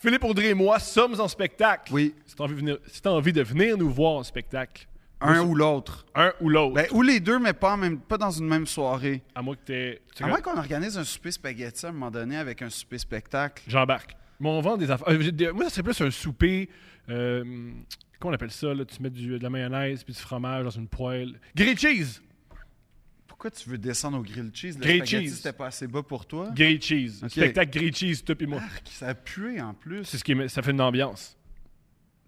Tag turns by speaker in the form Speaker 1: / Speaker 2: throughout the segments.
Speaker 1: Philippe Audrey et moi sommes en spectacle.
Speaker 2: Oui.
Speaker 1: Si t'as envie, de venir- si t'as envie de venir nous voir en spectacle,
Speaker 2: Un ou l'autre.
Speaker 1: un ou l'autre,
Speaker 2: Ben, ou les deux, mais pas, en même, pas dans une même soirée.
Speaker 1: à moins que t'aies. tu
Speaker 2: À
Speaker 1: sais,
Speaker 2: moins qu'on organise un souper spaghetti à un moment donné avec un souper spectacle.
Speaker 1: J'embarque. Mais on vend des affaires. euh, j'ai des- Moi, ça serait plus un souper. euh, Comment on appelle ça? Là? Tu mets du- de la mayonnaise puis du fromage dans une poêle. Grilled cheese!
Speaker 2: Pourquoi tu veux descendre au grilled cheese? Le
Speaker 1: Grilled
Speaker 2: spaghetti,
Speaker 1: cheese.
Speaker 2: c'était pas assez bas pour toi?
Speaker 1: Grilled cheese.
Speaker 2: Ok.
Speaker 1: Spectacle grilled cheese, toi et moi.
Speaker 2: Arc, ça a pué en plus.
Speaker 1: C'est ce qui est- ça fait une ambiance.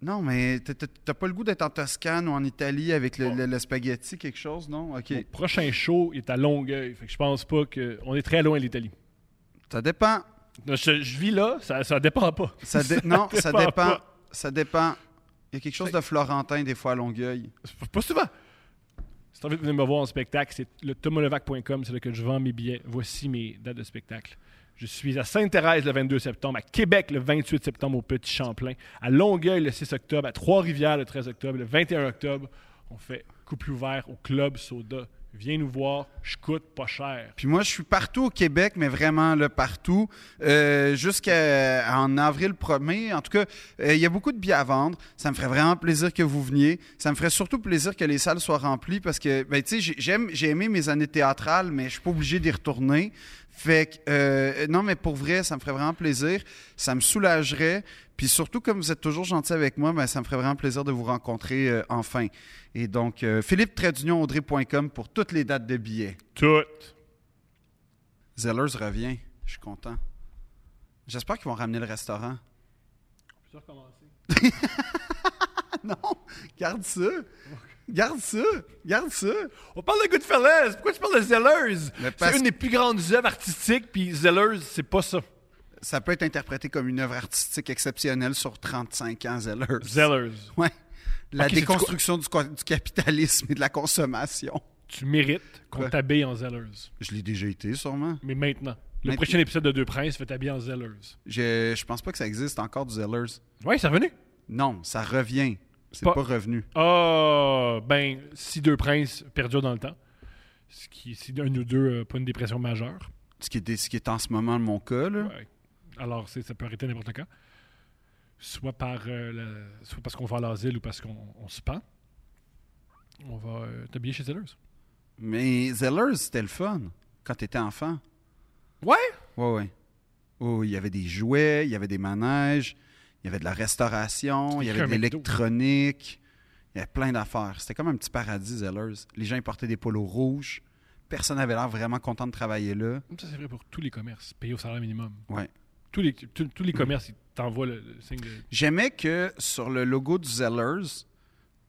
Speaker 2: Non, mais t'as- t'as t'as pas le goût d'être en Toscane ou en Italie avec le, le- le spaghetti, quelque chose, non? OK.
Speaker 1: Mon prochain show il est à Longueuil. Fait que je pense pas que. On est très loin de l'Italie.
Speaker 2: Ça dépend.
Speaker 1: Je, je vis là, ça, ça dépend pas.
Speaker 2: Ça dé- non, ça
Speaker 1: dépend
Speaker 2: dépend.
Speaker 1: pas.
Speaker 2: Ça dépend. Il y a quelque chose de florentin des fois à Longueuil.
Speaker 1: C'est Pas souvent. Si t'as envie de venir me voir en spectacle, c'est le tomolevac.com, c'est là que je vends mes billets. Voici mes dates de spectacle. Je suis à Sainte-Thérèse le 22 septembre, à Québec le 28 septembre au Petit Champlain, à Longueuil le 6 octobre, à Trois-Rivières le 13 octobre, le 21 octobre, on fait couple ouvert au Club Soda. Viens nous voir, je coûte pas cher.
Speaker 2: Puis moi, je suis partout au Québec, mais vraiment là, partout. Euh, Jusqu'en avril 1er. En tout cas, euh, il y a beaucoup de billets à vendre. Ça me ferait vraiment plaisir que vous veniez. Ça me ferait surtout plaisir que les salles soient remplies parce que, ben, tu sais, j'ai- j'aime- j'ai aimé mes années théâtrales, mais je suis pas obligé d'y retourner. Fait que, euh, non, mais pour vrai, ça me ferait vraiment plaisir. Ça me soulagerait. Puis surtout, comme vous êtes toujours gentil avec moi, ben, ça me ferait vraiment plaisir de vous rencontrer euh, enfin. Et donc, euh, philippe-audrey.com pour toutes les dates de billets.
Speaker 1: Tout.
Speaker 2: Zellers revient. Je suis content. J'espère qu'ils vont ramener le restaurant. Ah non, garde ça. Garde ça. Garde ça.
Speaker 1: On parle de Goodfellas, pourquoi tu parles de Zellers?
Speaker 2: Mais parce-
Speaker 1: C'est une des plus grandes œuvres artistiques, puis Zellers, c'est pas ça.
Speaker 2: Ça peut être interprété comme une œuvre artistique exceptionnelle sur 35 ans, Zellers.
Speaker 1: Zellers.
Speaker 2: Ouais. La
Speaker 1: Ok, c'est du
Speaker 2: déconstruction du, co- du capitalisme et de la consommation.
Speaker 1: Tu mérites qu'on
Speaker 2: Quoi?
Speaker 1: t'habille en Zellers.
Speaker 2: Je l'ai déjà été, sûrement.
Speaker 1: Mais maintenant. Le
Speaker 2: Maintenant.
Speaker 1: prochain épisode de Deux Princes fait t'habiller en Zellers.
Speaker 2: Je, je pense pas que ça existe encore du Zellers.
Speaker 1: Ouais, c'est revenu.
Speaker 2: Non, ça revient. C'est
Speaker 1: Pas-
Speaker 2: pas revenu.
Speaker 1: Ah, ben, si Deux Princes perdure dans le temps, ce qui, si un ou deux euh, pas une dépression majeure,
Speaker 2: Ce qui, est, dé- ce qui est en ce moment mon cas, là.
Speaker 1: ouais, alors c'est- ça peut arrêter n'importe quand. Soit, par, euh, la- soit parce qu'on va à l'asile ou parce qu'on on se pend, on va euh, t'habiller chez Zellers.
Speaker 2: Mais Zellers, c'était le fun quand t'étais enfant.
Speaker 1: Ouais!
Speaker 2: Ouais, ouais. Oh, il y avait des jouets, il y avait des manèges, il y avait de la restauration, il y
Speaker 1: écrit
Speaker 2: avait de
Speaker 1: un McDo.
Speaker 2: l'électronique. Il y avait plein d'affaires. C'était comme un petit paradis, Zellers. Les gens ils portaient des polos rouges. Personne n'avait l'air vraiment content de travailler là.
Speaker 1: Ça, c'est vrai pour tous les commerces, payés au salaire minimum.
Speaker 2: Ouais.
Speaker 1: Tous les, tous, tous les commerces, ils t'envoient le, le signe de.
Speaker 2: J'aimais que sur le logo du Zellers,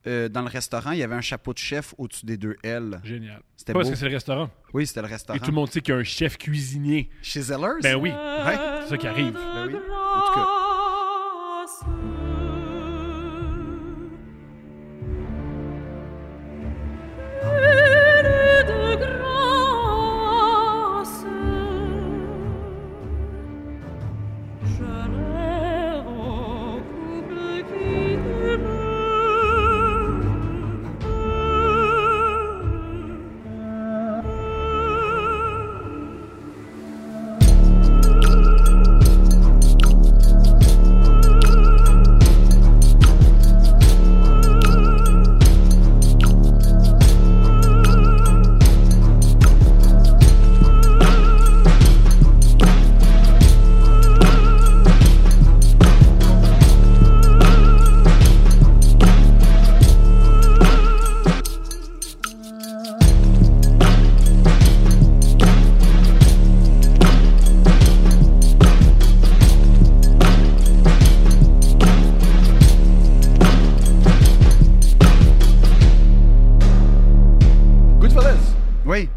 Speaker 2: euh, dans le restaurant, il y avait un chapeau de chef au-dessus des deux L.
Speaker 1: Génial.
Speaker 2: C'était
Speaker 1: Parce
Speaker 2: beau.
Speaker 1: que c'est le restaurant.
Speaker 2: Oui, c'était le restaurant.
Speaker 1: Et tout le monde sait qu'il y a un chef cuisinier.
Speaker 2: Chez Zellers?
Speaker 1: Ben oui,
Speaker 2: Ouais.
Speaker 1: c'est ça qui arrive.
Speaker 2: Ben oui. En tout cas.
Speaker 3: de grâce, je rêve au couple qui demeure.
Speaker 1: Goodfellas!
Speaker 2: Oui,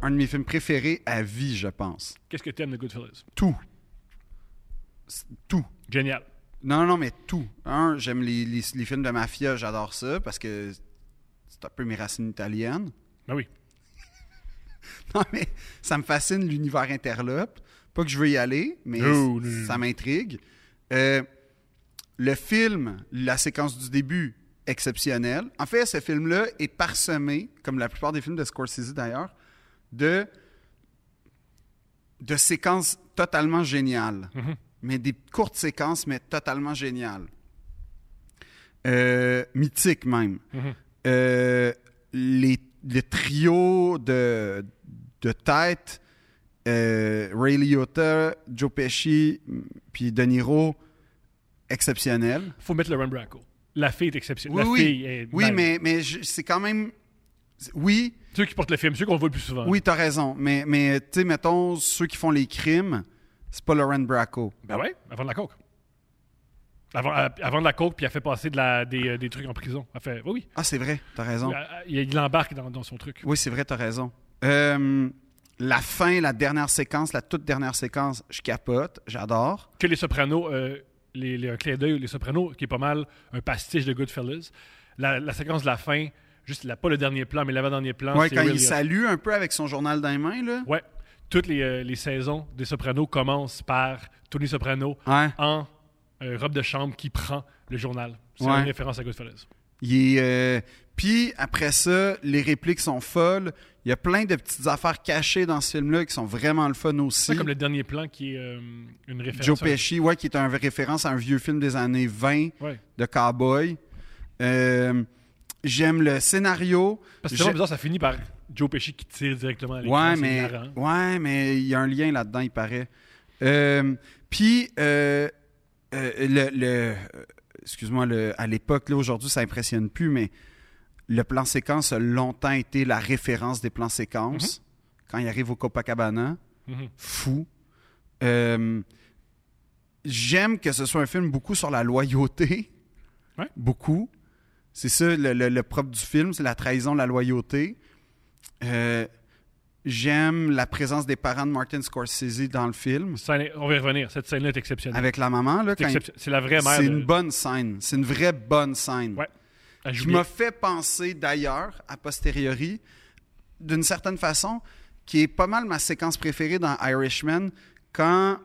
Speaker 2: un de mes films préférés à vie, je pense.
Speaker 1: Qu'est-ce que t'aimes de Goodfellas?
Speaker 2: Tout. C'est- Tout.
Speaker 1: Génial.
Speaker 2: Non, non, mais tout. Un, j'aime les, les- les films de mafia, j'adore ça parce que c'est un peu mes racines italiennes.
Speaker 1: Ben oui.
Speaker 2: Non, mais ça me fascine l'univers interlope. Pas que je veux y aller, mais
Speaker 1: Non,
Speaker 2: c-
Speaker 1: non.
Speaker 2: ça m'intrigue. Euh, le film, la séquence du début, exceptionnelle. En fait, ce film-là est parsemé, comme la plupart des films de Scorsese d'ailleurs, de, de séquences totalement géniales. mais des courtes séquences, mais totalement géniales. Euh, mythique même.
Speaker 1: Mhm.
Speaker 2: Euh, les, le trio de, de tête, euh, Ray Liotta, Joe Pesci, m- puis De Niro, exceptionnel.
Speaker 1: Faut mettre Lauren Bracco. La fille est exceptionnelle.
Speaker 2: Oui,
Speaker 1: la
Speaker 2: oui.
Speaker 1: fille est
Speaker 2: Oui,
Speaker 1: mal-
Speaker 2: mais, mais je- c'est quand même... Oui,
Speaker 1: Ceux qui portent le film, ceux qu'on voit le plus souvent.
Speaker 2: oui, t'as raison. Mais, mais tu sais, mettons, ceux qui font les crimes, c'est pas Lauren Bracco.
Speaker 1: Ben ouais, avant de la coke. Avant, euh, avant de la coke, puis elle fait passer de la, des, euh, des trucs en prison. Elle fait, oui, oui.
Speaker 2: Ah, c'est vrai, t'as raison.
Speaker 1: Euh, euh, Il, il embarque dans, dans son truc.
Speaker 2: Oui, c'est vrai, t'as raison. Euh, la fin, la dernière séquence, la toute dernière séquence, je capote, j'adore.
Speaker 1: Que les Sopranos, euh, les, les, un clin d'œil, les Sopranos, qui est pas mal un pastiche de Goodfellas. La, la séquence de la fin, juste la, pas le dernier plan, mais l'avant-dernier plan.
Speaker 2: Ouais,
Speaker 1: c'est
Speaker 2: quand
Speaker 1: Ray
Speaker 2: il
Speaker 1: Liotta.
Speaker 2: salue un peu avec son journal dans les mains, là.
Speaker 1: Ouais. Toutes les, euh, les saisons des Sopranos commencent par Tony Soprano
Speaker 2: Ouais.
Speaker 1: en euh, robe de chambre qui prend le journal. C'est
Speaker 2: Ouais.
Speaker 1: une référence à Goodfellas.
Speaker 2: Il est, euh, Puis après ça, les répliques sont folles. Il y a plein de petites affaires cachées dans ce film-là qui sont vraiment le fun aussi.
Speaker 1: C'est comme le dernier plan qui est euh, une référence.
Speaker 2: Joe
Speaker 1: à-
Speaker 2: Pesci, ouais, qui est un référence à un vieux film des années 20
Speaker 1: Ouais.
Speaker 2: de cowboy. Euh, J'aime le scénario.
Speaker 1: Parce que c'est
Speaker 2: J'ai-
Speaker 1: vraiment bizarre, ça finit par Joe Pesci qui tire directement à l'écran.
Speaker 2: Ouais,
Speaker 1: c'est
Speaker 2: mais
Speaker 1: hilarant.
Speaker 2: ouais, mais il y a un lien là-dedans, il paraît. Euh, Puis euh, euh, le, le- excuse-moi, le, à l'époque là aujourd'hui ça impressionne plus, mais le plan séquence a longtemps été la référence des plans séquences. Quand il arrive au Copacabana,
Speaker 1: Mhm.
Speaker 2: fou. Euh, J'aime que ce soit un film beaucoup sur la loyauté.
Speaker 1: Ouais.
Speaker 2: Beaucoup. C'est ça le, le- le propre du film, c'est la trahison, la loyauté. Euh, J'aime la présence des parents de Martin Scorsese dans le film.
Speaker 1: Scène- on va y revenir. Cette scène-là est exceptionnelle.
Speaker 2: Avec la maman, là,
Speaker 1: C'est
Speaker 2: quand il-
Speaker 1: excep- C'est la vraie mère.
Speaker 2: c'est
Speaker 1: de-
Speaker 2: une bonne scène. C'est une vraie bonne scène.
Speaker 1: Ouais. Ah, j'ai
Speaker 2: Qui
Speaker 1: oublié.
Speaker 2: m'a fait penser d'ailleurs, a posteriori, d'une certaine façon, qui est pas mal ma séquence préférée dans Irishman, quand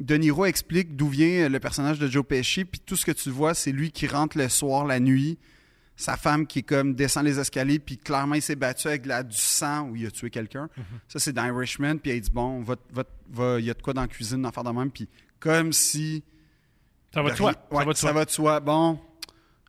Speaker 2: De Niro explique d'où vient le personnage de Joe Pesci, puis tout ce que tu vois, c'est lui qui rentre le soir, la nuit, sa femme qui comme descend les escaliers, puis clairement il s'est battu avec de la, du sang où il a tué quelqu'un.
Speaker 1: Mm-hmm.
Speaker 2: Ça, c'est dans Irishman, puis elle dit Bon, va- va- va- il y a de quoi dans la cuisine, d'en faire de même, puis comme si.
Speaker 1: Ça va de
Speaker 2: Ri-
Speaker 1: soi.
Speaker 2: ouais,
Speaker 1: ça va de soi.
Speaker 2: de soi. Bon,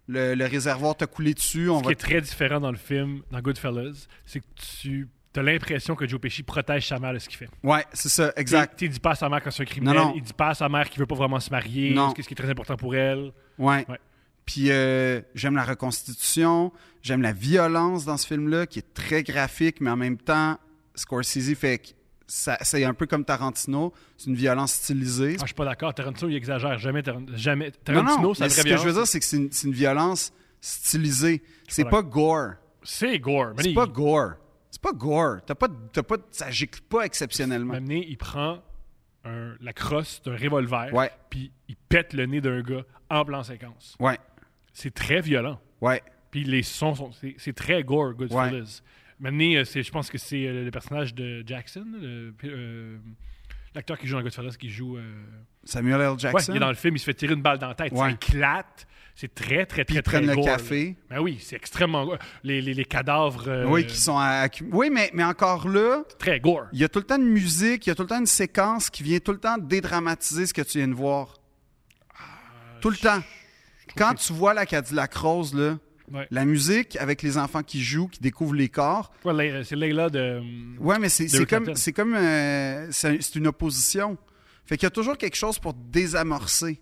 Speaker 2: le, le réservoir t'a coulé dessus. On
Speaker 1: Ce
Speaker 2: va...
Speaker 1: qui est très différent dans le film, dans Goodfellas, c'est que tu as l'impression que Joe Pesci protège sa mère de ce qu'il fait.
Speaker 2: Ouais, c'est ça, exact.
Speaker 1: Il, il dit pas à sa mère quand c'est un criminel.
Speaker 2: Non, non.
Speaker 1: Il dit pas à sa mère qu'il veut pas vraiment se marier.
Speaker 2: Non.
Speaker 1: Ce qui est très important pour elle. Ah,
Speaker 2: Ouais.
Speaker 1: Ouais.
Speaker 2: Puis euh, j'aime la reconstitution, j'aime la violence dans ce film-là, qui est très graphique, mais en même temps, Scorsese fait que ça, c'est un peu comme Tarantino, c'est une violence stylisée.
Speaker 1: Ah, je suis pas d'accord. Tarantino, il exagère. Jamais, Taran- jamais.
Speaker 2: non,
Speaker 1: Tarantino,
Speaker 2: non,
Speaker 1: ça
Speaker 2: mais ce que je veux dire, c'est que c'est une, c'est une violence stylisée. C'est
Speaker 1: pas
Speaker 2: pas gore.
Speaker 1: C'est gore. Mais
Speaker 2: C'est
Speaker 1: il-
Speaker 2: pas gore. C'est pas gore. T'as pas, t'as pas, ça gicle pas exceptionnellement.
Speaker 1: M'amener, il prend un- la crosse d'un revolver,
Speaker 2: Ouais.
Speaker 1: puis il pète le nez d'un gars en plan séquence.
Speaker 2: Ouais,
Speaker 1: C'est très violent.
Speaker 2: ouais.
Speaker 1: Puis les sons sont. C'est c'est très gore, Goodfellas. M'amener, euh, c'est- je pense que c'est euh, le personnage de Jackson, le- euh, l'acteur qui joue dans Goodfellas, qui joue. euh,
Speaker 2: Samuel L.
Speaker 1: Ouais,
Speaker 2: Jackson.
Speaker 1: il est dans le film, il se fait tirer une balle dans la tête. Ça
Speaker 2: Ouais.
Speaker 1: éclate. C'est très, très,
Speaker 2: Puis
Speaker 1: très,
Speaker 2: ils
Speaker 1: très
Speaker 2: prennent le
Speaker 1: gore,
Speaker 2: café.
Speaker 1: là. Ben oui, c'est extrêmement gore. Les, les- les cadavres. euh,
Speaker 2: Oui, qui sont à- accu- Oui, mais, mais encore là,
Speaker 1: Très gore.
Speaker 2: il y a tout le temps de musique, il y a tout le temps une séquence qui vient tout le temps dédramatiser ce que tu viens de voir. tout le temps. Quand tu vois la Cadillac Rose, là,
Speaker 1: Ouais.
Speaker 2: la musique avec les enfants qui jouent, qui découvrent les corps.
Speaker 1: Ouais, Lay- euh, c'est Layla de.
Speaker 2: Ouais, mais c'est
Speaker 1: De
Speaker 2: c'est
Speaker 1: Rick
Speaker 2: comme
Speaker 1: Martin.
Speaker 2: c'est comme euh, c'est c'est une opposition. Fait qu'il y a toujours quelque chose pour désamorcer.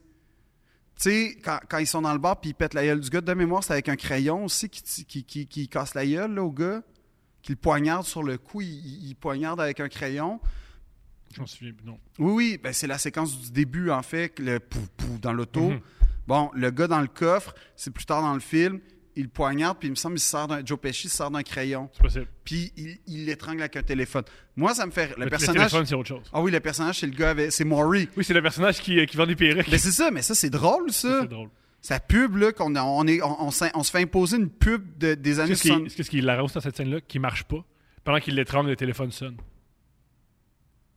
Speaker 2: Tu sais, quand, quand ils sont dans le bar puis ils pètent la gueule du gars, de mémoire, c'est avec un crayon aussi qui, ti- qui, qui, qui casse la gueule là, au gars, qui le poignarde sur le cou, il, il- il poignarde avec un crayon.
Speaker 1: Je m'en souviens. plus, Non.
Speaker 2: Oui, oui, ben c'est la séquence du début, en fait, que le pouf, pouf dans l'auto.
Speaker 1: Mhm.
Speaker 2: Bon, le gars dans le coffre, c'est plus tard dans le film, il le poignarde, puis il me semble il se sert d'un. Joe Pesci se sert d'un crayon,
Speaker 1: C'est possible.
Speaker 2: puis il il l'étrangle avec un téléphone. Moi, ça me fait. Le
Speaker 1: Le
Speaker 2: personnage.
Speaker 1: téléphone, c'est autre chose.
Speaker 2: Ah oui, le personnage, c'est le gars avec. C'est Maury.
Speaker 1: Oui, c'est le personnage qui, euh, qui vend des perruques.
Speaker 2: Mais c'est ça, mais ça, c'est drôle, ça.
Speaker 1: C'est drôle.
Speaker 2: Sa pub, là, qu'on a- on, est, on, on s'in- on se fait imposer une pub de- des
Speaker 1: C'est
Speaker 2: années
Speaker 1: ce qui,
Speaker 2: 60.
Speaker 1: c'est ce qui est hilarant aussi dans cette scène-là, qui marche pas. Pendant qu'il l'étrangle, le téléphone sonne.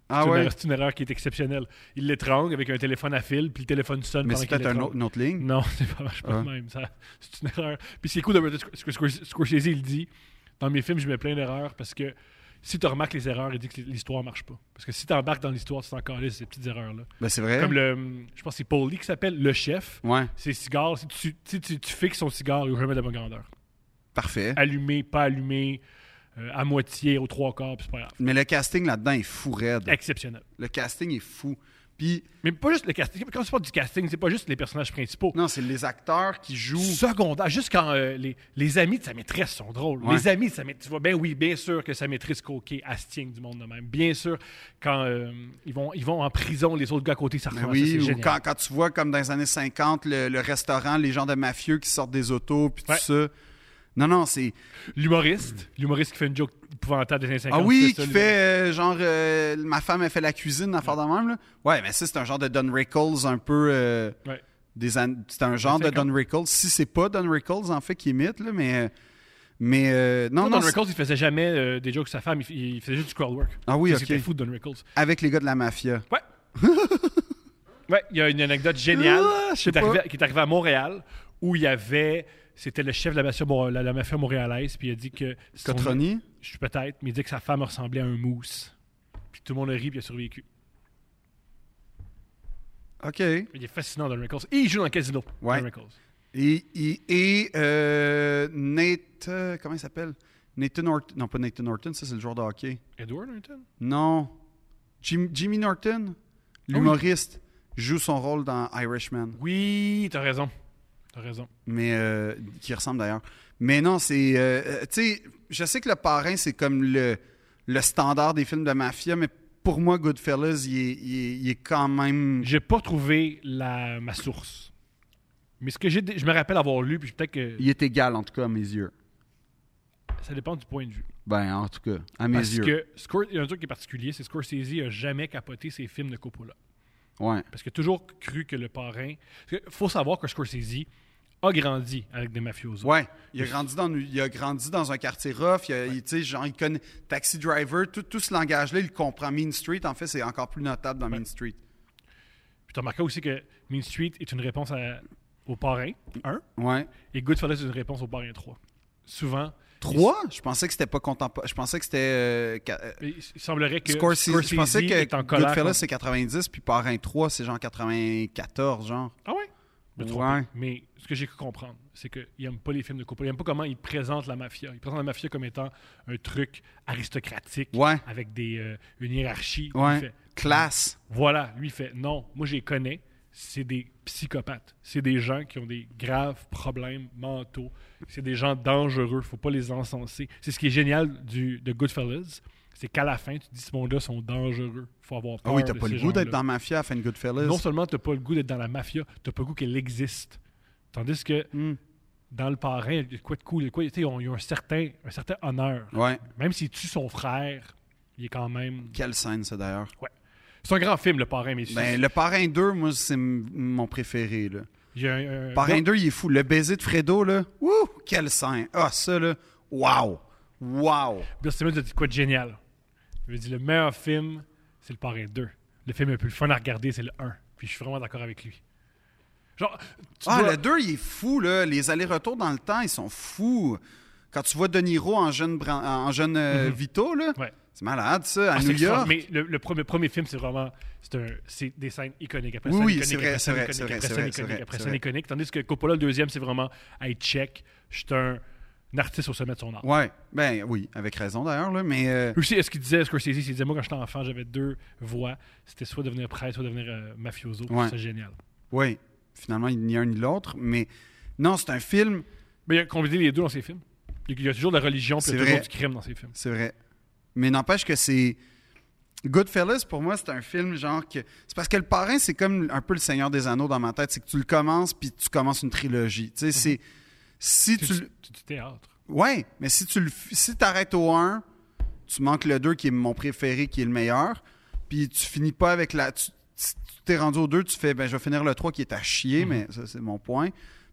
Speaker 2: Ah
Speaker 1: c'est, une
Speaker 2: ouais.
Speaker 1: erreur, c'est une erreur qui est exceptionnelle. Il l'étrangle avec un téléphone à fil, puis le téléphone sonne
Speaker 2: Mais
Speaker 1: pendant
Speaker 2: c'est
Speaker 1: qu'il
Speaker 2: peut-être un
Speaker 1: l'étrangle.
Speaker 2: autre- une autre ligne.
Speaker 1: Non, c'est pas, marche pas
Speaker 2: Ah.
Speaker 1: de même. Ça, c'est une erreur. Puis c'est cool de Scorsese, Scorsese, il dit dans mes films, je mets plein d'erreurs parce que si tu remarques les erreurs et dis que l'histoire marche pas. Parce que si tu embarques dans l'histoire, c'est encore là ces petites erreurs-là.
Speaker 2: Ben, c'est vrai.
Speaker 1: Comme le. hum, Je pense que c'est Paul Lee qui s'appelle le chef.
Speaker 2: Ouais,
Speaker 1: Ses cigares, si tu, si tu, tu fixes son cigare, il va jamais de la bonne grandeur.
Speaker 2: parfait.
Speaker 1: Allumé, pas allumé, euh, à moitié, aux trois quarts, puis c'est pas grave.
Speaker 2: Mais le casting là-dedans est fou raide.
Speaker 1: Exceptionnel.
Speaker 2: Le casting est fou. Puis,
Speaker 1: Mais pas juste le casting. Quand tu parles du casting, c'est pas juste les personnages principaux.
Speaker 2: non, c'est les acteurs qui jouent.
Speaker 1: Secondaire, juste quand euh, les, les amis de sa maîtresse sont drôles.
Speaker 2: Ouais.
Speaker 1: Les amis de sa maîtresse, tu vois, ben oui, bien sûr que sa maîtresse coquée astient du monde de même. Bien sûr, quand euh, ils, vont, ils vont en prison, les autres gars à côté, ça
Speaker 2: Ben
Speaker 1: ressemble à ça,
Speaker 2: oui,
Speaker 1: c'est
Speaker 2: ou
Speaker 1: génial.
Speaker 2: quand, quand tu vois, comme dans les années 50, le, le restaurant, les gens de mafieux qui sortent des autos, puis
Speaker 1: Ouais.
Speaker 2: tout ça. Non, non, c'est.
Speaker 1: L'humoriste, l'humoriste qui fait une joke épouvantable des années 50.
Speaker 2: Ah oui,
Speaker 1: c'est ça,
Speaker 2: qui
Speaker 1: le-
Speaker 2: fait euh, genre euh, ma femme a fait la cuisine, affaire de même là. Ouais, mais ça c'est un genre de Don Rickles un peu euh,
Speaker 1: Ouais.
Speaker 2: des an- c'est un genre de
Speaker 1: C'est comme-
Speaker 2: Don Rickles. Si c'est pas Don Rickles en fait qui imite là, mais euh, mais euh, non non
Speaker 1: Don
Speaker 2: c'est-
Speaker 1: Rickles, il faisait jamais euh, des jokes à sa femme, il, il faisait juste du crowd work.
Speaker 2: Ah oui,
Speaker 1: Ça,
Speaker 2: ok.
Speaker 1: C'était fou, Don Rickles.
Speaker 2: avec les gars de la mafia.
Speaker 1: Ouais. ouais, il y a une anecdote géniale
Speaker 2: Ah, je
Speaker 1: qui,
Speaker 2: sais
Speaker 1: est arrivée, qui est arrivée à Montréal où il y avait. C'était le chef de la mafia, bon, la, la mafia montréalaise, puis il a dit que. son-
Speaker 2: Cotroni.
Speaker 1: Je suis peut-être, mais il dit que sa femme ressemblait à un mousse. Puis tout le monde a ri, puis il a survécu.
Speaker 2: OK. Et,
Speaker 1: Il est fascinant, Don Rickles. Et il joue dans le casino.
Speaker 2: Ouais.
Speaker 1: Don Rickles.
Speaker 2: et, et, euh, Nate euh, comment il s'appelle Nathan Horton. Non, pas Nathan Horton, ça c'est le joueur de hockey.
Speaker 1: Edward Norton
Speaker 2: Non. Jim- Jimmy Norton, l'humoriste, joue son rôle dans Irishman.
Speaker 1: Oui, t'as raison. T'as raison.
Speaker 2: mais euh, qui ressemble d'ailleurs. Mais non, c'est, euh, euh, tu sais, je sais que le parrain c'est comme le le standard des films de mafia, mais pour moi, Goodfellas, il est, il est- il est quand même.
Speaker 1: J'ai pas trouvé la, ma source. Mais ce que j'ai, je me rappelle avoir lu, puis peut-être que
Speaker 2: Il est égal, en tout cas, à mes yeux.
Speaker 1: ça dépend du point de vue.
Speaker 2: Ben, en tout cas, à mes
Speaker 1: Parce
Speaker 2: yeux.
Speaker 1: que Scor- il y a un truc qui est particulier, c'est que Scorsese a jamais capoté ses films de Coppola.
Speaker 2: Ouais.
Speaker 1: Parce qu'il a toujours cru que le parrain. Il faut savoir que Scorsese a grandi avec des mafiosos.
Speaker 2: Ouais, il a, grandi dans, il a grandi dans un quartier rough, il, a- il- tu sais, genre, il connaît Taxi Driver, tout, tout ce langage-là, il comprend Mean Street. En fait, c'est encore plus notable dans Mean Street.
Speaker 1: Puis tu remarqué aussi que Mean Street est une réponse à- au parrain 1
Speaker 2: Ouais.
Speaker 1: et Goodfellas est une réponse au parrain 3. Souvent,
Speaker 2: Trois? Je pensais que c'était pas contemporain. Je pensais que c'était euh, ca- euh,
Speaker 1: il, il semblerait que
Speaker 2: Scorsese,
Speaker 1: Scorsese,
Speaker 2: je pensais
Speaker 1: est en
Speaker 2: que
Speaker 1: colère.
Speaker 2: Goodfellas,
Speaker 1: contre-
Speaker 2: c'est 90, puis Parrain 3, c'est genre 94, genre.
Speaker 1: Ah ouais? Je me trompe.
Speaker 2: Ouais.
Speaker 1: Mais ce que j'ai cru comprendre, c'est qu'il n'aime pas les films de Coppola. Il n'aime pas comment il présente la mafia. Il présente la mafia comme étant un truc aristocratique,
Speaker 2: Ouais.
Speaker 1: avec des, euh, une hiérarchie. Lui, il
Speaker 2: Ouais.
Speaker 1: fait,
Speaker 2: Classe.
Speaker 1: voilà, lui il fait non, moi je les connais, c'est des psychopathes. C'est des gens qui ont des graves problèmes mentaux. C'est des gens dangereux, faut pas les encenser. C'est ce qui est génial du, de Goodfellas, c'est qu'à la fin, tu te dis ce monde-là sont dangereux. faut avoir
Speaker 2: Ah
Speaker 1: peur
Speaker 2: oui, t'as
Speaker 1: de
Speaker 2: pas
Speaker 1: ces
Speaker 2: le goût d'être
Speaker 1: gens-là.
Speaker 2: dans Mafia à fin de Goodfellas.
Speaker 1: Non seulement t'as pas le goût d'être dans la mafia, t'as pas le goût qu'elle existe. Tandis que
Speaker 2: Hmm.
Speaker 1: dans le parrain, il y a de quoi de cool, il y a de quoi, tu sais, ils ont, ils ont un, certain, un certain honneur.
Speaker 2: Ouais.
Speaker 1: Même s'il tue son frère, il est quand même...
Speaker 2: Quelle scène, ça, d'ailleurs.
Speaker 1: Ouais. C'est un grand film, le parrain, mais
Speaker 2: Ben, le Parrain 2, moi, c'est m- mon préféré, là.
Speaker 1: J'ai un- un-
Speaker 2: Parrain 2, il est fou. Le baiser de Fredo, là. Wouh! Quelle scène. Ah, ça, là. Wow! Wow!
Speaker 1: Bill Simmons a dit quoi de génial. Il a dit le meilleur film, c'est le Parrain 2. Le film le plus fun à regarder, c'est le 1. Puis je suis vraiment d'accord avec lui. Genre, tu
Speaker 2: Ah,
Speaker 1: vois-
Speaker 2: le 2, il est fou, là. Les allers-retours dans le temps, ils sont fous. Quand tu vois De Niro en jeune, Bran- en jeune euh, Vito, là,
Speaker 1: Mhm. Ouais.
Speaker 2: c'est malade, ça, à
Speaker 1: Ah, c'est
Speaker 2: New
Speaker 1: extra-
Speaker 2: York.
Speaker 1: Mais le, le premier, premier film, c'est vraiment c'est un- c'est des scènes iconiques. Après
Speaker 2: Oui,
Speaker 1: scène
Speaker 2: oui,
Speaker 1: iconique,
Speaker 2: c'est vrai,
Speaker 1: après scène
Speaker 2: c'est vrai,
Speaker 1: iconique,
Speaker 2: c'est vrai,
Speaker 1: après
Speaker 2: c'est
Speaker 1: scène
Speaker 2: vrai,
Speaker 1: iconique,
Speaker 2: c'est vrai,
Speaker 1: après
Speaker 2: c'est
Speaker 1: scène
Speaker 2: vrai.
Speaker 1: iconique. Tandis que Coppola, le deuxième, c'est vraiment Hey, check, je suis un, un artiste au sommet de son art.
Speaker 2: Ouais, ben oui, avec raison d'ailleurs, là, mais euh,
Speaker 1: Lui aussi, est-ce qu'il disait, Scorsese, il disait, moi, quand j'étais enfant, j'avais deux voies. C'était soit devenir prêtre, soit devenir euh, mafioso.
Speaker 2: Ouais.
Speaker 1: C'est génial.
Speaker 2: oui, finalement, il n'y a un ni l'autre, mais non, c'est un film,
Speaker 1: Mais il a combiné les deux dans ses films. Il y a toujours de la religion, puis il y a
Speaker 2: C'est
Speaker 1: toujours du
Speaker 2: vrai.
Speaker 1: crime dans ses films.
Speaker 2: c'est vrai. Mais n'empêche que c'est. Goodfellas, pour moi, c'est un film genre que. C'est parce que le parrain, c'est comme un peu le Seigneur des Anneaux dans ma tête, c'est que tu le commences, puis tu commences une trilogie. Tu sais, c'est. Si
Speaker 1: C'est
Speaker 2: tu.
Speaker 1: du- c'est du théâtre.
Speaker 2: Ouais, mais si tu le f- si t'arrêtes au 1, tu manques le 2 qui est mon préféré, qui est le meilleur, puis tu finis pas avec la tu tu- tu t'es rendu au 2, tu fais ben je vais finir le 3 qui est à chier, mais ça c'est mon point.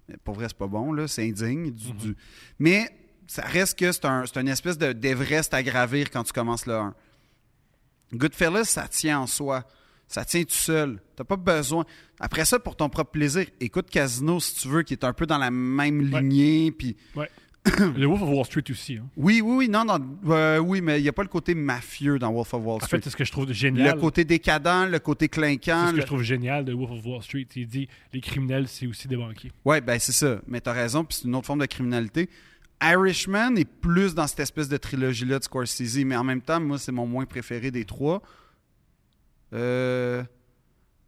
Speaker 2: Mais pour vrai, c'est pas bon là, c'est indigne du, du- mais ça reste que c'est un c'est une espèce de d'Everest à gravir quand tu commences le 1. Goodfellas, ça tient en soi. Ça tient tout seul. T'as pas besoin. Après ça, pour ton propre plaisir, écoute Casino si tu veux, qui est un peu dans la même
Speaker 1: Ouais.
Speaker 2: lignée. Puis
Speaker 1: Ouais. Le Wolf of Wall Street aussi. hein.
Speaker 2: Oui, oui, oui, non, non, euh, oui, mais il n'y a pas le côté mafieux dans Wolf of Wall
Speaker 1: En
Speaker 2: Street.
Speaker 1: fait, c'est ce que je trouve de
Speaker 2: le
Speaker 1: génial.
Speaker 2: côté décadent, le côté
Speaker 1: C'est
Speaker 2: clinquant.
Speaker 1: ce que
Speaker 2: le-
Speaker 1: je trouve génial de Wolf of Wall Street. Il dit les criminels, c'est aussi des banquiers.
Speaker 2: Ouais, ben c'est ça. Mais t'as raison, puis c'est une autre forme de criminalité. Irishman est plus dans cette espèce de trilogie-là de Scorsese, mais en même temps, moi, c'est mon moins préféré des trois. Euh...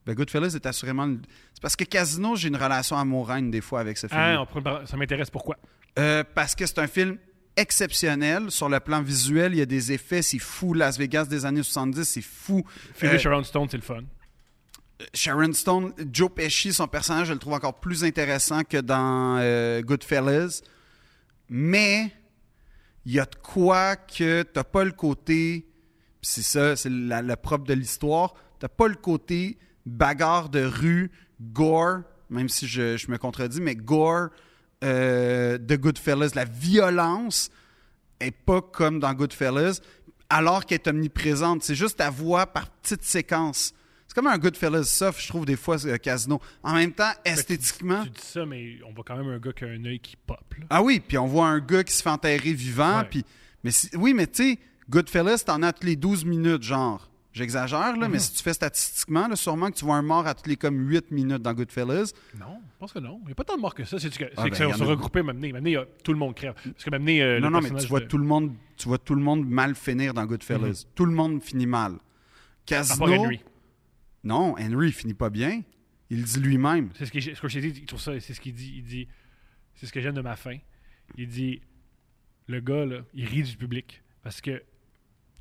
Speaker 2: Ben, Goodfellas est assurément... le- C'est parce que Casino, j'ai une relation amoureuse des fois avec ce film.
Speaker 1: Ah, on prend une par- ça m'intéresse pourquoi.
Speaker 2: Euh, parce que c'est un film exceptionnel. Sur le plan visuel, il y a des effets, c'est fou. Las Vegas des années 70, c'est fou.
Speaker 1: Fury
Speaker 2: Euh,
Speaker 1: Sharon Stone, c'est le fun.
Speaker 2: Sharon Stone, Joe Pesci, son personnage, je le trouve encore plus intéressant que dans euh, Goodfellas. Mais il y a de quoi que t'as pas le côté, pis c'est ça, c'est la- le propre de l'histoire, t'as pas le côté bagarre de rue, gore, même si je, je me contredis, mais gore euh, de Goodfellas. La violence est pas comme dans Goodfellas, alors qu'elle est omniprésente. C'est juste ta voix par petite séquence. C'est comme un Goodfellas soft, je trouve, des fois, euh, Casino. En même temps, esthétiquement...
Speaker 1: Ben, Tu dis ça, mais on voit quand même un gars qui a un œil qui pop. là.
Speaker 2: Ah oui, puis on voit un gars qui se fait enterrer vivant,
Speaker 1: Ouais.
Speaker 2: puis... Mais si- oui, mais tu sais, Goodfellas, t'en as toutes les 12 minutes, genre. J'exagère,
Speaker 1: Mhm.
Speaker 2: là, mais si tu fais statistiquement, là, sûrement que tu vois un mort à toutes les comme 8 minutes dans
Speaker 1: Euh,
Speaker 2: Goodfellas.
Speaker 1: Non, je pense que non. Il n'y a pas tant de morts que ça. C'est que, c'est
Speaker 2: Ah,
Speaker 1: que
Speaker 2: ben,
Speaker 1: ça
Speaker 2: y
Speaker 1: va
Speaker 2: en
Speaker 1: se
Speaker 2: a-
Speaker 1: regrouper, m'amener. M'amener, euh, tout le monde crève. Parce que m'amener. euh,
Speaker 2: non,
Speaker 1: le
Speaker 2: non, mais tu
Speaker 1: personnage
Speaker 2: vois,
Speaker 1: de-
Speaker 2: tout le monde, tu vois tout le monde mal finir dans Goodfellas. Tout le monde finit mal.
Speaker 1: À
Speaker 2: Casino...
Speaker 1: part Henry.
Speaker 2: Non, Henry, il finit pas bien. Il le dit lui-même.
Speaker 1: C'est ce que ce que j'ai dit, il trouve ça, c'est ce qu'il dit. Il dit, c'est ce que j'aime de ma fin. Il dit, le gars, là, il rit du public. Parce que,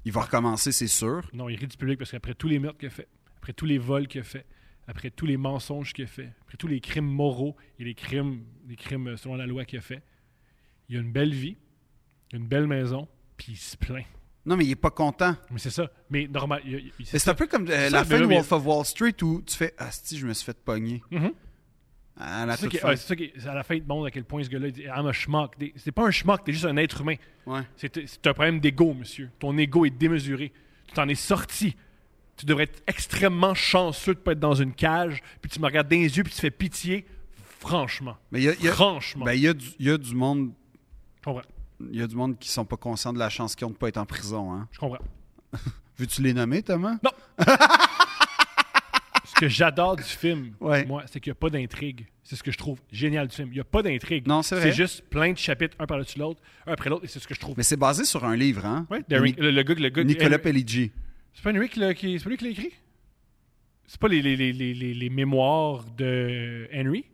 Speaker 2: Il va recommencer, c'est sûr.
Speaker 1: non, il rit du public parce qu'après tous les meurtres qu'il a fait, après tous les vols qu'il a fait, après tous les mensonges qu'il a fait, après tous les crimes moraux et les crimes, les crimes euh, selon la loi qu'il a fait, il a une belle vie, une belle maison, puis il se plaint.
Speaker 2: Non, mais il est pas content.
Speaker 1: Mais c'est ça. Mais normal. il- il- il-
Speaker 2: Mais C'est un peu comme euh,
Speaker 1: C'est ça,
Speaker 2: la
Speaker 1: mais
Speaker 2: fin
Speaker 1: là,
Speaker 2: de
Speaker 1: mais-
Speaker 2: Wolf of Wall Street où tu fais « Ah, si, je me suis fait pogner.
Speaker 1: Mhm.
Speaker 2: À la
Speaker 1: C'est ça
Speaker 2: toute
Speaker 1: qui-
Speaker 2: fin.
Speaker 1: ouais, c'est ça qui c'est à la fin de monde à quel point ce gars-là il dit I'm a schmuck. Des- C'est pas un schmuck, t'es juste un être humain.
Speaker 2: Ouais.
Speaker 1: C'est c'est un problème d'ego, monsieur. Ton ego est démesuré. Tu t'en es sorti. Tu devrais être extrêmement chanceux de pas être dans une cage, puis tu me regardes dans les yeux, puis tu fais pitié. Franchement.
Speaker 2: Mais il y a- il y a-
Speaker 1: Franchement.
Speaker 2: Ben, il y, a du- il y a du monde.
Speaker 1: Je comprends.
Speaker 2: Il y a du monde qui sont pas conscients de la chance qu'ils ont de pas être en prison. Hein.
Speaker 1: Je comprends.
Speaker 2: Veux-tu les nommer, Thomas?
Speaker 1: Ce que j'adore du film,
Speaker 2: Ouais.
Speaker 1: moi, c'est qu'il n'y a pas d'intrigue. C'est ce que je trouve génial du film. Il n'y a pas d'intrigue.
Speaker 2: Non, c'est vrai.
Speaker 1: juste plein de chapitres, un par-dessus l'autre, un après l'autre, et c'est ce que je trouve.
Speaker 2: Mais c'est basé sur un livre, hein?
Speaker 1: Ouais, Derrick- le, le gars, le gars-
Speaker 2: Nicolas
Speaker 1: Henry-
Speaker 2: Pelligi.
Speaker 1: C'est pas Henry qui l'a- qui- c'est pas lui qui l'a écrit? C'est pas les, les, les, les, les- les mémoires de Henry?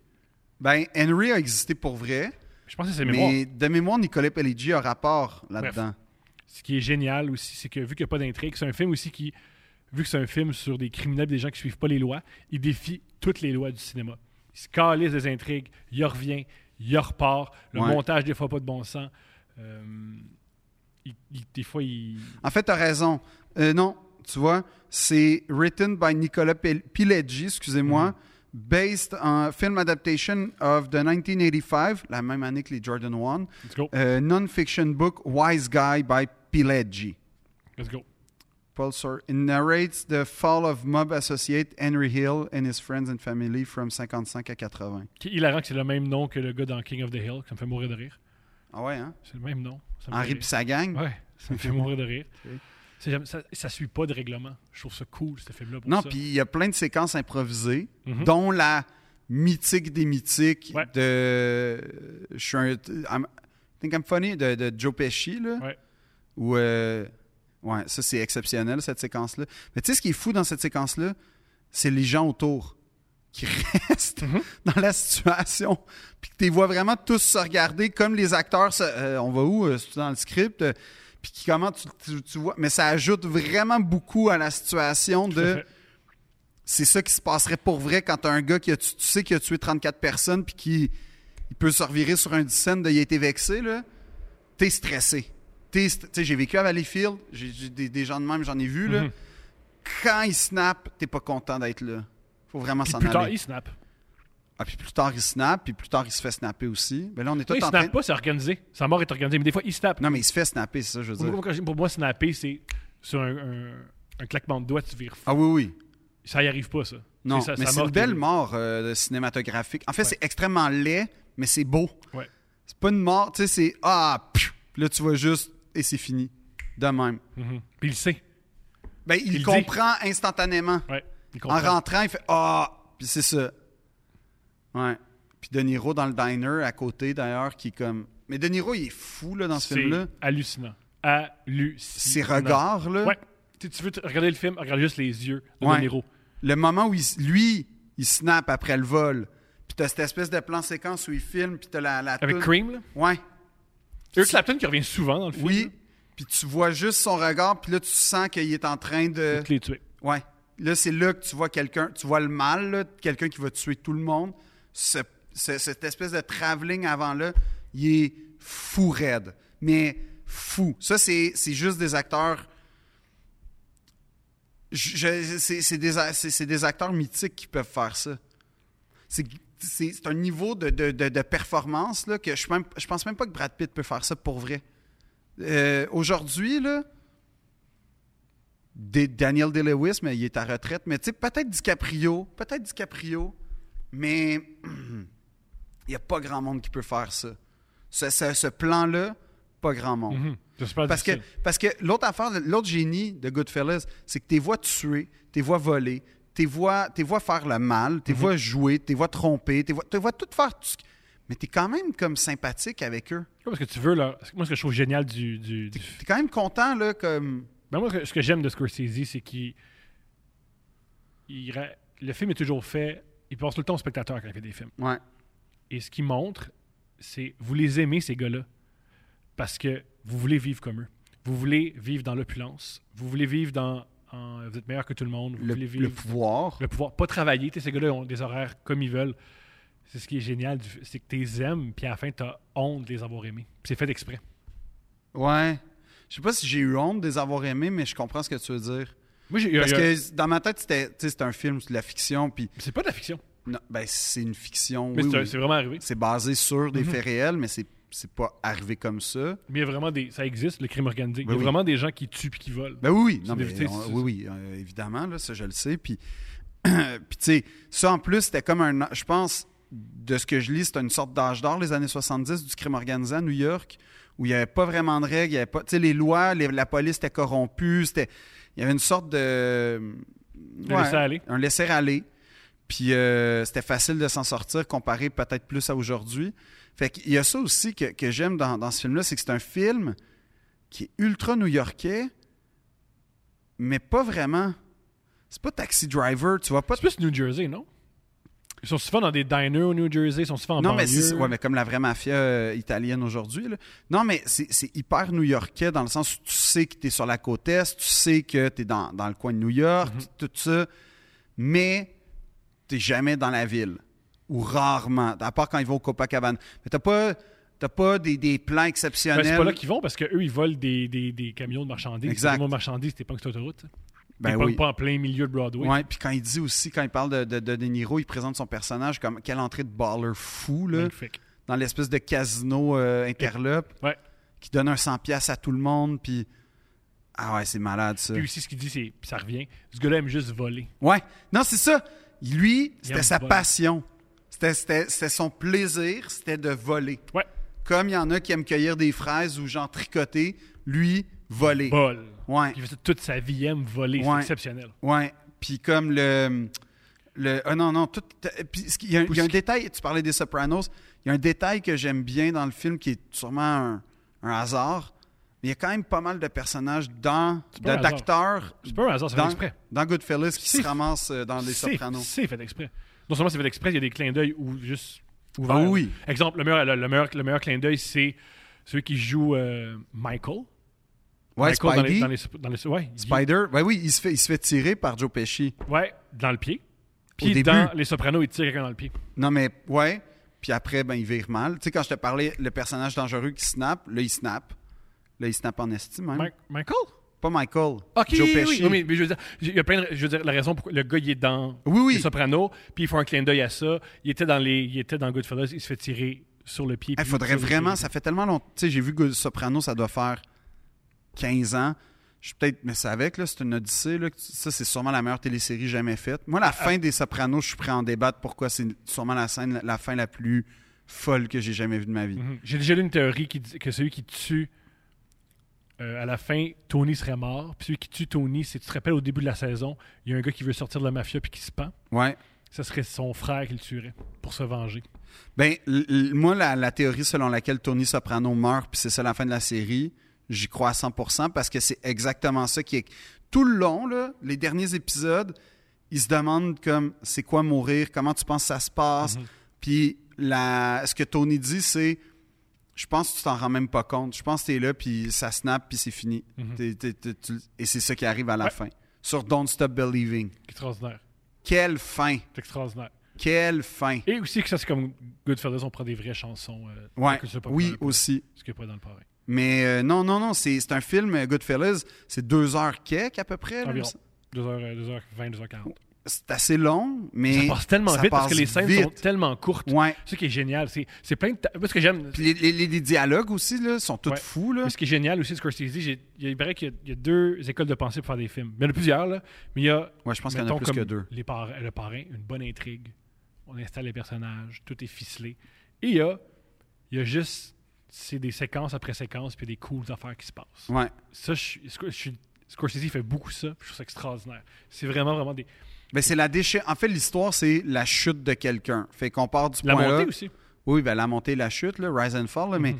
Speaker 2: Ben, Henry a existé pour vrai,
Speaker 1: Je pense que c'est ses mémoires.
Speaker 2: mais de mémoire, Nicolas Pelligi a rapport là-dedans.
Speaker 1: Ce qui est génial aussi, c'est que vu qu'il n'y a pas d'intrigue, c'est un film aussi qui, vu que c'est un film sur des criminels, des gens qui suivent pas les lois, il défie toutes les lois du cinéma. Il se calise des intrigues, il revient, il repart. Le
Speaker 2: Ouais.
Speaker 1: montage, des fois, pas de bon sens. Euh, il- il- des fois, il.
Speaker 2: En fait, t'as raison. Euh, non, tu vois, c'est written by Nicolas Pel- Pileggi,
Speaker 1: Mm-hmm.
Speaker 2: excusez-moi, based on film adaptation of the 1985, la même année que les Jordan 1,
Speaker 1: Let's go.
Speaker 2: euh, non-fiction book Wise Guy by Pileggi.
Speaker 1: Let's go.
Speaker 2: Paul Sor- It narrates the fall of mob associate Henry Hill and his friends and family from 55 à 80.
Speaker 1: Qui est hilarant que c'est le même nom que le gars dans King of the Hill. Ça me fait mourir de rire.
Speaker 2: Ah ouais, hein?
Speaker 1: C'est le même nom. Ça me fait
Speaker 2: Henri
Speaker 1: rire.
Speaker 2: pis sa gang?
Speaker 1: Ouais, ça me fait mourir de rire.
Speaker 2: Ok.
Speaker 1: C'est jamais- ça, ça suit pas de règlement. Je trouve ça cool, ce film-là. pour
Speaker 2: Non,
Speaker 1: ça.
Speaker 2: puis il y a plein de séquences improvisées,
Speaker 1: Mhm.
Speaker 2: dont la mythique des mythiques
Speaker 1: Ouais.
Speaker 2: de. Je suis un. I'm- I think I'm funny de, de Joe Pesci, là.
Speaker 1: Ouais.
Speaker 2: Où, euh, ouais, ça, c'est exceptionnel, cette séquence-là. Mais tu sais, ce qui est fou dans cette séquence-là, c'est les gens autour qui restent
Speaker 1: Mhm.
Speaker 2: dans la situation. Puis que tu les vois vraiment tous se regarder comme les acteurs. se- euh, on va où? Euh, C'est dans le script. Euh, Puis qui- comment tu, tu- tu vois. Mais ça ajoute vraiment beaucoup à la situation
Speaker 1: Tout à
Speaker 2: de
Speaker 1: fait.
Speaker 2: c'est ça qui se passerait pour vrai quand t'as un gars qui a tu, tu sais qu'il a tué 34 personnes puis qui il peut se revirer sur un scène de il a été vexé là. T'es stressé. T'es st- Tu sais j'ai vécu à Valleyfield, j'ai j'ai des, des gens de même, j'en ai vu là.
Speaker 1: Mhm.
Speaker 2: Quand il snap, t'es pas content d'être là. Faut vraiment
Speaker 1: Puis
Speaker 2: s'en
Speaker 1: plus
Speaker 2: aller.
Speaker 1: tard, il snap.
Speaker 2: Ah puis plus tard il snap, puis plus tard il se fait snapper aussi. Mais là on est
Speaker 1: Non,
Speaker 2: tous
Speaker 1: il
Speaker 2: en
Speaker 1: snap
Speaker 2: train.
Speaker 1: pas, c'est organisé. Sa mort est organisée. Mais des fois, il snap.
Speaker 2: Non mais il se fait snapper, c'est ça je veux
Speaker 1: Pour
Speaker 2: dire.
Speaker 1: moi, quand j'ai- pour moi, snapper, c'est sur un, un- un claquement de doigts, tu vires. fou.
Speaker 2: Ah oui oui.
Speaker 1: Ça y arrive pas, ça.
Speaker 2: Non,
Speaker 1: C'est ça,
Speaker 2: mais
Speaker 1: sa
Speaker 2: c'est
Speaker 1: mort
Speaker 2: une belle
Speaker 1: est-
Speaker 2: mort euh, cinématographique. En fait,
Speaker 1: Ouais.
Speaker 2: c'est extrêmement laid, mais c'est beau.
Speaker 1: Ouais.
Speaker 2: C'est pas une mort, tu sais, c'est ah, piou! Puis là tu vois juste et c'est fini. De même.
Speaker 1: Mhm. Puis il le sait.
Speaker 2: Ben, il,
Speaker 1: Il dit.
Speaker 2: comprend instantanément.
Speaker 1: Ouais. Il comprend.
Speaker 2: En rentrant, il fait Ah! Puis c'est ça. Ouais. Puis De Niro dans le diner à côté, d'ailleurs, qui est comme. Mais De Niro, il est fou, là, dans ce
Speaker 1: C'est
Speaker 2: film-là.
Speaker 1: hallucinant. Hallucinant.
Speaker 2: Ses regards, là.
Speaker 1: Ouais. Tu, tu veux te- regarder le film, regarde juste les yeux de
Speaker 2: Ouais.
Speaker 1: De Niro.
Speaker 2: Le moment où, il s- lui, il snap après le vol. Puis t'as cette espèce de plan séquence où il filme, puis t'as la. la
Speaker 1: Avec
Speaker 2: toune.
Speaker 1: Cream, là.
Speaker 2: Ouais.
Speaker 1: Eric Clapton qui revient souvent dans le film.
Speaker 2: Oui. Puis tu vois juste son regard, puis là, tu sens qu'il est en train de.
Speaker 1: de les tuer.
Speaker 2: Ouais. Là, c'est là que tu vois quelqu'un, tu vois le mal, là, quelqu'un qui va tuer tout le monde. Ce- ce- cette espèce de travelling avant-là, il est fou raide. Mais fou. Ça, c'est c'est juste des acteurs. je- je- C'est c'est des, a- c'est- c'est des acteurs mythiques qui peuvent faire ça. C'est c'est- c'est un niveau de, de- de- de performance là, que je, suis même- je pense même pas que Brad Pitt peut faire ça pour vrai. Euh, Aujourd'hui, là. Des- Daniel Day-Lewis, mais il est à retraite. Mais tu sais, peut-être DiCaprio, peut-être DiCaprio, mais il n'y a pas grand monde qui peut faire ça. Ce, ce- ce plan-là, pas grand monde.
Speaker 1: Mhm. C'est super
Speaker 2: Parce que,
Speaker 1: difficile.
Speaker 2: parce que l'autre affaire, l'autre génie de Goodfellas, c'est que tes voix tuer, tes voix voler, tes voix, tes voix faire le mal,
Speaker 1: Mhm.
Speaker 2: tes voix jouer, tes voix tromper, tes voix, tes voix tout faire. tout ce qui- Mais t'es quand même comme sympathique avec eux.
Speaker 1: Parce que tu veux, là. Moi, ce que je trouve génial du. du, du-
Speaker 2: T'es quand même content, là, comme.
Speaker 1: Ben, moi, ce que- ce que j'aime de Scorsese, c'est qu'il. il ra- Le film est toujours fait. Il pense tout le temps au spectateur quand il fait des films.
Speaker 2: Ouais.
Speaker 1: Et ce qu'il montre, c'est vous les aimez, ces gars-là, parce que vous voulez vivre comme eux. Vous voulez vivre dans l'opulence. Vous voulez vivre dans. en- vous êtes meilleur que tout le monde. Vous
Speaker 2: Le,
Speaker 1: voulez
Speaker 2: le
Speaker 1: vivre.
Speaker 2: pouvoir.
Speaker 1: le pouvoir pas travailler. Tu sais, ces gars-là ont des horaires comme ils veulent. C'est ce qui est génial, du- c'est que tu les aimes, puis à la fin, tu as honte de les avoir aimés. Puis c'est fait exprès.
Speaker 2: Ouais. Je sais pas si j'ai eu honte de les avoir aimés, mais je comprends ce que tu veux dire.
Speaker 1: Moi, j'ai- il y a-
Speaker 2: Parce
Speaker 1: il y a-
Speaker 2: que dans ma tête, c'était tu sais, c'est un film, c'est de la fiction, puis
Speaker 1: c'est pas de la fiction,
Speaker 2: non, ben, c'est une fiction.
Speaker 1: mais
Speaker 2: oui,
Speaker 1: c'est,
Speaker 2: oui.
Speaker 1: c'est Mhm. vraiment arrivé.
Speaker 2: C'est basé sur des faits réels, mais c'est c'est pas arrivé comme ça.
Speaker 1: Mais il y a vraiment des, ça existe, le crime organisé. il y
Speaker 2: Ben
Speaker 1: a
Speaker 2: oui.
Speaker 1: vraiment des gens qui tuent puis qui volent.
Speaker 2: Ben oui, oui,
Speaker 1: C'est
Speaker 2: non, mais
Speaker 1: d'éviter,
Speaker 2: on-
Speaker 1: c'est-
Speaker 2: oui, oui, euh, évidemment, là, ça je le sais. Puis, puis tu sais, ça en plus, c'était comme un. Je pense, de ce que je lis, c'était une sorte d'âge d'or, les années 70, du crime organisé à New York, où il n'y avait pas vraiment de règles, il y avait pas. Tu sais, les lois, les- la police était corrompue, c'était. Il y avait une sorte de.
Speaker 1: De laisser aller.
Speaker 2: Un laisser-aller. Puis euh, c'était facile de s'en sortir comparé peut-être plus à aujourd'hui. Fait qu'il y a ça aussi que, que j'aime dans, dans ce film-là, c'est que c'est un film qui est ultra new-yorkais, mais pas vraiment. C'est pas Taxi Driver, tu vois pas.
Speaker 1: C'est plus New Jersey, non? Ils sont souvent dans des diners au New Jersey, ils sont souvent en
Speaker 2: non,
Speaker 1: banlieue.
Speaker 2: mais c'est ouais, mais comme la vraie mafia euh, italienne aujourd'hui. là. Non, mais c'est c'est hyper new-yorkais dans le sens où tu sais que tu es sur la côte est, tu sais que tu es dans, dans le coin de New York,
Speaker 1: Mm-hmm.
Speaker 2: tout ça, mais tu jamais dans la ville. Ou rarement, à part quand ils vont au Copacabana. Mais t'as pas, t'as pas des, des plans
Speaker 1: Ben,
Speaker 2: exceptionnels.
Speaker 1: c'est pas là qu'ils vont parce qu'eux, ils volent des, des, des camions de marchandises.
Speaker 2: Exact.
Speaker 1: Des camions de marchandises, c'était pas une autoroute. T'es
Speaker 2: Ben oui.
Speaker 1: pas, pas en plein milieu de Broadway.
Speaker 2: Ouais, puis quand il dit aussi, quand il parle de, de, de De Niro, il présente son personnage comme quelle entrée de baller fou, là,
Speaker 1: Magnifique.
Speaker 2: dans l'espèce de casino euh, interlope,
Speaker 1: Ouais.
Speaker 2: qui donne un 100 pièces à tout le monde, puis... Ah ouais, c'est malade, ça.
Speaker 1: Puis aussi, ce qu'il dit, c'est. Puis ça revient. Ce gars-là aime juste voler.
Speaker 2: Ouais, non, c'est ça. Lui,
Speaker 1: aime
Speaker 2: c'était sa
Speaker 1: voler.
Speaker 2: passion. C'était- C'était c'était son plaisir, c'était de voler.
Speaker 1: Ouais.
Speaker 2: Comme il y en a qui aiment cueillir des fraises ou genre tricoter, lui, voler.
Speaker 1: Bol.
Speaker 2: Ouais.
Speaker 1: Il fait ça toute sa vie, il aime voler.
Speaker 2: Ouais.
Speaker 1: C'est exceptionnel.
Speaker 2: Ouais, puis comme le. le ah non, non, tout. Puis ce qui- il y, a un- il y a un
Speaker 1: Pouski.
Speaker 2: détail, tu parlais des Sopranos, il y a un détail que j'aime bien dans le film qui est sûrement un, un hasard, mais il y a quand même pas mal de personnages dans. de-
Speaker 1: pas un hasard.
Speaker 2: d'acteurs.
Speaker 1: C'est pas un hasard, c'est fait
Speaker 2: Dans,
Speaker 1: exprès.
Speaker 2: dans Goodfellas qui se
Speaker 1: C'est-
Speaker 2: ramassent euh, dans Les
Speaker 1: C'est-
Speaker 2: Sopranos.
Speaker 1: C'est fait exprès. Non seulement c'est fait exprès, il y a des clins d'œil ou juste. ouverts.
Speaker 2: Ah oui.
Speaker 1: Exemple, le meilleur, le, le meilleur, le meilleur clin d'œil, c'est celui qui joue euh, Michael.
Speaker 2: Ouais,
Speaker 1: Michael dans les-
Speaker 2: Spidey.
Speaker 1: dans les, dans les- ouais, il-
Speaker 2: Spider, ouais, oui, il se, fait, il se fait tirer par Joe Pesci.
Speaker 1: ouais, dans le pied. Puis
Speaker 2: début.
Speaker 1: dans Les Sopranos, il tire quelqu'un dans le pied.
Speaker 2: Non, mais ouais. Puis après, ben, il vire mal. Tu sais, quand je te parlais, le personnage dangereux qui snap, là, il snap. Là, il snap en estime, même.
Speaker 1: Mi- Michael?
Speaker 2: Pas Michael.
Speaker 1: Ok,
Speaker 2: Joe
Speaker 1: oui,
Speaker 2: Pesci.
Speaker 1: oui, mais, mais je veux dire, il y a plein de, je veux dire, la raison pourquoi le gars, il est dans
Speaker 2: Oui, oui.
Speaker 1: Les Sopranos, puis il faut un clin d'œil à ça. Il était dans les, il était dans Goodfellas, il se fait tirer sur le pied.
Speaker 2: Il
Speaker 1: puis il
Speaker 2: Ah, faudrait
Speaker 1: tire le pied.
Speaker 2: vraiment, ça fait tellement longtemps. Tu sais, j'ai vu Good Soprano, ça doit faire 15 ans. Je suis peut-être, mais c'est avec, là, c'est une odyssée. Là, que tu- ça, c'est sûrement la meilleure télésérie jamais faite. Moi, la fin des Sopranos, je suis prêt à en débattre pourquoi c'est sûrement la scène, la fin la plus folle que j'ai jamais vue de ma vie.
Speaker 1: Mhm. J'ai déjà lu une théorie qui dit que celui qui tue euh, à la fin, Tony serait mort. Puis celui qui tue Tony, c'est tu te rappelles au début de la saison, il y a un gars qui veut sortir de la mafia puis qui se pend.
Speaker 2: Ouais.
Speaker 1: Ce serait son frère qui le tuerait pour se venger.
Speaker 2: Ben, l- l- moi, la, la théorie selon laquelle Tony Soprano meurt, puis c'est ça la fin de la série, j'y crois à 100% parce que c'est exactement ça qui est. Tout le long, là, les derniers épisodes, ils se demandent comme c'est quoi mourir, comment tu penses que ça se passe.
Speaker 1: Mhm.
Speaker 2: Puis la... ce que Tony dit, c'est je pense que tu t'en rends même pas compte. Je pense que tu es là, puis ça snap, puis c'est fini.
Speaker 1: Mhm.
Speaker 2: T'es- t'es- t'es- tu- Et c'est ça qui arrive à la
Speaker 1: Ouais.
Speaker 2: fin. Sur Don't Stop Believing.
Speaker 1: Extraordinaire.
Speaker 2: Quelle fin!
Speaker 1: C'est extraordinaire.
Speaker 2: Quelle fin!
Speaker 1: Et aussi que ça, c'est comme Goodfellas, on prend des vraies chansons. euh,
Speaker 2: Ouais.
Speaker 1: que c'est pas
Speaker 2: Oui,
Speaker 1: pareil,
Speaker 2: aussi.
Speaker 1: Ce qui n'est pas dans le pareil.
Speaker 2: Mais euh, non, non, non, c'est c'est un film, euh, Goodfellas, c'est deux heures quelques à peu près. là.
Speaker 1: Environ. euh, 2h20, 2h40.
Speaker 2: C'est assez long, mais...
Speaker 1: Ça passe tellement
Speaker 2: ça
Speaker 1: vite parce
Speaker 2: passe
Speaker 1: que les scènes
Speaker 2: vite.
Speaker 1: sont tellement courtes.
Speaker 2: Ouais.
Speaker 1: Ce qui est génial, c'est c'est plein de. ta- Moi, ce que j'aime.
Speaker 2: Puis les, les- les- les dialogues aussi, là, sont tous
Speaker 1: Ouais.
Speaker 2: fous, là.
Speaker 1: Mais ce qui est génial aussi, Scorsese, j'ai- il est vrai qu'il y a- il y a deux écoles de pensée pour faire des films. Il y en a plusieurs, là. Mais il y a.
Speaker 2: Ouais, je pense qu'il y en a
Speaker 1: mettons,
Speaker 2: plus
Speaker 1: comme
Speaker 2: que deux.
Speaker 1: Les par- le parrain, une bonne intrigue. On installe les personnages, tout est ficelé. Et il y a, il y a juste. C'est des séquences après séquences, puis des cool affaires qui se passent.
Speaker 2: Ouais.
Speaker 1: Ça, je, suis- Scor- je suis- Scorsese fait beaucoup ça, puis je trouve ça extraordinaire. C'est vraiment, vraiment des.
Speaker 2: Ben, c'est la déchet... En fait, l'histoire, c'est la chute de quelqu'un. Fait qu'on part du
Speaker 1: La
Speaker 2: point
Speaker 1: montée
Speaker 2: A...
Speaker 1: aussi. Mhm.
Speaker 2: Oui, ben, la montée, la chute, là, rise and fall, là, mais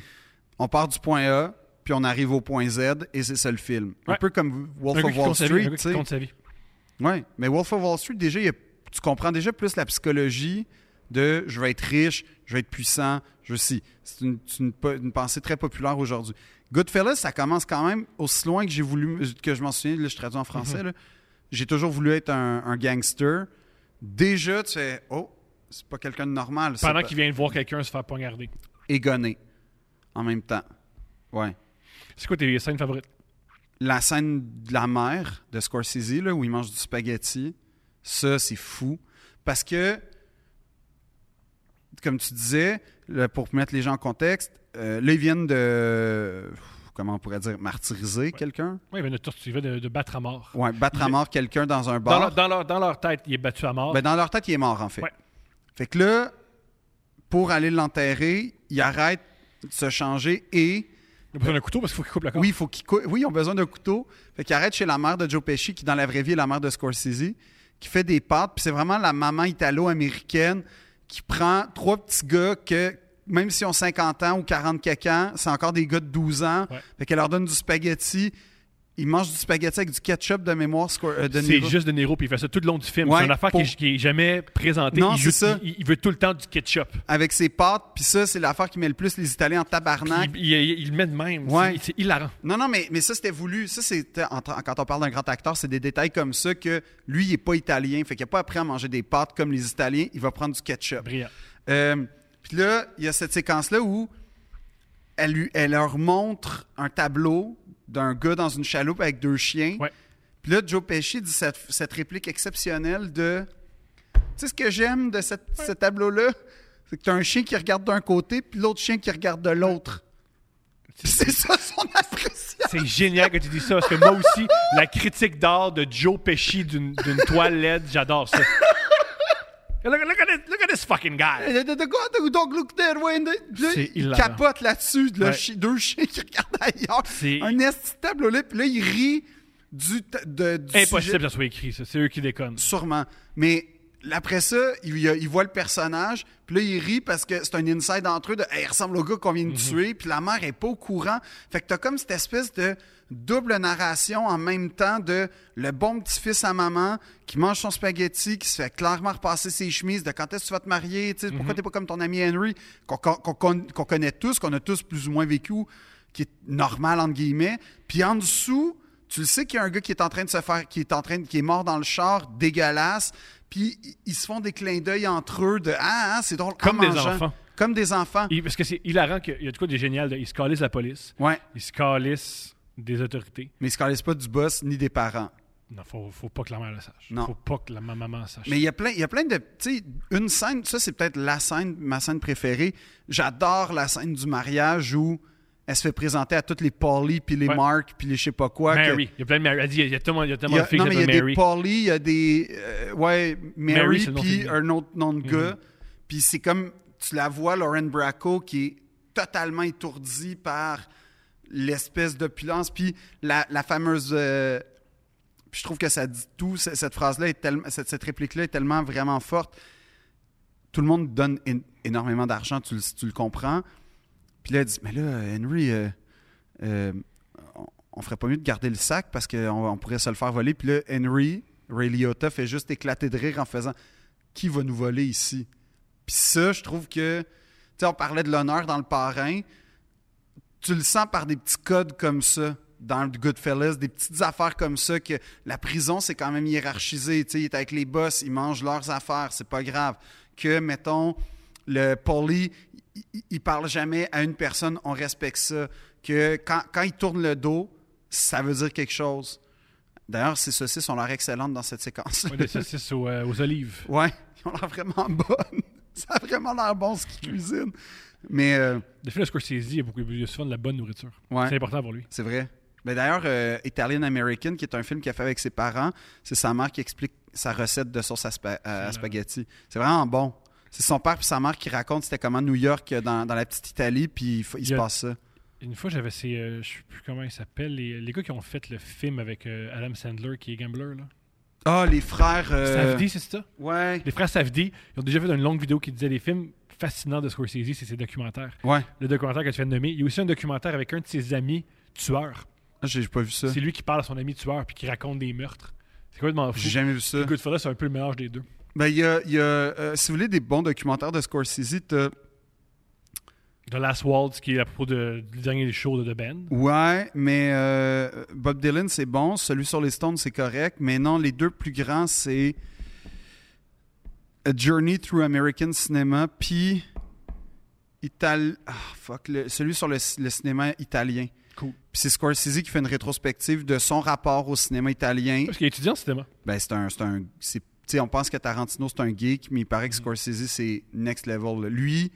Speaker 2: on part du point A, puis on arrive au point Z, et c'est ça le film. Un
Speaker 1: Ouais.
Speaker 2: peu comme Wolf
Speaker 1: Un gars
Speaker 2: of
Speaker 1: qui
Speaker 2: Wall
Speaker 1: compte sa vie, un
Speaker 2: Street,
Speaker 1: gars qui
Speaker 2: tu sais.
Speaker 1: compte sa vie.
Speaker 2: Oui, mais Wolf of Wall Street, déjà, il y a- tu comprends déjà plus la psychologie de je vais être riche, je vais être puissant, je si. C'est une, c'est une po- une pensée très populaire aujourd'hui. Goodfellas, ça commence quand même aussi loin que j'ai voulu, que je m'en souviens, là, je traduis en français,
Speaker 1: Mm-hmm.
Speaker 2: là. j'ai toujours voulu être un, un gangster. Déjà, tu fais, oh, c'est pas quelqu'un de normal. ça,
Speaker 1: Pendant
Speaker 2: pa-
Speaker 1: qu'il vient de voir quelqu'un se faire poignarder.
Speaker 2: Et gonner en même temps. Ouais.
Speaker 1: C'est quoi tes scènes favorites?
Speaker 2: la scène de la mer de Scorsese, là, où il mange du spaghetti, ça, c'est fou. Parce que, comme tu disais, là, pour mettre les gens en contexte, euh, là, ils viennent de, comment on pourrait dire, martyriser quelqu'un.
Speaker 1: Oui, il vient de torturer, de, de battre à mort.
Speaker 2: Ouais, battre à mort quelqu'un dans un
Speaker 1: Dans,
Speaker 2: bar.
Speaker 1: leur, dans, leur, dans leur tête, il est battu à mort.
Speaker 2: Ben, dans leur tête, il est mort, en fait.
Speaker 1: Ouais.
Speaker 2: Fait que là, pour aller l'enterrer, il arrête de se changer et
Speaker 1: il a besoin d'un couteau parce qu'il faut qu'il coupe la corde.
Speaker 2: Oui, il faut qu'il cou- Oui, ils ont besoin d'un couteau. Fait qu'il arrête chez la mère de Joe Pesci, qui dans la vraie vie est la mère de Scorsese, qui fait des pâtes. Puis c'est vraiment la maman italo-américaine qui prend trois petits gars que, même s'ils ont 50 ans ou 40 quelques ans, c'est encore des gars de 12 ans.
Speaker 1: Ouais.
Speaker 2: Fait qu'elle leur donne du spaghetti. Ils mangent du spaghetti avec du ketchup de mémoire. Scor- euh, de
Speaker 1: C'est
Speaker 2: Niro.
Speaker 1: juste De Niro, puis il fait ça tout le long du film.
Speaker 2: Ouais,
Speaker 1: c'est une affaire
Speaker 2: pour-
Speaker 1: qui, est- qui est jamais présentée.
Speaker 2: Non,
Speaker 1: il,
Speaker 2: c'est
Speaker 1: veut,
Speaker 2: ça.
Speaker 1: Il, il veut tout le temps du ketchup.
Speaker 2: Avec ses pâtes. Puis ça, c'est l'affaire qui met le plus les Italiens en
Speaker 1: Puis
Speaker 2: tabarnak.
Speaker 1: Il, il- il le met de même.
Speaker 2: Ouais.
Speaker 1: C'est, c'est hilarant.
Speaker 2: Non, non, mais, mais ça, c'était voulu. Ça, c'était en tra- quand on parle d'un grand acteur, c'est des détails comme ça que lui, il n'est pas italien. Fait qu'il n'a pas appris à manger des pâtes comme les Italiens. Il va prendre du ketchup.
Speaker 1: Brillant.
Speaker 2: Euh, Puis là, il y a cette séquence-là où elle, lui- elle leur montre un tableau d'un gars dans une chaloupe avec deux chiens.
Speaker 1: Ouais.
Speaker 2: Puis là, Joe Pesci dit cette, cette réplique exceptionnelle de Tu sais ce que j'aime de cette- ce tableau-là C'est que tu as un chien qui regarde d'un côté, puis l'autre chien qui regarde de l'autre. Puis C'est ça son appréciation.
Speaker 1: C'est génial que tu dis ça parce que moi aussi, la critique d'art de Joe Pesci d'une, d'une toile LED, j'adore ça. Look, at- look at this, look at this fucking guy.
Speaker 2: Et de- de- de- de- Don't look that way. and the- Puis là,
Speaker 1: C'est
Speaker 2: il
Speaker 1: hilarant.
Speaker 2: capote là-dessus, le
Speaker 1: Ouais.
Speaker 2: chi- deux chiens qui regardent ailleurs.
Speaker 1: C'est-
Speaker 2: Un esti de tableau-là, puis là, il rit du. ta- de- du
Speaker 1: Impossible
Speaker 2: sujet.
Speaker 1: que ça soit écrit, ça. C'est eux qui déconnent.
Speaker 2: Sûrement. Mais après ça, il, il- il voit le personnage, puis là, il rit parce que c'est un inside entre eux de Hey, il ressemble au gars qu'on vient de tuer, puis la mère est pas au courant. Fait que t'as comme cette espèce de double narration en même temps de le bon petit-fils à maman qui mange son spaghetti, qui se fait clairement repasser ses chemises, de quand est-ce que tu vas te marier, tu sais, pourquoi t'es pas comme ton ami Henry, qu'on qu'on- qu'on- qu'on- qu'on connaît tous, qu'on a tous plus ou moins vécu, qui est normal, entre guillemets. Puis en dessous, tu le sais qu'il y a un gars qui est en train de se faire, qui est en train, de- qui est mort dans le char, dégueulasse. Puis i- ils se font des clins d'œil entre eux de ah, ah, c'est drôle. en
Speaker 1: Comme des
Speaker 2: mangeant.
Speaker 1: enfants.
Speaker 2: Comme des enfants.
Speaker 1: Et- parce que c'est hilarant qu'il y a du quoi de génial. de- Ils se calissent la police.
Speaker 2: Ouais.
Speaker 1: Ils se calissent des autorités.
Speaker 2: Mais ils se calissent pas du boss ni des parents.
Speaker 1: Non, faut, faut pas que la mère le sache.
Speaker 2: Non.
Speaker 1: Faut pas que la ma- maman sache.
Speaker 2: Mais il y a plein, il y a plein de, tu sais, une scène. Ça c'est peut-être la scène, ma scène préférée. J'adore la scène du mariage où elle se fait présenter à toutes les Paulie puis les
Speaker 1: Ouais.
Speaker 2: Mark puis les je sais pas quoi. que-
Speaker 1: Mary. Il y a plein de Mary. Elle dit, il y a tellement, il y a
Speaker 2: Il y
Speaker 1: tellement
Speaker 2: a-
Speaker 1: de filles
Speaker 2: non,
Speaker 1: qui
Speaker 2: mais il y a
Speaker 1: s'appellent
Speaker 2: des
Speaker 1: Mary.
Speaker 2: Paulie, il y a des. euh, ouais, Mary,
Speaker 1: Mary, c'est le nom
Speaker 2: puis
Speaker 1: féminin.
Speaker 2: un autre nom de gars. Puis c'est comme. tu la vois, Lauren Bracco, qui est totalement étourdie par l'espèce d'opulence. Puis la, la fameuse. euh, puis je trouve que ça dit tout. C- Cette phrase-là est tellement. Cette, cette réplique-là est tellement vraiment forte. Tout le monde donne é- énormément d'argent, tu le, tu le comprends. Puis là, elle dit Mais là, Henry, euh, euh, on, on ferait pas mieux de garder le sac parce qu'on on pourrait se le faire voler. Puis là, Henry, Ray Liotta, fait juste éclater de rire en faisant Qui va nous voler ici Puis ça, je trouve que. Tu sais, on parlait de l'honneur dans le parrain tu le sens par des petits codes comme ça dans le Goodfellas, des petites affaires comme ça que la prison c'est quand même hiérarchisé, tu sais, il est avec les boss, ils mangent leurs affaires, c'est pas grave. Que mettons le poli, il- il il parle jamais à une personne, on respecte ça. Que quand, quand il tourne le dos, ça veut dire quelque chose. D'ailleurs, ces saucisses ont l'air excellentes dans cette séquence.
Speaker 1: Ouais, des saucisses aux, euh, aux olives.
Speaker 2: Ouais, ils ont l'air vraiment bonnes. Ça a vraiment l'air bon ce qu'ils cuisinent. Mais euh,
Speaker 1: Le film de Scorsese, il y a beaucoup il y a souvent de la bonne nourriture.
Speaker 2: Ouais.
Speaker 1: C'est important pour lui.
Speaker 2: C'est vrai. Mais d'ailleurs, euh, Italian American, qui est un film qu'il a fait avec ses parents, c'est sa mère qui explique sa recette de sauce à, spa- à
Speaker 1: là.
Speaker 2: spaghetti. C'est vraiment bon. C'est son père et sa mère qui racontent c'était comment New York euh, dans, dans la petite Italie, puis il, fa-
Speaker 1: Il
Speaker 2: il
Speaker 1: y
Speaker 2: se
Speaker 1: a-
Speaker 2: passe ça.
Speaker 1: Une fois, j'avais ces. euh, je sais plus comment ils s'appellent. Les, les gars qui ont fait le film avec euh, Adam Sandler, qui est gambler. Là.
Speaker 2: Ah, les frères. euh,
Speaker 1: Safdie, c'est ça?
Speaker 2: Ouais.
Speaker 1: Les frères Safdie, ils ont déjà fait une longue vidéo qui disait les films fascinants de Scorsese, c'est ses documentaires.
Speaker 2: Ouais.
Speaker 1: Le documentaire que tu viens de nommer. Il y a aussi un documentaire avec un de ses amis tueurs.
Speaker 2: Ah, J'ai j'ai pas vu ça.
Speaker 1: C'est lui qui parle à son ami tueur puis qui raconte des meurtres. C'est complètement fou.
Speaker 2: J'ai jamais vu ça.
Speaker 1: Goodfellas, c'est un peu le mélange des deux.
Speaker 2: Ben, il y a, il y a, euh, si vous voulez des bons documentaires de Scorsese, t'as
Speaker 1: The Last Waltz, qui est à propos de- du dernier show de The Band.
Speaker 2: Ouais, mais euh, Bob Dylan, c'est bon. Celui sur les Stones, c'est correct. Mais non, les deux plus grands, c'est A Journey Through American Cinema, puis Ital... Ah, fuck, le- celui sur le, c- le cinéma italien.
Speaker 1: Cool.
Speaker 2: Puis c'est Scorsese qui fait une rétrospective de son rapport au cinéma italien.
Speaker 1: Parce qu'il est étudiant en cinéma.
Speaker 2: Ben, c'est un... c'est un- c'est- tu sais, on pense que Tarantino, c'est un geek, mais il paraît que Scorsese, c'est next level. là. Lui,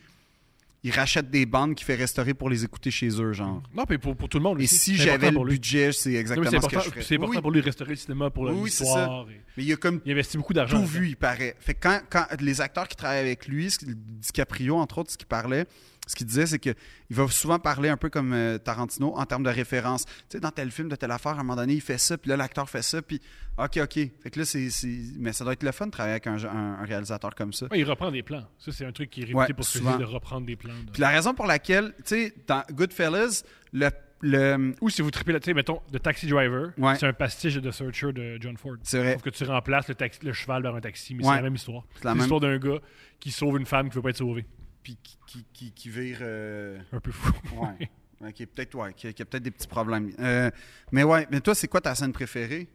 Speaker 2: il rachète des bandes qu'il fait restaurer pour les écouter chez eux, genre.
Speaker 1: Non, mais pour, pour tout le monde.
Speaker 2: Et
Speaker 1: aussi.
Speaker 2: si
Speaker 1: C'est
Speaker 2: j'avais
Speaker 1: important
Speaker 2: le
Speaker 1: pour lui.
Speaker 2: budget, c'est
Speaker 1: Non, mais
Speaker 2: exactement
Speaker 1: C'est
Speaker 2: ce que
Speaker 1: important,
Speaker 2: je ferais.
Speaker 1: c'est important
Speaker 2: Oui,
Speaker 1: pour lui restaurer le cinéma pour la
Speaker 2: Oui, oui, c'est
Speaker 1: l'histoire. et-
Speaker 2: Mais il a comme
Speaker 1: Il investit beaucoup d'argent.
Speaker 2: tout
Speaker 1: là-dedans.
Speaker 2: vu, il paraît. Fait que quand, quand les acteurs qui travaillent avec lui, ce qu'il- DiCaprio, entre autres, ce qu'il parlait, ce qu'il disait, c'est qu'il va souvent parler un peu comme euh, Tarantino en termes de référence. Tu sais, dans tel film, de telle affaire, à un moment donné, il fait ça, puis là, l'acteur fait ça, puis OK, OK. Fait que là, c'est. c'est- Mais ça doit être le fun de travailler avec un, un- un réalisateur comme ça.
Speaker 1: Ouais, Ah, il reprend des plans. Ça, c'est un truc qui est réputé
Speaker 2: Ouais,
Speaker 1: pour ce
Speaker 2: souvent.
Speaker 1: de reprendre des plans. de-
Speaker 2: Puis la raison pour laquelle, tu sais, dans Goodfellas, le. le
Speaker 1: Ou si vous tripez, là, tu sais, mettons, The Taxi Driver,
Speaker 2: Ouais.
Speaker 1: c'est un pastiche de The Searcher de John Ford.
Speaker 2: c'est vrai.
Speaker 1: Sauf que tu remplaces le, taxi- le cheval par un taxi, mais
Speaker 2: Ouais.
Speaker 1: c'est la même histoire.
Speaker 2: la
Speaker 1: C'est
Speaker 2: même-
Speaker 1: l'histoire d'un gars qui sauve une femme qui veut pas être sauvée.
Speaker 2: Puis qui, qui, qui, qui vire. euh,
Speaker 1: Un peu fou.
Speaker 2: Ouais. Ok, peut-être ouais, qui, qui a peut-être des petits problèmes. Euh, mais ouais, mais toi, c'est quoi ta scène préférée?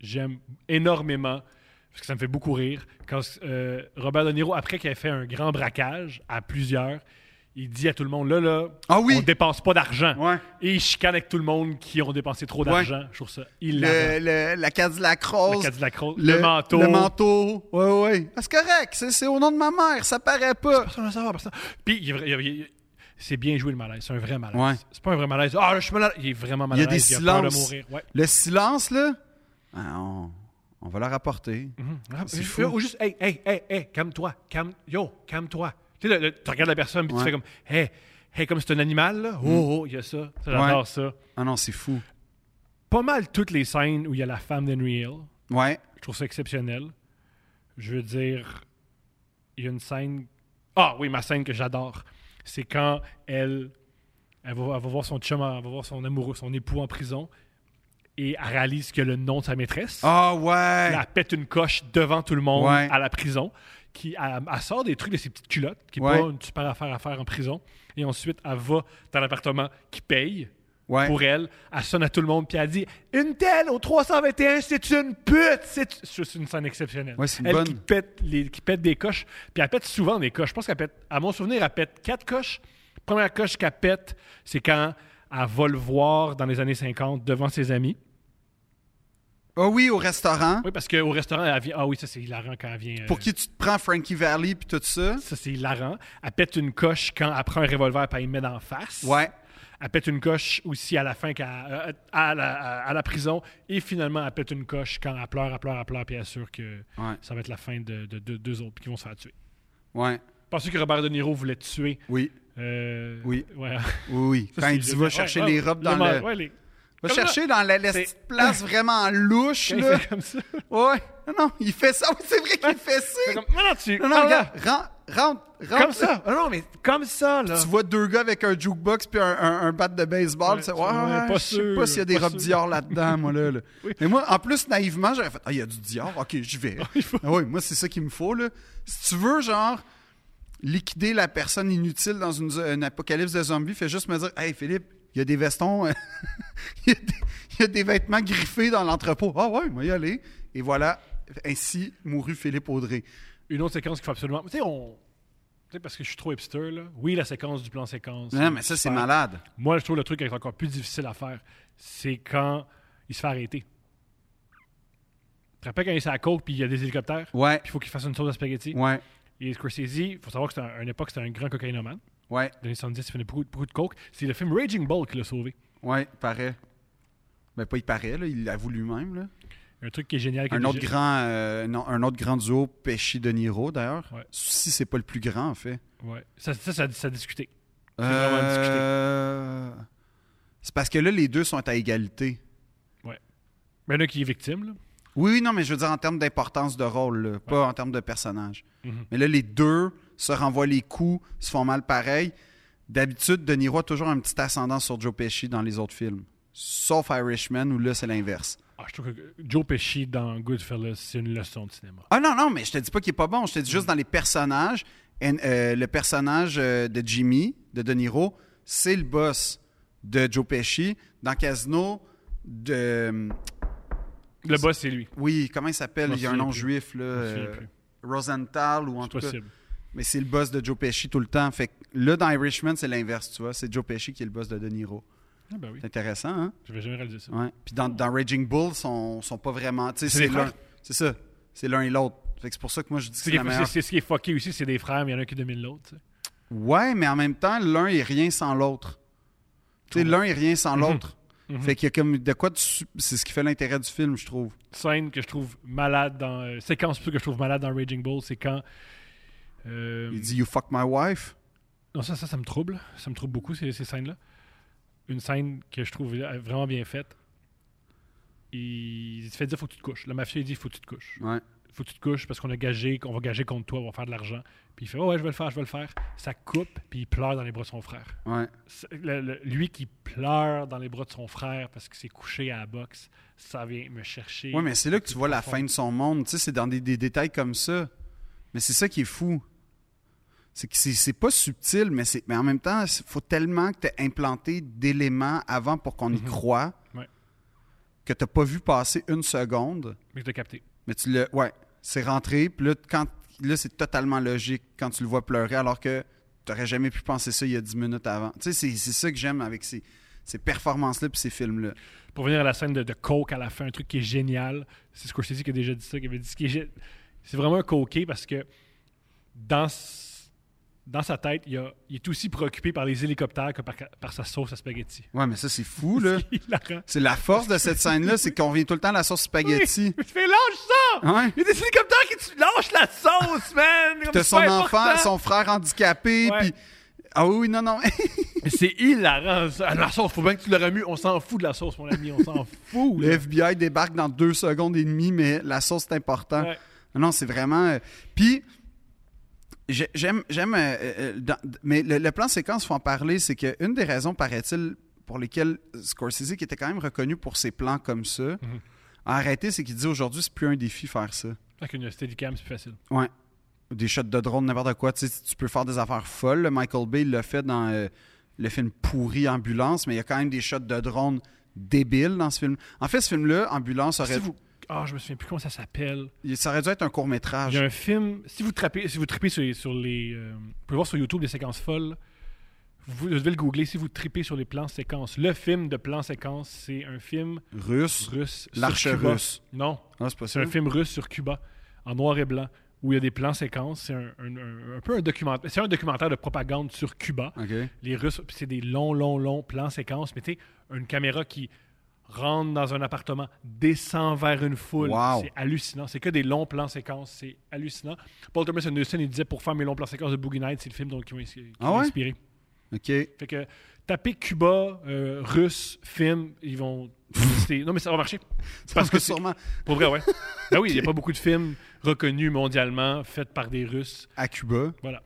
Speaker 1: J'aime énormément, parce que ça me fait beaucoup rire, quand euh, Robert De Niro, après qu'il ait fait un grand braquage à plusieurs, il dit à tout le monde, là, là,
Speaker 2: Ah oui!
Speaker 1: on dépense pas d'argent.
Speaker 2: Ouais.
Speaker 1: Et il chicane avec tout le monde qui ont dépensé trop
Speaker 2: Ouais.
Speaker 1: d'argent. Je trouve ça hilarant.
Speaker 2: Le, le- la Cadillac
Speaker 1: Le,
Speaker 2: Rose.
Speaker 1: Cadillac Rose, le, manteau.
Speaker 2: Le manteau. Ouais, ouais, ouais. Ah, c'est correct. C'est, c'est au nom de ma mère. Ça paraît pas.
Speaker 1: Personne ne veut savoir, personne. Puis, il est vrai- il- il- c'est bien joué le malaise. C'est un vrai malaise.
Speaker 2: Ouais.
Speaker 1: C'est pas un vrai malaise. Ah, là, je suis malade. Il est vraiment
Speaker 2: Il y
Speaker 1: malade.
Speaker 2: a des
Speaker 1: peur de
Speaker 2: silences.
Speaker 1: mourir. Ouais.
Speaker 2: Le silence, là. ah, on, on va leur apporter.
Speaker 1: Ah,
Speaker 2: C'est
Speaker 1: juste-
Speaker 2: fou.
Speaker 1: Ou juste, hey, hey, hey, hey, calme-toi. Calme, yo, calme-toi. Tu sais, le- le- tu regardes la personne puis
Speaker 2: Ouais. Mm.
Speaker 1: tu fais comme, hey, hey, comme c'est un animal, là. Oh, oh, il y a ça. Ça, J'adore
Speaker 2: Ouais.
Speaker 1: ça.
Speaker 2: Ah non, c'est fou.
Speaker 1: Pas mal toutes les scènes où il y a la femme d'Henry Hill.
Speaker 2: Ouais.
Speaker 1: Je trouve ça exceptionnel. Je veux dire, il y a une scène. Ah oui, ma scène que j'adore, c'est quand elle, elle, va, elle va voir son chum, en- elle va voir son amoureux, son époux en prison, et elle réalise que le nom de sa maîtresse.
Speaker 2: Ah ouais.
Speaker 1: Elle pète une coche devant tout le monde
Speaker 2: Ouais.
Speaker 1: à la prison. Qui, elle, elle sort des trucs de ses petites culottes, qui n'est
Speaker 2: Ouais.
Speaker 1: pas une super affaire à faire en prison. Et ensuite, elle va dans l'appartement qui paye
Speaker 2: Ouais.
Speaker 1: pour elle. Elle sonne à tout le monde, puis elle dit Une telle au 321, c'est une pute C'est c'est une scène exceptionnelle.
Speaker 2: Ouais, c'est une
Speaker 1: elle
Speaker 2: bonne.
Speaker 1: Qui, pète les, qui pète des coches, puis elle pète souvent des coches. Je pense qu'elle pète, à mon souvenir, elle pète quatre coches. Première coche qu'elle pète, c'est quand elle va le voir dans les années 50 devant ses amis.
Speaker 2: Ah oui, au restaurant.
Speaker 1: Oui, parce qu'au restaurant, elle vient. Ah oui, ça, c'est hilarant quand elle vient. euh,
Speaker 2: Pour qui tu te prends Frankie Valley puis tout ça.
Speaker 1: Ça, c'est hilarant. Elle pète une coche quand elle prend un revolver et elle le met en face.
Speaker 2: Ouais.
Speaker 1: Elle pète une coche aussi à la fin, quand elle- euh, à, la, à la prison. Et finalement, elle pète une coche quand elle pleure, elle pleure, elle pleure, puis elle est sûre que
Speaker 2: Ouais.
Speaker 1: ça va être la fin de, de- de- deux autres puis qu'ils vont se faire tuer.
Speaker 2: Ouais.
Speaker 1: Pensez que Robert De Niro voulait te tuer.
Speaker 2: Oui,
Speaker 1: Euh,
Speaker 2: Oui.
Speaker 1: ouais.
Speaker 2: oui, oui.
Speaker 1: Ça,
Speaker 2: Quand
Speaker 1: c'est
Speaker 2: il dit
Speaker 1: génial.
Speaker 2: va chercher
Speaker 1: Ouais,
Speaker 2: les
Speaker 1: ouais,
Speaker 2: robes dans
Speaker 1: man-
Speaker 2: le.
Speaker 1: ouais, les-
Speaker 2: Va
Speaker 1: Comme
Speaker 2: chercher dans la, la
Speaker 1: C'est-
Speaker 2: petite place vraiment louche,
Speaker 1: Quand il
Speaker 2: là.
Speaker 1: fait comme ça.
Speaker 2: Ouais. Non, non, il fait ça. Oui, c'est vrai qu'il fait
Speaker 1: fait
Speaker 2: ça.
Speaker 1: comme- non, non, tu.
Speaker 2: Non,
Speaker 1: ah, là,
Speaker 2: non, regarde. Rentre, rentre, rentre.
Speaker 1: Comme ça. Ah non, mais comme ça, là.
Speaker 2: Tu vois deux gars avec un jukebox puis un, un- un bat de baseball.
Speaker 1: Ouais,
Speaker 2: tu sais,
Speaker 1: tu
Speaker 2: ouais,
Speaker 1: vois, pas
Speaker 2: je sais
Speaker 1: sûr,
Speaker 2: pas s'il y a des
Speaker 1: pas
Speaker 2: robes
Speaker 1: sûr.
Speaker 2: Dior là-dedans, moi, là. là.
Speaker 1: Oui.
Speaker 2: Mais moi, en plus, naïvement, j'aurais fait Ah, il y a du Dior, ok, j'y vais. Ah oui, moi, c'est ça qu'il me faut, là. Si tu veux, genre, liquider la personne inutile dans une, un apocalypse de zombies, fais juste me dire Hey, Philippe, il y a des vestons, euh, il, y a des, il y a des vêtements griffés dans l'entrepôt. Ah, ouais, moi, y aller. Et voilà, ainsi mourut Philippe Audrey.
Speaker 1: Une autre séquence qu'il faut absolument. Tu sais, on. Tu sais, parce que je suis trop hipster, là. Oui, la séquence du plan séquence.
Speaker 2: Non, mais ça, c'est
Speaker 1: Super.
Speaker 2: malade.
Speaker 1: Moi, je trouve le truc qui est encore plus difficile à faire, c'est quand il se fait arrêter. Tu te rappelles quand il est à la côte puis il y a des hélicoptères?
Speaker 2: Ouais,
Speaker 1: Puis il faut qu'il fasse une sauce à spaghetti.
Speaker 2: ouais,
Speaker 1: Et Scorsese, il faut savoir que c'était un- à une époque, c'était un grand cocaïnomane.
Speaker 2: ouais,
Speaker 1: Dans les années 70, il prenait beaucoup, beaucoup de coke. C'est le film Raging Bull qui l'a sauvé.
Speaker 2: ouais, il paraît. Ben, pas il paraît, là, il l'avoue lui-même, là.
Speaker 1: Un truc qui est génial. que
Speaker 2: Un
Speaker 1: les
Speaker 2: autre,
Speaker 1: gens-
Speaker 2: grand, euh, non, un autre grand duo, Pesci De Niro, d'ailleurs.
Speaker 1: Ouais.
Speaker 2: Si c'est pas le plus grand, en fait.
Speaker 1: Ouais. Ça, ça, ça, ça discutait. C'est vraiment
Speaker 2: Euh, C'est parce que là, les deux sont à égalité.
Speaker 1: Mais il y en a qui est victime, là.
Speaker 2: Oui, oui, non, mais je veux dire en termes d'importance de rôle, là, pas en termes de personnage.
Speaker 1: Mhm.
Speaker 2: Mais là, les deux se renvoient les coups, se font mal pareil. D'habitude, De Niro a toujours un petit ascendant sur Joe Pesci dans les autres films. Sauf Irishman, où là, c'est l'inverse.
Speaker 1: Ah, je trouve que Joe Pesci dans Goodfellas, c'est une leçon de cinéma.
Speaker 2: Ah non, non, mais je te dis pas qu'il est pas bon. Je te dis
Speaker 1: Mm.
Speaker 2: juste dans les personnages. en- euh, le personnage euh, de Jimmy, de De Niro, c'est le boss de Joe Pesci. Dans Casino, de... euh,
Speaker 1: Le boss, c'est lui.
Speaker 2: Oui, comment il s'appelle?
Speaker 1: Je m'en
Speaker 2: Il y a un
Speaker 1: souviens
Speaker 2: nom
Speaker 1: plus.
Speaker 2: juif,
Speaker 1: Je
Speaker 2: là.
Speaker 1: me souviens
Speaker 2: euh,
Speaker 1: plus.
Speaker 2: Rosenthal ou en
Speaker 1: C'est
Speaker 2: tout cas.
Speaker 1: possible.
Speaker 2: Mais c'est le boss de Joe Pesci tout le temps. Fait que là, dans Irishman, c'est l'inverse, tu vois. C'est Joe Pesci qui est le boss de De Niro.
Speaker 1: Ah, ben oui.
Speaker 2: C'est intéressant, hein?
Speaker 1: Je vais jamais réaliser ça.
Speaker 2: Ouais. Puis dans, dans Raging Bull, ils sont, sont pas vraiment. tu sais,
Speaker 1: C'est
Speaker 2: C'est
Speaker 1: des
Speaker 2: l'un.
Speaker 1: frères.
Speaker 2: C'est ça. C'est l'un et l'autre. Fait que c'est pour ça que moi, je dis que
Speaker 1: C'est
Speaker 2: c'est
Speaker 1: ce qui
Speaker 2: la
Speaker 1: est-
Speaker 2: meilleure.
Speaker 1: c'est- c'est ce qui est fucké aussi, c'est des frères, mais il y en a un qui domine l'autre. tu sais.
Speaker 2: Ouais, mais en même temps, l'un est rien sans l'autre. Tu sais, l'un est rien sans l'autre. Fait qu'il y a comme de quoi de su- c'est ce qui fait l'intérêt du film, je trouve.
Speaker 1: Scène que je trouve malade dans. euh, séquence plutôt que je trouve malade dans Raging Bull, c'est quand. euh,
Speaker 2: Il dit You fuck my wife.
Speaker 1: Non, ça, ça, ça me trouble. Ça me trouble beaucoup, ces, ces scènes-là. Une scène que je trouve vraiment bien faite. Il, il se fait dire faut que tu te couches. Le mafieux, il dit faut que tu te couches.
Speaker 2: Ouais.
Speaker 1: Faut que tu te couches parce qu'on a gagé, qu'on va gager contre toi, on va faire de l'argent. Puis il fait oh ouais, je vais le faire, je vais le faire. Ça coupe, puis il pleure dans les bras de son frère.
Speaker 2: Ouais.
Speaker 1: C'est- le- le- lui qui pleure dans les bras de son frère parce qu'il s'est couché à la boxe, ça vient me chercher.
Speaker 2: Ouais, mais c'est là que tu vois la
Speaker 1: profond.
Speaker 2: fin de son monde. Tu sais, c'est dans des, des détails comme ça. Mais c'est ça qui est fou. C'est que c'est- c'est pas subtil, mais, c'est- mais en même temps, il faut tellement que tu implanté d'éléments avant pour qu'on y croit
Speaker 1: Ouais.
Speaker 2: que t'as pas vu passer une seconde.
Speaker 1: Mais je l'ai capté.
Speaker 2: Mais tu le. Ouais, c'est rentré. Puis là, quand, là c'est totalement logique quand tu le vois pleurer, alors que t'aurais jamais pu penser ça il y a 10 minutes avant. Tu sais, c'est c'est ça que j'aime avec ces, ces performances-là puis ces films-là.
Speaker 1: Pour venir à la scène de, de Coke à la fin, un truc qui est génial, c'est Scorsese qui a déjà dit ça, qui avait dit ce qui est gé- C'est vraiment un coquet parce que dans, s- dans sa tête, il, a- il est aussi préoccupé par les hélicoptères que par, par sa sauce à spaghetti.
Speaker 2: Ouais, mais ça, c'est fou, là.
Speaker 1: Il la rend.
Speaker 2: C'est la force de cette scène-là, c'est qu'on revient tout le temps à la sauce spaghetti.
Speaker 1: Il fait lâche ça!
Speaker 2: Ouais.
Speaker 1: Il y a des hélicoptères qui tu lâches la sauce, man! Comme
Speaker 2: T'as
Speaker 1: c'est
Speaker 2: son
Speaker 1: pas
Speaker 2: enfant,
Speaker 1: important.
Speaker 2: son frère handicapé,
Speaker 1: Ouais.
Speaker 2: puis... Ah oui, oui, non, non.
Speaker 1: Mais c'est hilarant, ça. Ah, La sauce, faut bien que tu le remues. On s'en fout de la sauce, mon ami. On s'en fout.
Speaker 2: Le FBI débarque dans deux secondes et demie, mais la sauce, c'est important.
Speaker 1: Ouais.
Speaker 2: Non, Non, c'est vraiment... euh, Puis, j'ai- j'aime... j'aime euh, euh, dans- Mais le, le plan séquence, faut en parler, c'est qu'une des raisons, paraît-il, pour lesquelles Scorsese, qui était quand même reconnu pour ses plans comme ça, a arrêté, c'est qu'il dit aujourd'hui, c'est plus un défi faire ça.
Speaker 1: Fait qu'une steadicam, c'est plus facile.
Speaker 2: Ouais. Des shots de drone, n'importe quoi. Tu, sais, tu peux faire des affaires folles. là. Michael Bay il l'a fait dans euh, le film pourri Ambulance, mais il y a quand même des shots de drone débiles dans ce film. En fait, ce film-là, Ambulance, aurait,
Speaker 1: Si vous... Ah, je me souviens plus comment ça s'appelle.
Speaker 2: il- ça aurait dû être un
Speaker 1: Il y a
Speaker 2: court-métrage.
Speaker 1: un film... Si vous trapez, si vous tripez sur les... Sur les euh, Vous pouvez voir sur YouTube des séquences folles. Vous, vous devez le googler. Si vous tripez sur les plans séquences, le film de plans séquences, c'est un film
Speaker 2: Russe.
Speaker 1: russe sur
Speaker 2: L'arche
Speaker 1: Cuba.
Speaker 2: russe.
Speaker 1: Non,
Speaker 2: Non, c'est pas
Speaker 1: c'est
Speaker 2: ça.
Speaker 1: un film russe sur Cuba, en noir et blanc, où il y a des plans séquences. C'est un, un- un- un peu un documentaire. C'est un documentaire de propagande sur Cuba.
Speaker 2: OK.
Speaker 1: les Russes, puis c'est des longs, longs, longs plans séquences, mais tu sais, une caméra qui rentre dans un appartement, descend vers une foule.
Speaker 2: Wow.
Speaker 1: C'est hallucinant. C'est que des longs plans séquences. C'est hallucinant. Paul Thomas Anderson, il disait pour faire mes longs plans séquences de Boogie Nights, c'est le film donc, qui m'a ins- qui
Speaker 2: Ah
Speaker 1: m'a
Speaker 2: ouais?
Speaker 1: inspiré.
Speaker 2: OK.
Speaker 1: Fait que taper Cuba, euh, russe, film, ils vont. c'est- non, mais ça va marcher. Parce que c'est-
Speaker 2: sûrement
Speaker 1: Pour vrai, ouais. Ben oui, il n'y a pas beaucoup de films reconnus mondialement, faits par des Russes.
Speaker 2: à Cuba.
Speaker 1: Voilà.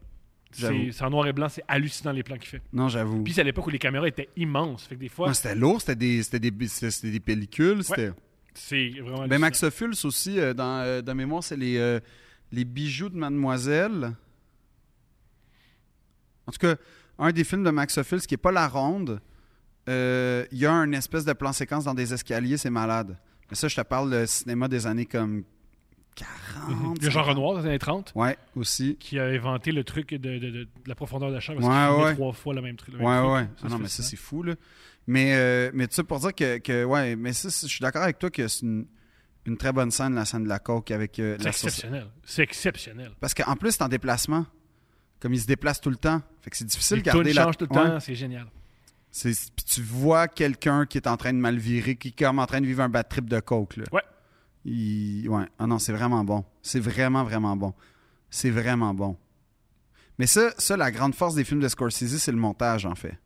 Speaker 1: C'est
Speaker 2: J'avoue.
Speaker 1: c'est en noir et blanc, c'est hallucinant les plans qu'il fait.
Speaker 2: Non, j'avoue.
Speaker 1: Puis c'est à l'époque où les caméras étaient immenses. Fait que des fois,
Speaker 2: Non, c'était lourd, c'était des, c'était des, c'était- c'était des pellicules. C'était...
Speaker 1: c'est vraiment.
Speaker 2: Ben,
Speaker 1: hallucinant.
Speaker 2: Max Ophuls aussi, euh, dans, euh, dans Mémoire, c'est les, euh, les bijoux de Mademoiselle. En tout cas, un des films de Max Ophuls qui est pas La Ronde, euh, il y a une espèce de plan séquence dans des escaliers, c'est malade. Mais ça, je te parle de cinéma des années comme 40.
Speaker 1: Mhm. Le genre noir dans les années 30,
Speaker 2: Ouais, aussi.
Speaker 1: qui a inventé le truc de, de- de- de la profondeur de la chambre.
Speaker 2: Ouais,
Speaker 1: parce qu'il filmait
Speaker 2: ouais.
Speaker 1: trois fois le même, truc. le même
Speaker 2: Ouais,
Speaker 1: truc.
Speaker 2: ouais.
Speaker 1: Ça,
Speaker 2: Ah non,
Speaker 1: c'est
Speaker 2: mais ça,
Speaker 1: fascinant.
Speaker 2: c'est fou, là. Mais, euh, mais tu sais, pour dire que, que ouais, mais ça, c'est- je suis d'accord avec toi que c'est une, une très bonne scène, la scène de la coque avec euh,
Speaker 1: C'est
Speaker 2: la sauce.
Speaker 1: exceptionnel. C'est exceptionnel.
Speaker 2: Parce qu'en plus, c'est en déplacement. Comme il se déplace tout le temps. Fait que c'est difficile
Speaker 1: Les
Speaker 2: de garder
Speaker 1: tunes
Speaker 2: la...
Speaker 1: changent tout le
Speaker 2: Ouais.
Speaker 1: temps, c'est génial.
Speaker 2: C'est- puis tu vois quelqu'un qui est en train de mal virer, qui est comme en train de vivre un bad trip de coke, là.
Speaker 1: Ouais.
Speaker 2: Il- ouais. Ah non, c'est vraiment bon. C'est vraiment, vraiment bon. C'est vraiment bon. Mais ça, ça, la grande force des films de Scorsese, c'est le montage, en fait.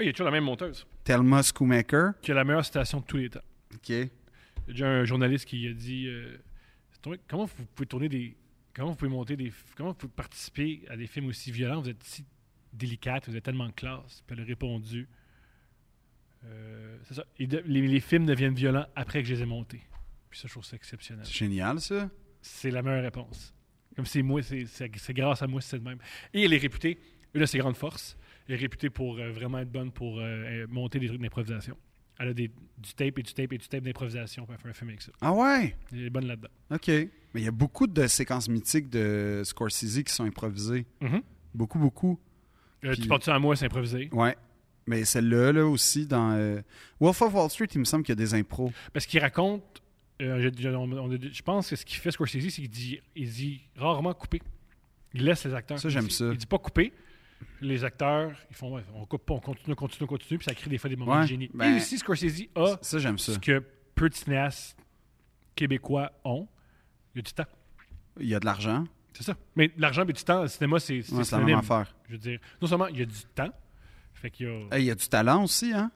Speaker 1: Oui, Il y a toujours la même monteuse,
Speaker 2: Thelma Schoonmaker.
Speaker 1: qui a la meilleure citation de tous les temps.
Speaker 2: OK.
Speaker 1: Il y a déjà un journaliste qui a dit euh, C'est tombé- Comment vous pouvez tourner des. Comment vous pouvez monter des. Comment vous pouvez participer à des films aussi violents Vous êtes si délicate, vous êtes tellement classe. Puis elle a répondu euh, C'est ça. Ils de- les, les films deviennent violents après que je les ai montés. Puis ça, je trouve ça exceptionnel.
Speaker 2: C'est génial, ça.
Speaker 1: C'est la meilleure réponse. Comme c'est moi, c'est- c'est c'est grâce à moi, c'est le même. Et elle est réputée, une de ses grandes forces, elle est réputée pour euh, vraiment être bonne pour euh, euh, monter des trucs d'improvisation. Elle a des, du tape et du tape et du tape d'improvisation pour faire un film avec ça.
Speaker 2: Ah ouais?
Speaker 1: Elle est bonne là-dedans.
Speaker 2: OK. Mais il y a beaucoup de séquences mythiques de Scorsese qui sont improvisées.
Speaker 1: Mhm.
Speaker 2: Beaucoup, beaucoup.
Speaker 1: Euh,
Speaker 2: Puis-
Speaker 1: Tu penses à moi, c'est improvisé.
Speaker 2: Ouais. Mais celle-là, là, aussi, dans euh, Wolf of Wall Street, il me semble qu'il y a des impros.
Speaker 1: Parce qu'il raconte, euh, je, je- on- on- je pense que ce qu'il fait Scorsese, c'est qu'il dit, il dit rarement couper. Il laisse les acteurs.
Speaker 2: Ça, j'aime
Speaker 1: Il dit-
Speaker 2: ça.
Speaker 1: Il dit pas couper. Les acteurs, ils font, ouais, on coupe pas, on continue, on continue, on continue, puis ça crée des fois des moments
Speaker 2: Ouais,
Speaker 1: de génie.
Speaker 2: ben-
Speaker 1: Et aussi, Scorsese a
Speaker 2: Ça, j'aime ça.
Speaker 1: ce que peu de cinéastes québécois ont. Il y a du temps.
Speaker 2: Il y a de l'argent.
Speaker 1: C'est ça. Mais l'argent et du temps, le cinéma, c'est c'est
Speaker 2: Ouais, c'est la même
Speaker 1: synonyme.
Speaker 2: affaire.
Speaker 1: Je veux dire, non seulement il y a du temps, fait qu'il y a.
Speaker 2: Hey, il y a du talent aussi, hein?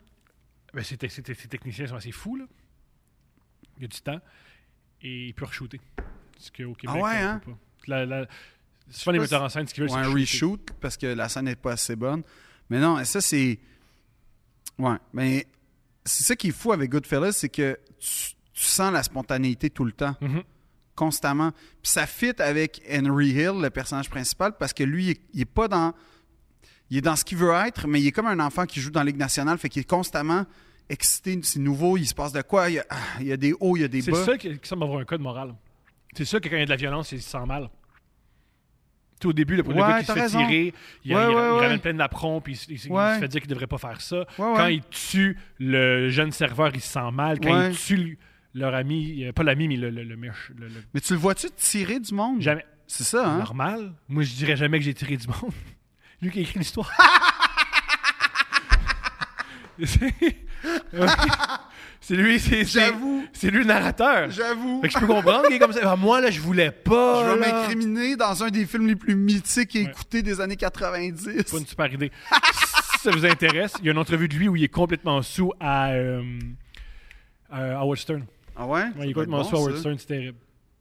Speaker 1: Ben, ces, te- ces te- ces techniciens sont assez fous, là. Il y a du temps. Et il peut re-shooter. Ce qu'au Québec,
Speaker 2: ouais,
Speaker 1: on
Speaker 2: hein?
Speaker 1: peut pas. La- la- souvent, les
Speaker 2: pas
Speaker 1: metteurs
Speaker 2: si-
Speaker 1: en scène, ce qu'ils veulent,
Speaker 2: Ou un
Speaker 1: c'est re-shooter.
Speaker 2: reshoot parce que la scène n'est pas assez bonne. Mais non, ça, c'est. Ouais. Mais c'est ça qui est fou avec Goodfellas, c'est que tu, tu sens la spontanéité tout le temps.
Speaker 1: Mhm.
Speaker 2: constamment. Puis ça fit avec Henry Hill, le personnage principal, parce que lui, il est, il est pas dans. Il est dans ce qu'il veut être, mais il est comme un enfant qui joue dans la Ligue nationale, fait qu'il est constamment excité, c'est nouveau, il se passe de quoi, il y a, ah, il y a des hauts, il y a des
Speaker 1: C'est
Speaker 2: bas.
Speaker 1: ça qui, qui semble avoir un code moral. C'est ça que quand il y a de la violence, il se sent mal. Tu sais, au début, le premier
Speaker 2: Ouais,
Speaker 1: gars qui se
Speaker 2: t'as
Speaker 1: fait
Speaker 2: raison.
Speaker 1: tirer, il,
Speaker 2: Ouais,
Speaker 1: il- il
Speaker 2: ouais, ouais.
Speaker 1: ramène plein d'approns, puis il, se- il se- il
Speaker 2: Ouais.
Speaker 1: se fait dire qu'il devrait pas faire ça.
Speaker 2: Ouais,
Speaker 1: Quand
Speaker 2: ouais.
Speaker 1: il tue le jeune serveur, il se sent mal. Quand
Speaker 2: Ouais.
Speaker 1: il tue leur ami, euh, pas l'ami, mais le, le, le mèche- le- le-
Speaker 2: Mais tu le vois-tu tirer du monde?
Speaker 1: Jamais.
Speaker 2: C'est ça, hein?
Speaker 1: normal. Moi, je dirais jamais que j'ai tiré du monde. Lui qui a écrit l'histoire. C'est- c'est lui, c'est c'est-
Speaker 2: J'avoue.
Speaker 1: C'est lui le narrateur.
Speaker 2: J'avoue.
Speaker 1: Fait que je peux comprendre qu'il est comme ça. Ah, moi, là, je voulais pas.
Speaker 2: Je vais
Speaker 1: là.
Speaker 2: m'incriminer dans un des films les plus mythiques et
Speaker 1: Ouais.
Speaker 2: écoutés des années 90.
Speaker 1: Pas une super idée. si ça vous intéresse, il y a une entrevue de lui où il est complètement sous à, euh, à Howard Stern.
Speaker 2: Ah ouais?
Speaker 1: Ouais, il est
Speaker 2: doit être
Speaker 1: complètement
Speaker 2: bon,
Speaker 1: sous à Howard
Speaker 2: ça.
Speaker 1: Stern, c'est terrible.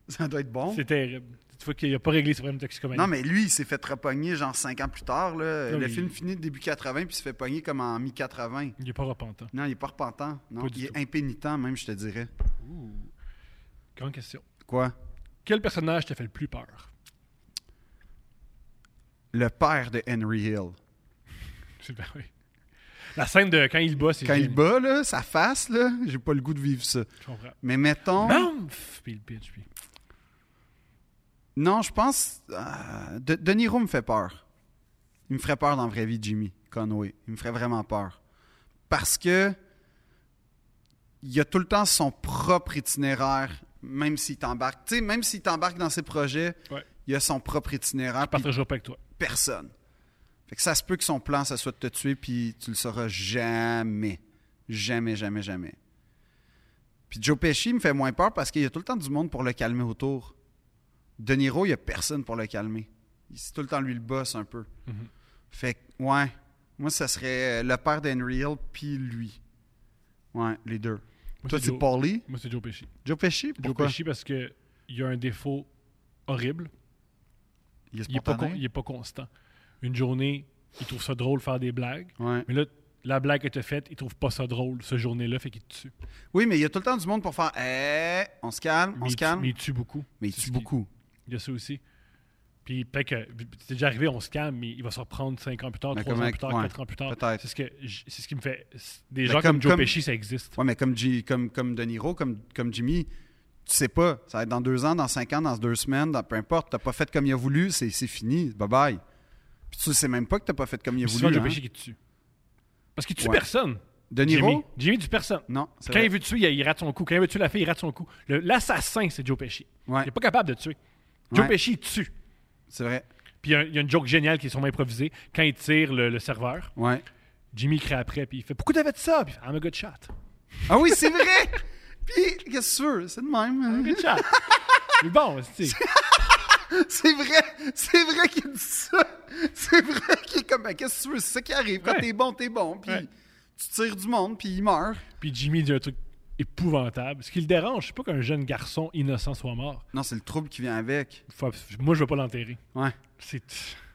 Speaker 2: Ça doit être bon.
Speaker 1: C'est terrible. Tu vois qu'il a pas réglé ses problèmes de toxicomanie.
Speaker 2: Non, mais lui, il s'est fait repogner genre 5 ans plus tard. Là.
Speaker 1: Non,
Speaker 2: le
Speaker 1: mais-
Speaker 2: film finit début 80 puis il se fait pogner comme en mi-80.
Speaker 1: Il est pas repentant.
Speaker 2: Non, il est pas repentant. Non,
Speaker 1: Pas du
Speaker 2: il
Speaker 1: tout.
Speaker 2: est impénitent même, je te dirais.
Speaker 1: Grande question.
Speaker 2: Quoi?
Speaker 1: Quel personnage t'a fait le plus peur?
Speaker 2: Le père de Henry Hill.
Speaker 1: C'est ben oui. La scène de quand il bat, c'est
Speaker 2: Quand il
Speaker 1: génial.
Speaker 2: bat, là, sa face, là, j'ai pas le goût de vivre ça.
Speaker 1: Je comprends.
Speaker 2: Mais mettons...
Speaker 1: Bam! Pff, Puis il pitch. Puis...
Speaker 2: Non, je pense... euh, De- De Niro me fait peur. Il me ferait peur dans la vraie vie, Jimmy Conway. Il me ferait vraiment peur. Parce que... Il a tout le temps son propre itinéraire, même s'il t'embarque. Tu sais, même s'il t'embarque dans ses projets,
Speaker 1: Ouais.
Speaker 2: il a son propre itinéraire.
Speaker 1: Je partagerai pas avec toi.
Speaker 2: personne. Fait que ça se peut que son plan, ça soit de te tuer, puis tu le sauras jamais. Jamais, jamais, jamais. Puis Joe Pesci me fait moins peur parce qu'il y a tout le temps du monde pour le calmer autour. De Niro, il n'y a personne pour le calmer. C'est tout le temps lui le boss un peu.
Speaker 1: Mhm.
Speaker 2: Fait que, ouais. Moi, ça serait euh, le père d'Henry Hill puis lui. Ouais, les deux.
Speaker 1: c'est
Speaker 2: Toi, tu
Speaker 1: Joe.
Speaker 2: Paulie.
Speaker 1: Moi, c'est Joe Pesci.
Speaker 2: Joe Pesci,
Speaker 1: Joe
Speaker 2: pourquoi?
Speaker 1: Pesci parce qu'il y a un défaut horrible.
Speaker 2: il est
Speaker 1: Il est, pas
Speaker 2: spontané.
Speaker 1: con- il est pas constant. Une journée, il trouve ça drôle faire des blagues.
Speaker 2: Ouais.
Speaker 1: Mais là, la blague que t'as faite, il trouve pas ça drôle, ce journée-là, fait qu'il te tue.
Speaker 2: Oui, mais il y a tout le temps du monde pour faire eh, on se calme, on
Speaker 1: Mais il
Speaker 2: se
Speaker 1: tue-
Speaker 2: calme.
Speaker 1: Mais il tue beaucoup.
Speaker 2: Mais il
Speaker 1: C'est
Speaker 2: tue
Speaker 1: ce qui-
Speaker 2: beaucoup.
Speaker 1: Il y a ça aussi. Puis peut-être que c'est déjà arrivé, on se calme, mais il va se reprendre 5 ans plus tard,
Speaker 2: Mais
Speaker 1: 3
Speaker 2: comme
Speaker 1: ans
Speaker 2: avec-
Speaker 1: plus tard,
Speaker 2: ouais,
Speaker 1: 4 ans plus tard.
Speaker 2: peut-être.
Speaker 1: C'est ce, que j- c'est ce qui me fait. c'est- Des
Speaker 2: Mais
Speaker 1: gens
Speaker 2: comme-
Speaker 1: comme, Joe
Speaker 2: comme-
Speaker 1: Pesci, ça existe.
Speaker 2: Ouais, mais comme, G- comme, comme De Niro, comme, comme Jimmy, tu sais pas. Ça va être dans deux ans, dans cinq ans, dans deux semaines, dans, peu importe. T'as pas fait comme il a voulu, c'est c'est fini. Bye bye. Puis tu sais même pas que t'as pas fait comme il a
Speaker 1: C'est souvent
Speaker 2: voulu.
Speaker 1: Joe
Speaker 2: hein.
Speaker 1: Pesci qui te tue. Parce qu'il tue
Speaker 2: Ouais.
Speaker 1: personne.
Speaker 2: De Niro?
Speaker 1: Jimmy. Jimmy tue personne.
Speaker 2: Non. c'est
Speaker 1: Quand
Speaker 2: vrai.
Speaker 1: il veut tuer, il, il rate son coup. Quand il veut tuer la fille, il rate son coup. Le- L'assassin, c'est Joe Pesci.
Speaker 2: Ouais.
Speaker 1: Il n'est pas capable de tuer. Joe
Speaker 2: Ouais.
Speaker 1: Pesci, il tue.
Speaker 2: C'est vrai.
Speaker 1: Puis il y a- il y, a une joke géniale qui est sûrement improvisée. Quand il tire le, le serveur,
Speaker 2: Ouais.
Speaker 1: Jimmy crie après, puis il fait Pourquoi t'avais fait ça Puis il fait, I'm a good shot.
Speaker 2: Ah oui, c'est vrai! Puis, qu'est-ce que tu veux? C'est de même. hein.
Speaker 1: Good shot. Mais bon, c'est.
Speaker 2: C'est vrai! C'est vrai qu'il dit ça! C'est vrai qu'il est comme, ben, qu'est-ce que tu veux? C'est ça qui arrive. Quand
Speaker 1: Ouais.
Speaker 2: t'es bon, t'es bon. Puis,
Speaker 1: Ouais.
Speaker 2: tu tires du monde, puis il meurt.
Speaker 1: Puis Jimmy dit un truc épouvantable. Ce qui le dérange, c'est pas qu'un jeune garçon innocent soit mort.
Speaker 2: Non, c'est le trouble qui vient avec.
Speaker 1: Faut abs- moi, je veux pas l'enterrer.
Speaker 2: Ouais.
Speaker 1: C'est.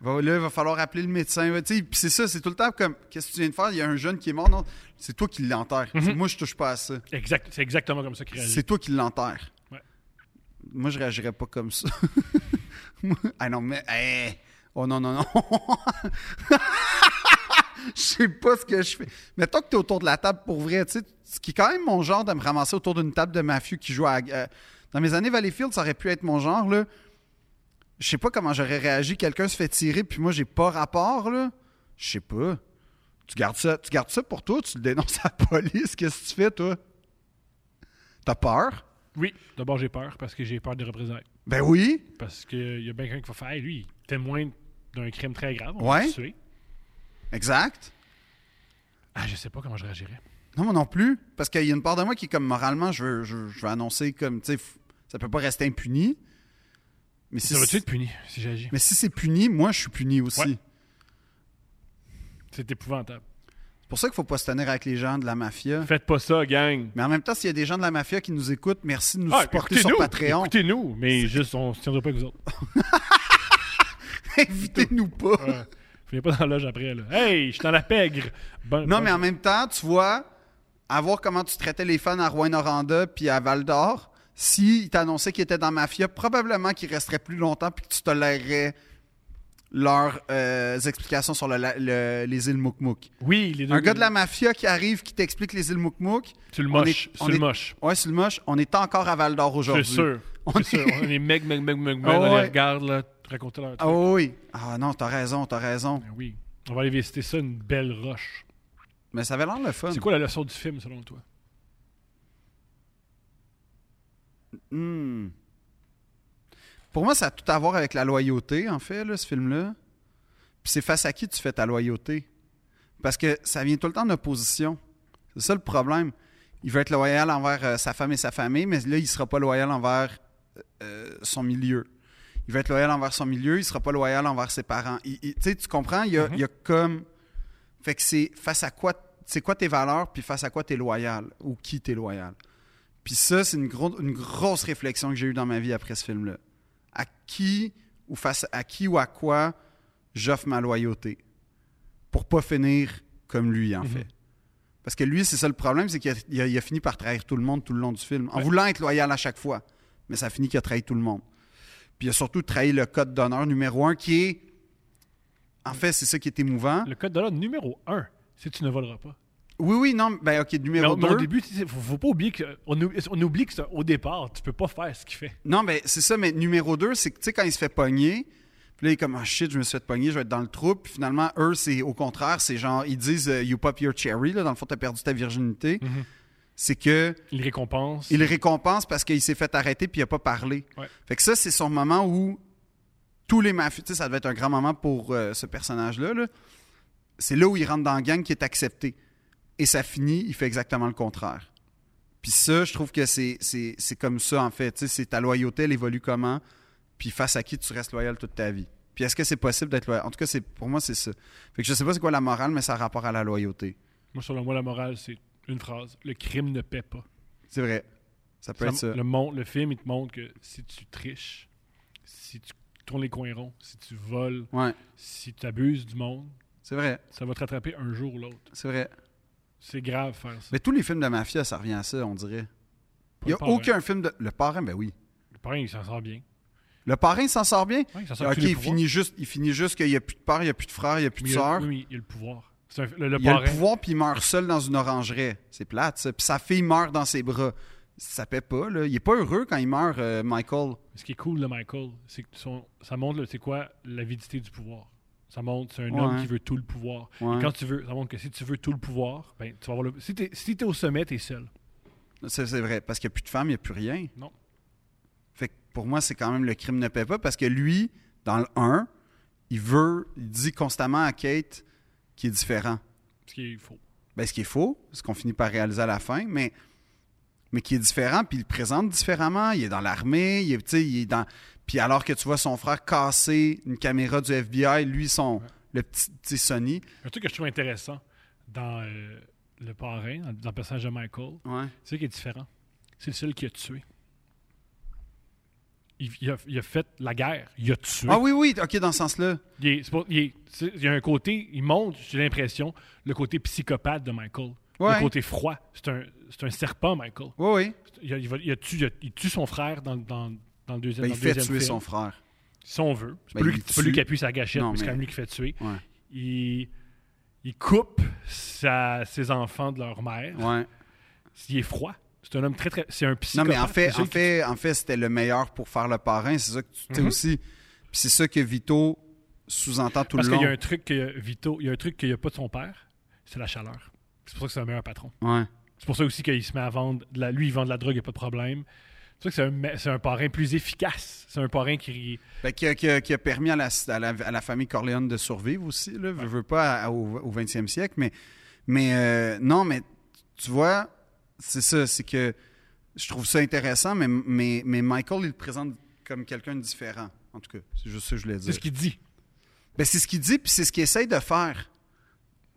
Speaker 2: Va- là, il va falloir appeler le médecin. là, tu sais, Puis c'est ça, c'est tout le temps comme qu'est-ce que tu viens de faire? Il y a un jeune qui est mort. Non, c'est toi qui l'enterre. C'est Moi, je touche pas à ça.
Speaker 1: Exact, c'est exactement comme ça qu'il réagit.
Speaker 2: C'est toi qui l'enterre.
Speaker 1: Ouais.
Speaker 2: Moi, je réagirais pas comme ça. Moi- ah non, mais. hey! Oh non, non, non. Je sais pas ce que je fais. Mettons que t'es autour de la table pour vrai. tu sais, Ce qui est quand même mon genre de me ramasser autour d'une table de mafieux qui joue à. euh, dans mes années Valleyfield, ça aurait pu être mon genre, là. Je sais pas comment j'aurais réagi. Quelqu'un se fait tirer, puis moi, j'ai pas rapport, là. Je sais pas. Tu gardes ça, tu gardes ça pour toi, tu le dénonces à la police. Qu'est-ce que tu fais, toi? T'as peur?
Speaker 1: Oui, d'abord, j'ai peur parce que j'ai peur de représailles.
Speaker 2: Ben oui.
Speaker 1: Parce qu'il y a bien quelqu'un qui va faire Hey, lui, il est témoin d'un crime très grave. On
Speaker 2: Ouais.
Speaker 1: va le tuer.
Speaker 2: Exact.
Speaker 1: Ah, je sais pas comment je réagirais.
Speaker 2: Non, moi non plus. Parce qu'il y a une part de moi qui est comme moralement, je veux, je, je veux annoncer comme, tu sais, f- ça peut pas rester impuni. Mais si,
Speaker 1: Ça va-tu être puni si j'agis
Speaker 2: mais si c'est puni, moi, je suis puni aussi.
Speaker 1: Ouais. C'est épouvantable.
Speaker 2: C'est pour ça qu'il faut pas se tenir avec les gens de la mafia.
Speaker 1: Faites pas ça, gang.
Speaker 2: Mais en même temps, s'il y a des gens de la mafia qui nous écoutent, merci de nous
Speaker 1: Ah,
Speaker 2: supporter sur
Speaker 1: écoutez-nous.
Speaker 2: Patreon.
Speaker 1: Écoutez-nous, mais juste, on se tiendra pas avec vous autres.
Speaker 2: Invitez-nous pas.
Speaker 1: Ouais. Venez pas dans la loge après, là. Hey, je suis dans la pègre. Bon-
Speaker 2: Non,
Speaker 1: bon-
Speaker 2: mais en même temps, tu vois, à voir comment tu traitais les fans à Rouen-Noranda puis à Val-d'Or, s'ils t'annonçaient qu'ils étaient dans Mafia, probablement qu'ils resteraient plus longtemps puis que tu tolérerais leurs euh, explications sur le la- le- les îles Moukmouk.
Speaker 1: Oui, les deux.
Speaker 2: Un gars de la Mafia qui arrive, qui t'explique les îles Moukmouk.
Speaker 1: Tu le
Speaker 2: on
Speaker 1: moches.
Speaker 2: est- on
Speaker 1: Tu le
Speaker 2: est-
Speaker 1: moches.
Speaker 2: Ouais, c'est le moche. On est encore à Val-d'Or
Speaker 1: C'est
Speaker 2: aujourd'hui.
Speaker 1: sûr.
Speaker 2: On
Speaker 1: C'est sûr. On est meg, meg, meg, meg, meg.
Speaker 2: Ah
Speaker 1: on
Speaker 2: ouais.
Speaker 1: les regarde, là, te raconter leur truc.
Speaker 2: Ah oui. Ah non, t'as raison, t'as raison.
Speaker 1: Ben Oui. On va aller visiter ça, une belle roche.
Speaker 2: Mais ça avait l'air le fun.
Speaker 1: C'est quoi la leçon du film, selon toi?
Speaker 2: Hmm. Pour moi, ça a tout à voir avec la loyauté, en fait, là, ce film-là. Puis c'est face à qui tu fais ta loyauté. Parce que ça vient tout le temps en opposition. C'est ça le problème. Il veut être loyal envers euh, sa femme et sa famille, mais là, il sera pas loyal envers euh, son milieu. Il veut être loyal envers son milieu, il sera pas loyal envers ses parents. Il- il- tu sais, tu comprends? Il y
Speaker 1: Mhm.
Speaker 2: a, il y a comme. Fait que c'est face à quoi. C'est quoi tes valeurs, puis face à quoi t'es loyal, ou qui t'es loyal. Puis ça, c'est une, gro- une grosse réflexion que j'ai eue dans ma vie après ce film-là. À qui ou face à qui ou à quoi j'offre ma loyauté pour pas finir comme lui, en
Speaker 1: Mhm.
Speaker 2: fait. Parce que lui, c'est ça le problème, c'est qu'il a, il a- il a fini par trahir tout le monde tout le long du film, en
Speaker 1: Ouais.
Speaker 2: voulant être loyal à chaque fois. Mais ça a fini qu'il a trahi tout le monde. Puis il a surtout trahi le code d'honneur numéro un qui est. En fait, c'est ça qui est émouvant.
Speaker 1: Le code de l'ordre numéro 1, c'est tu ne voleras pas.
Speaker 2: Oui, oui, non, ben ok,
Speaker 1: Mais,
Speaker 2: numéro
Speaker 1: au- mais au
Speaker 2: deux.
Speaker 1: début, tu sais, faut, faut pas oublier que on, ou- on oublie que c'est un- au départ, tu peux pas faire ce qu'il fait.
Speaker 2: Non, mais c'est ça, mais numéro 2, c'est que, tu sais, quand il se fait pogner, puis là, il est comme, ah shit, je me suis fait pogner, je vais être dans le trou. Puis finalement, eux, c'est au contraire, c'est genre, ils disent, euh, you pop your cherry, là, dans le fond, t'as perdu ta virginité.
Speaker 1: Mhm.
Speaker 2: C'est que
Speaker 1: Il récompense.
Speaker 2: Mm-hmm. il récompense parce qu'il s'est fait arrêter puis il a pas parlé.
Speaker 1: Ouais.
Speaker 2: Fait que ça, c'est son moment où tous les mafieux, tu sais, ça devait être un grand moment pour euh, ce personnage-là. là. C'est là où il rentre dans la gang qui est accepté. Et ça finit, il fait exactement le contraire. Puis Puis ça, je trouve que c'est, c'est, c'est comme ça, en fait. Tu sais, C'est ta loyauté, elle évolue comment, puis face à qui tu restes loyal toute ta vie. Puis est-ce que c'est possible d'être loyal? En tout cas, c'est, pour moi, c'est ça. Fait que je sais pas c'est quoi la morale, mais ça a rapport à la loyauté.
Speaker 1: Moi, selon moi, la morale, c'est une phrase. Le crime ne paie pas.
Speaker 2: C'est vrai. Ça peut être
Speaker 1: Ça-
Speaker 2: ça.
Speaker 1: Le, mon- le film, il te montre que si tu triches, si tu tournes les coins ronds, si tu voles,
Speaker 2: Ouais,
Speaker 1: si tu abuses du monde,
Speaker 2: c'est vrai.
Speaker 1: ça va te rattraper un jour ou l'autre.
Speaker 2: C'est vrai.
Speaker 1: C'est grave faire ça.
Speaker 2: Mais tous les films de mafia, ça revient à ça, on dirait. Il n'y a
Speaker 1: Pas le parrain.
Speaker 2: aucun film de. Le parrain, ben oui.
Speaker 1: Le parrain, il s'en sort bien.
Speaker 2: Le parrain s'en sort bien.
Speaker 1: Ouais, il s'en sort
Speaker 2: Ok,
Speaker 1: tous les
Speaker 2: il
Speaker 1: pouvoirs.
Speaker 2: finit juste, il finit juste qu'il n'y a plus de père, il n'y a plus de frère, il n'y a plus de
Speaker 1: Mais il a-
Speaker 2: sœur.
Speaker 1: oui, oui, il a le pouvoir. C'est un- le, le
Speaker 2: Il y a le
Speaker 1: parrain.
Speaker 2: pouvoir, puis il meurt seul dans une orangerie. C'est plate, ça. Puis sa fille meurt dans ses bras. Ça paie pas, là. Il est pas heureux quand il meurt, euh, Michael.
Speaker 1: Ce qui est cool de Michael, c'est que son- ça montre, le- c'est quoi, l'avidité du pouvoir. Ça montre, c'est un
Speaker 2: Ouais.
Speaker 1: homme qui veut tout le pouvoir.
Speaker 2: Ouais.
Speaker 1: Et quand tu veux, ça montre que si tu veux tout le pouvoir, ben, tu vas avoir le- Si t'es si t'es au sommet, t'es seul.
Speaker 2: C'est c'est vrai, parce qu'il n'y a plus de femme, il n'y a plus rien.
Speaker 1: Non.
Speaker 2: Fait que pour moi, c'est quand même le crime ne paie pas, parce que lui, dans le 1, il veut, il dit constamment à Kate qu'il est différent.
Speaker 1: Ce qui est faux.
Speaker 2: Ben, ce qui est faux, ce qu'on finit par réaliser à la fin, mais, mais qui est différent, puis il le présente différemment. Il est dans l'armée, il est, tu sais, il est dans. Puis alors que tu vois son frère casser une caméra du FBI, lui, son. Le petit, tu sais, Sony.
Speaker 1: Un truc que je trouve intéressant dans euh, le parrain, dans, dans le personnage de Michael,
Speaker 2: Ouais.
Speaker 1: c'est ça qui est différent. C'est le seul qui a tué. Il, il a, il a fait la guerre. Il a tué.
Speaker 2: Ah oui, oui, ok, dans ce sens-là.
Speaker 1: Il, est- c'est pas- il est- c'est- il y a un côté, il monte, j'ai l'impression, le côté psychopathe de Michael.
Speaker 2: Ouais.
Speaker 1: Le côté froid. C'est un, c'est un serpent, Michael.
Speaker 2: Oui, oui.
Speaker 1: Il, a- il va- il a tue, il a- il tue son frère dans, dans- dans le deuxième
Speaker 2: Ben, il
Speaker 1: dans le
Speaker 2: fait
Speaker 1: deuxième
Speaker 2: tuer
Speaker 1: film,
Speaker 2: son frère.
Speaker 1: Si on veut. C'est pas,
Speaker 2: Ben, il
Speaker 1: lui,
Speaker 2: le
Speaker 1: c'est pas lui
Speaker 2: tue.
Speaker 1: qui appuie sa gâchette,
Speaker 2: Non,
Speaker 1: mais c'est
Speaker 2: mais-
Speaker 1: quand même lui qui fait tuer.
Speaker 2: Ouais.
Speaker 1: Il, il coupe sa- ses enfants de leur mère.
Speaker 2: Ouais.
Speaker 1: Il est froid. C'est un homme très, très. C'est un psychopathe.
Speaker 2: Non, mais en fait,
Speaker 1: C'est
Speaker 2: en
Speaker 1: celui qui-
Speaker 2: fait, en fait c'était le meilleur pour faire le parrain. C'est ça que tu tu sais
Speaker 1: Mhm.
Speaker 2: aussi. Puis c'est ça que Vito sous-entend tout
Speaker 1: Parce
Speaker 2: le
Speaker 1: qu'il
Speaker 2: long.
Speaker 1: y a un truc que Vito, il y a un truc qu'il n'y a pas de son père, c'est la chaleur. C'est pour ça que c'est un meilleur patron.
Speaker 2: Ouais.
Speaker 1: C'est pour ça aussi qu'il se met à vendre. De la, lui, il vend de la drogue, il n'y a pas de problème. C'est pour ça que c'est un, me- c'est un parrain plus efficace. C'est un parrain qui.
Speaker 2: Fait que- que- Ben, qui a permis à la, à la- à la famille Corleone de survivre aussi, là, veux, veux pas à- au, au 20e siècle, mais, mais euh, non, mais tu vois, c'est ça, c'est que je trouve ça intéressant, mais, mais, mais Michael, il le présente comme quelqu'un de différent, en tout cas, c'est juste ça que je voulais
Speaker 1: C'est
Speaker 2: dire.
Speaker 1: ce qu'il dit.
Speaker 2: Ben, c'est ce qu'il dit, puis c'est ce qu'il essaye de faire,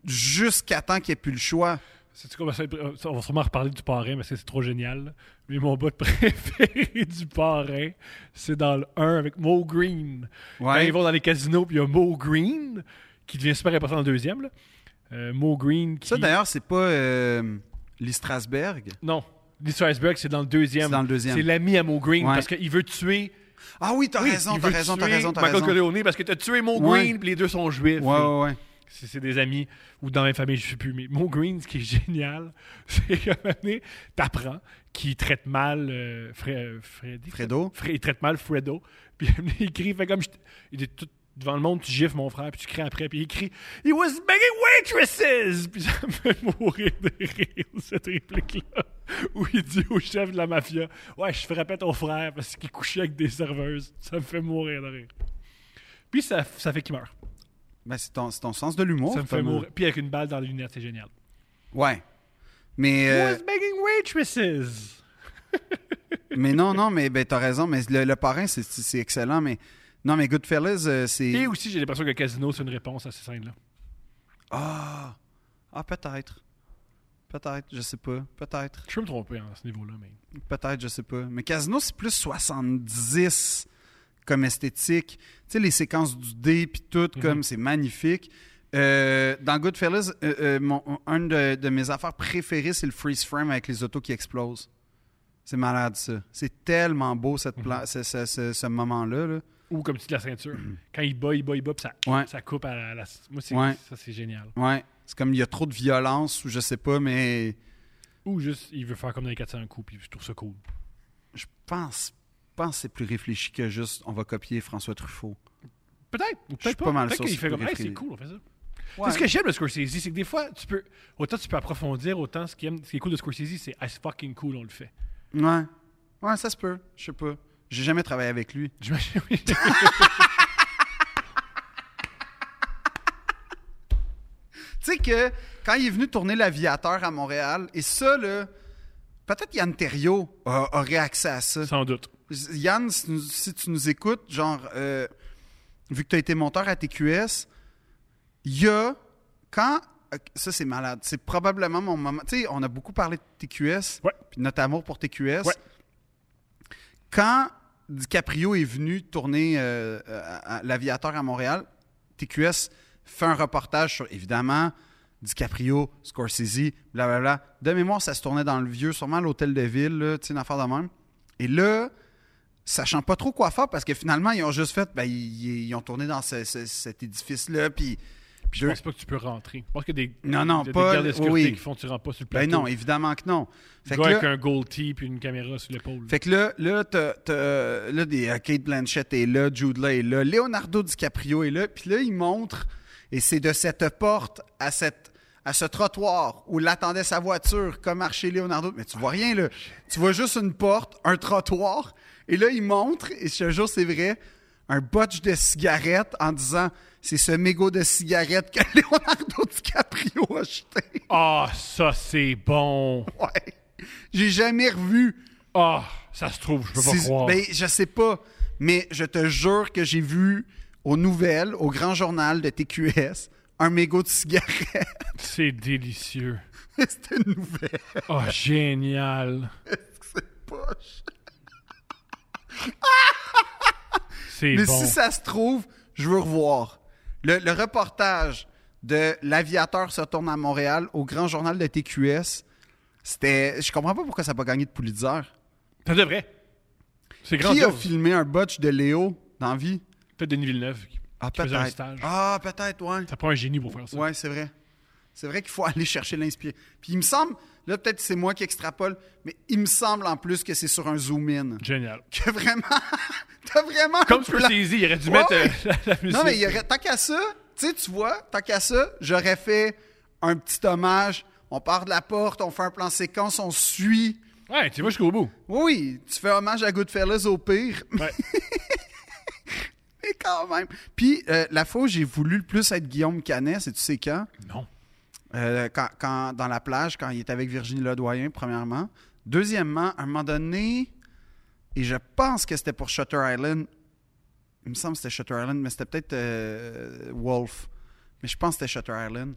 Speaker 2: jusqu'à temps qu'il n'y ait plus le choix.
Speaker 1: C'est quoi, ben, ça- euh, ça, on va sûrement reparler du parrain, mais c'est c'est trop génial. Mais mon bot préféré du parrain, c'est dans le 1 avec Mo Green.
Speaker 2: Ben,
Speaker 1: Quand Ben, ils vont dans les casinos, puis il y a Mo Green, qui devient super important dans le deuxième. là. Euh, Mo Green qui.
Speaker 2: Ça, d'ailleurs, c'est pas euh, Lee Strasberg.
Speaker 1: Non. Lisa Iceberg, c'est dans le deuxième.
Speaker 2: C'est dans le deuxième.
Speaker 1: C'est l'ami à Mo Green
Speaker 2: Ouais.
Speaker 1: parce qu'il veut tuer.
Speaker 2: Ah oui, t'as
Speaker 1: Oui,
Speaker 2: raison,
Speaker 1: il
Speaker 2: t'as
Speaker 1: veut
Speaker 2: raison, t'as
Speaker 1: tuer
Speaker 2: raison, t'as
Speaker 1: Michael
Speaker 2: raison.
Speaker 1: Corleone parce que t'as tué Mo
Speaker 2: Ouais.
Speaker 1: Green, puis les deux sont juifs.
Speaker 2: Ouais, ouais, ouais.
Speaker 1: C'est c'est des amis ou dans la famille, je sais plus. Mais Mo Green, ce qui est génial, c'est qu'à un moment donné, t'apprends qu'il traite mal euh, Fre- euh, Freddy.
Speaker 2: Fredo.
Speaker 1: Fre- il traite mal Fredo. Puis à un moment donné, il crie, fait comme. je t- Il est tout devant le monde, tu gifles mon frère, puis tu cries après, puis il crie He was banging waitresses! Puis ça me fait mourir de rire, cette réplique-là, où il dit au chef de la mafia Ouais, je frappais ton frère parce qu'il couchait avec des serveuses. Ça me fait mourir de rire. Puis ça, ça fait qu'il meurt.
Speaker 2: Ben, c'est ton, Oh, c'est ton sens de l'humour.
Speaker 1: ça me fait
Speaker 2: Thomas.
Speaker 1: mourir. Puis avec une balle dans les lunettes, c'est génial.
Speaker 2: Ouais. Mais,
Speaker 1: He
Speaker 2: euh,
Speaker 1: was banging waitresses!
Speaker 2: mais non, non, mais ben, t'as raison. Mais le, le parrain, c'est- c'est c'est excellent. Mais non, mais Goodfellas, euh, c'est.
Speaker 1: Et aussi, j'ai l'impression que Casino, c'est une réponse à ces scènes-là.
Speaker 2: Ah, ah peut-être. Peut-être, je sais pas. Peut-être.
Speaker 1: Je peux me tromper hein, à ce niveau-là, mais.
Speaker 2: Peut-être, je sais pas. Mais Casino, c'est plus 70 comme esthétique. Tu sais, les séquences du dé puis tout, comme c'est magnifique. Euh, dans Goodfellas, euh, euh, mon, un de, de mes affaires préférées, c'est le freeze frame avec les autos qui explosent. C'est malade, ça. C'est tellement beau, cette pla- ce, ce- ce- ce moment-là. là.
Speaker 1: Ou comme tu dis, la ceinture. Quand il bat, il bat, il bat, puis ça,
Speaker 2: Ouais.
Speaker 1: ça coupe à la. la- Moi, c'est,
Speaker 2: Ouais.
Speaker 1: ça, c'est génial.
Speaker 2: Ouais. C'est comme il y a trop de violence ou je sais pas, mais
Speaker 1: Ou juste, il veut faire comme dans les 400 coups, puis je trouve ça cool.
Speaker 2: je pense, je pense que c'est plus réfléchi que juste on va copier François Truffaut.
Speaker 1: Peut-être, ou peut-être
Speaker 2: suis
Speaker 1: pas.
Speaker 2: pas mal
Speaker 1: peut-être
Speaker 2: sûr,
Speaker 1: qu'il
Speaker 2: c'est
Speaker 1: fait
Speaker 2: plus
Speaker 1: comme, hey,
Speaker 2: réfléchi.
Speaker 1: c'est cool, on fait ça. C'est ce que j'aime de Scorsese, c'est que des fois, tu peux, autant tu peux approfondir, autant ce qui, aime- ce qui est cool de Scorsese, c'est ah, c'est fucking cool, on le fait.
Speaker 2: Ouais. Ouais, ça se peut. Je sais pas. J'ai jamais travaillé avec lui.
Speaker 1: J'imagine, oui.
Speaker 2: Tu sais que quand il est venu tourner l'aviateur à Montréal, et ça, là, Peut-être Yann Terriot a- aurait accès à ça.
Speaker 1: Sans doute.
Speaker 2: Yann, si, nous- si tu nous écoutes, genre, euh, vu que tu as été monteur à TQS, il y a. Quand. Ça, c'est malade. C'est probablement mon moment. Tu sais, on a beaucoup parlé de TQS,
Speaker 1: Ouais.
Speaker 2: puis notre amour pour TQS.
Speaker 1: Ouais.
Speaker 2: Quand DiCaprio est venu tourner euh, à- à l'Aviateur à Montréal, TQS fait un reportage sur, évidemment, DiCaprio, Scorsese, blablabla. De mémoire, ça se tournait dans le vieux, sûrement à l'hôtel de ville, là, tu sais, une affaire de même. Et là, sachant pas trop quoi faire, parce que finalement, ils ont juste fait, ben, ils, ils ont tourné dans ce- ce- cet édifice-là, puis. puis
Speaker 1: Je
Speaker 2: eux-
Speaker 1: pense pas que tu peux rentrer. Je pense que des,
Speaker 2: Non, non,
Speaker 1: il y a des
Speaker 2: pas-
Speaker 1: gardes de sécurité
Speaker 2: oui.
Speaker 1: qui font que tu rentres pas sur le plateau.
Speaker 2: ben non, évidemment que non. Fait que
Speaker 1: Gars
Speaker 2: là,
Speaker 1: avec un gold tee puis une caméra sur l'épaule.
Speaker 2: Fait que là, là, t'as- t'as- là, des, euh, Kate Blanchett est là, Jude Law est là, Leonardo DiCaprio est là, puis là, il montre, et c'est de cette porte à, cette, à ce trottoir où l'attendait sa voiture, comme marché Leonardo. Mais tu vois rien, là. Tu vois juste une porte, un trottoir, et là, il montre, et je te jure, c'est vrai, un botch de cigarette en disant c'est ce mégot de cigarette que Leonardo DiCaprio a jeté.
Speaker 1: Ah, ça c'est bon.
Speaker 2: Ouais. J'ai jamais revu
Speaker 1: Ah, ça se trouve, je peux pas
Speaker 2: c'est-
Speaker 1: croire.
Speaker 2: ben, je sais pas, mais je te jure que j'ai vu aux nouvelles, au grand journal de TQS, un mégot de cigarette.
Speaker 1: C'est délicieux.
Speaker 2: C'était une nouvelle.
Speaker 1: Ah, génial.
Speaker 2: C'est poche.
Speaker 1: C'est
Speaker 2: Mais
Speaker 1: bon.
Speaker 2: si ça se trouve, je veux revoir. Le, le reportage de L'aviateur se tourne à Montréal au grand journal de TQS, c'était. Je comprends pas pourquoi ça n'a pas gagné de Pulitzer.
Speaker 1: Ça devrait. C'est
Speaker 2: Qui a
Speaker 1: grandiose.
Speaker 2: filmé un botch de Léo dans la vie?
Speaker 1: Peut-être Denis Villeneuve qui, qui faisait un stage.
Speaker 2: Ah, peut-être, ouais.
Speaker 1: Ça prend un génie pour faire ça.
Speaker 2: Ouais, c'est vrai. C'est vrai qu'il faut aller chercher l'inspirer. Puis il me semble, là peut-être c'est moi qui extrapole, mais il me semble en plus que c'est sur un zoom-in.
Speaker 1: Génial.
Speaker 2: Que vraiment, t'as vraiment... un
Speaker 1: Comme
Speaker 2: plan-
Speaker 1: Scorsese, il aurait dû
Speaker 2: Ouais,
Speaker 1: mettre euh,
Speaker 2: ouais.
Speaker 1: la, la musique.
Speaker 2: Non, mais il y aurait, tant qu'à ça, tu sais, tu vois, tant qu'à ça, j'aurais fait un petit hommage. On part de la porte, on fait un plan séquence, on suit.
Speaker 1: Ouais, tu vas jusqu'au bout.
Speaker 2: Oui, oui, tu fais hommage à Goodfellas au pire,
Speaker 1: Ouais.
Speaker 2: mais quand même. Puis euh, la fois où j'ai voulu le plus être Guillaume Canet, c'est tu sais quand?
Speaker 1: non.
Speaker 2: Euh, quand, quand- dans la plage, quand il est avec Virginie Ledoyen, premièrement. Deuxièmement, à un moment donné, et je pense que c'était pour Shutter Island, il me semble que c'était Shutter Island, mais c'était peut-être euh, Wolf, mais je pense que c'était Shutter Island.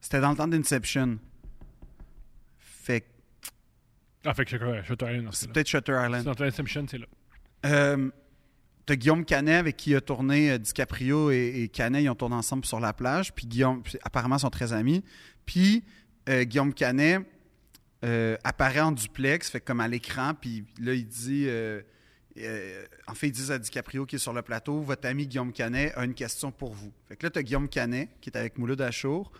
Speaker 2: C'était dans le temps d'Inception. Fait que
Speaker 1: Ah, fait que je Shutter Island dans ce
Speaker 2: c'est
Speaker 1: cas-là.
Speaker 2: peut-être Shutter Island.
Speaker 1: Dans Inception, c'est là.
Speaker 2: Euh, T'as Guillaume Canet avec qui il a tourné euh, DiCaprio et, et Canet, ils ont tourné ensemble sur la plage. Puis Guillaume, puis apparemment, ils sont très amis. Puis euh, Guillaume Canet euh, apparaît en duplex, fait comme à l'écran. Puis là, il dit. euh, euh, en fait, ils disent à DiCaprio qui est sur le plateau Votre ami Guillaume Canet a une question pour vous. Fait que là, t'as Guillaume Canet qui est avec Mouloud Achour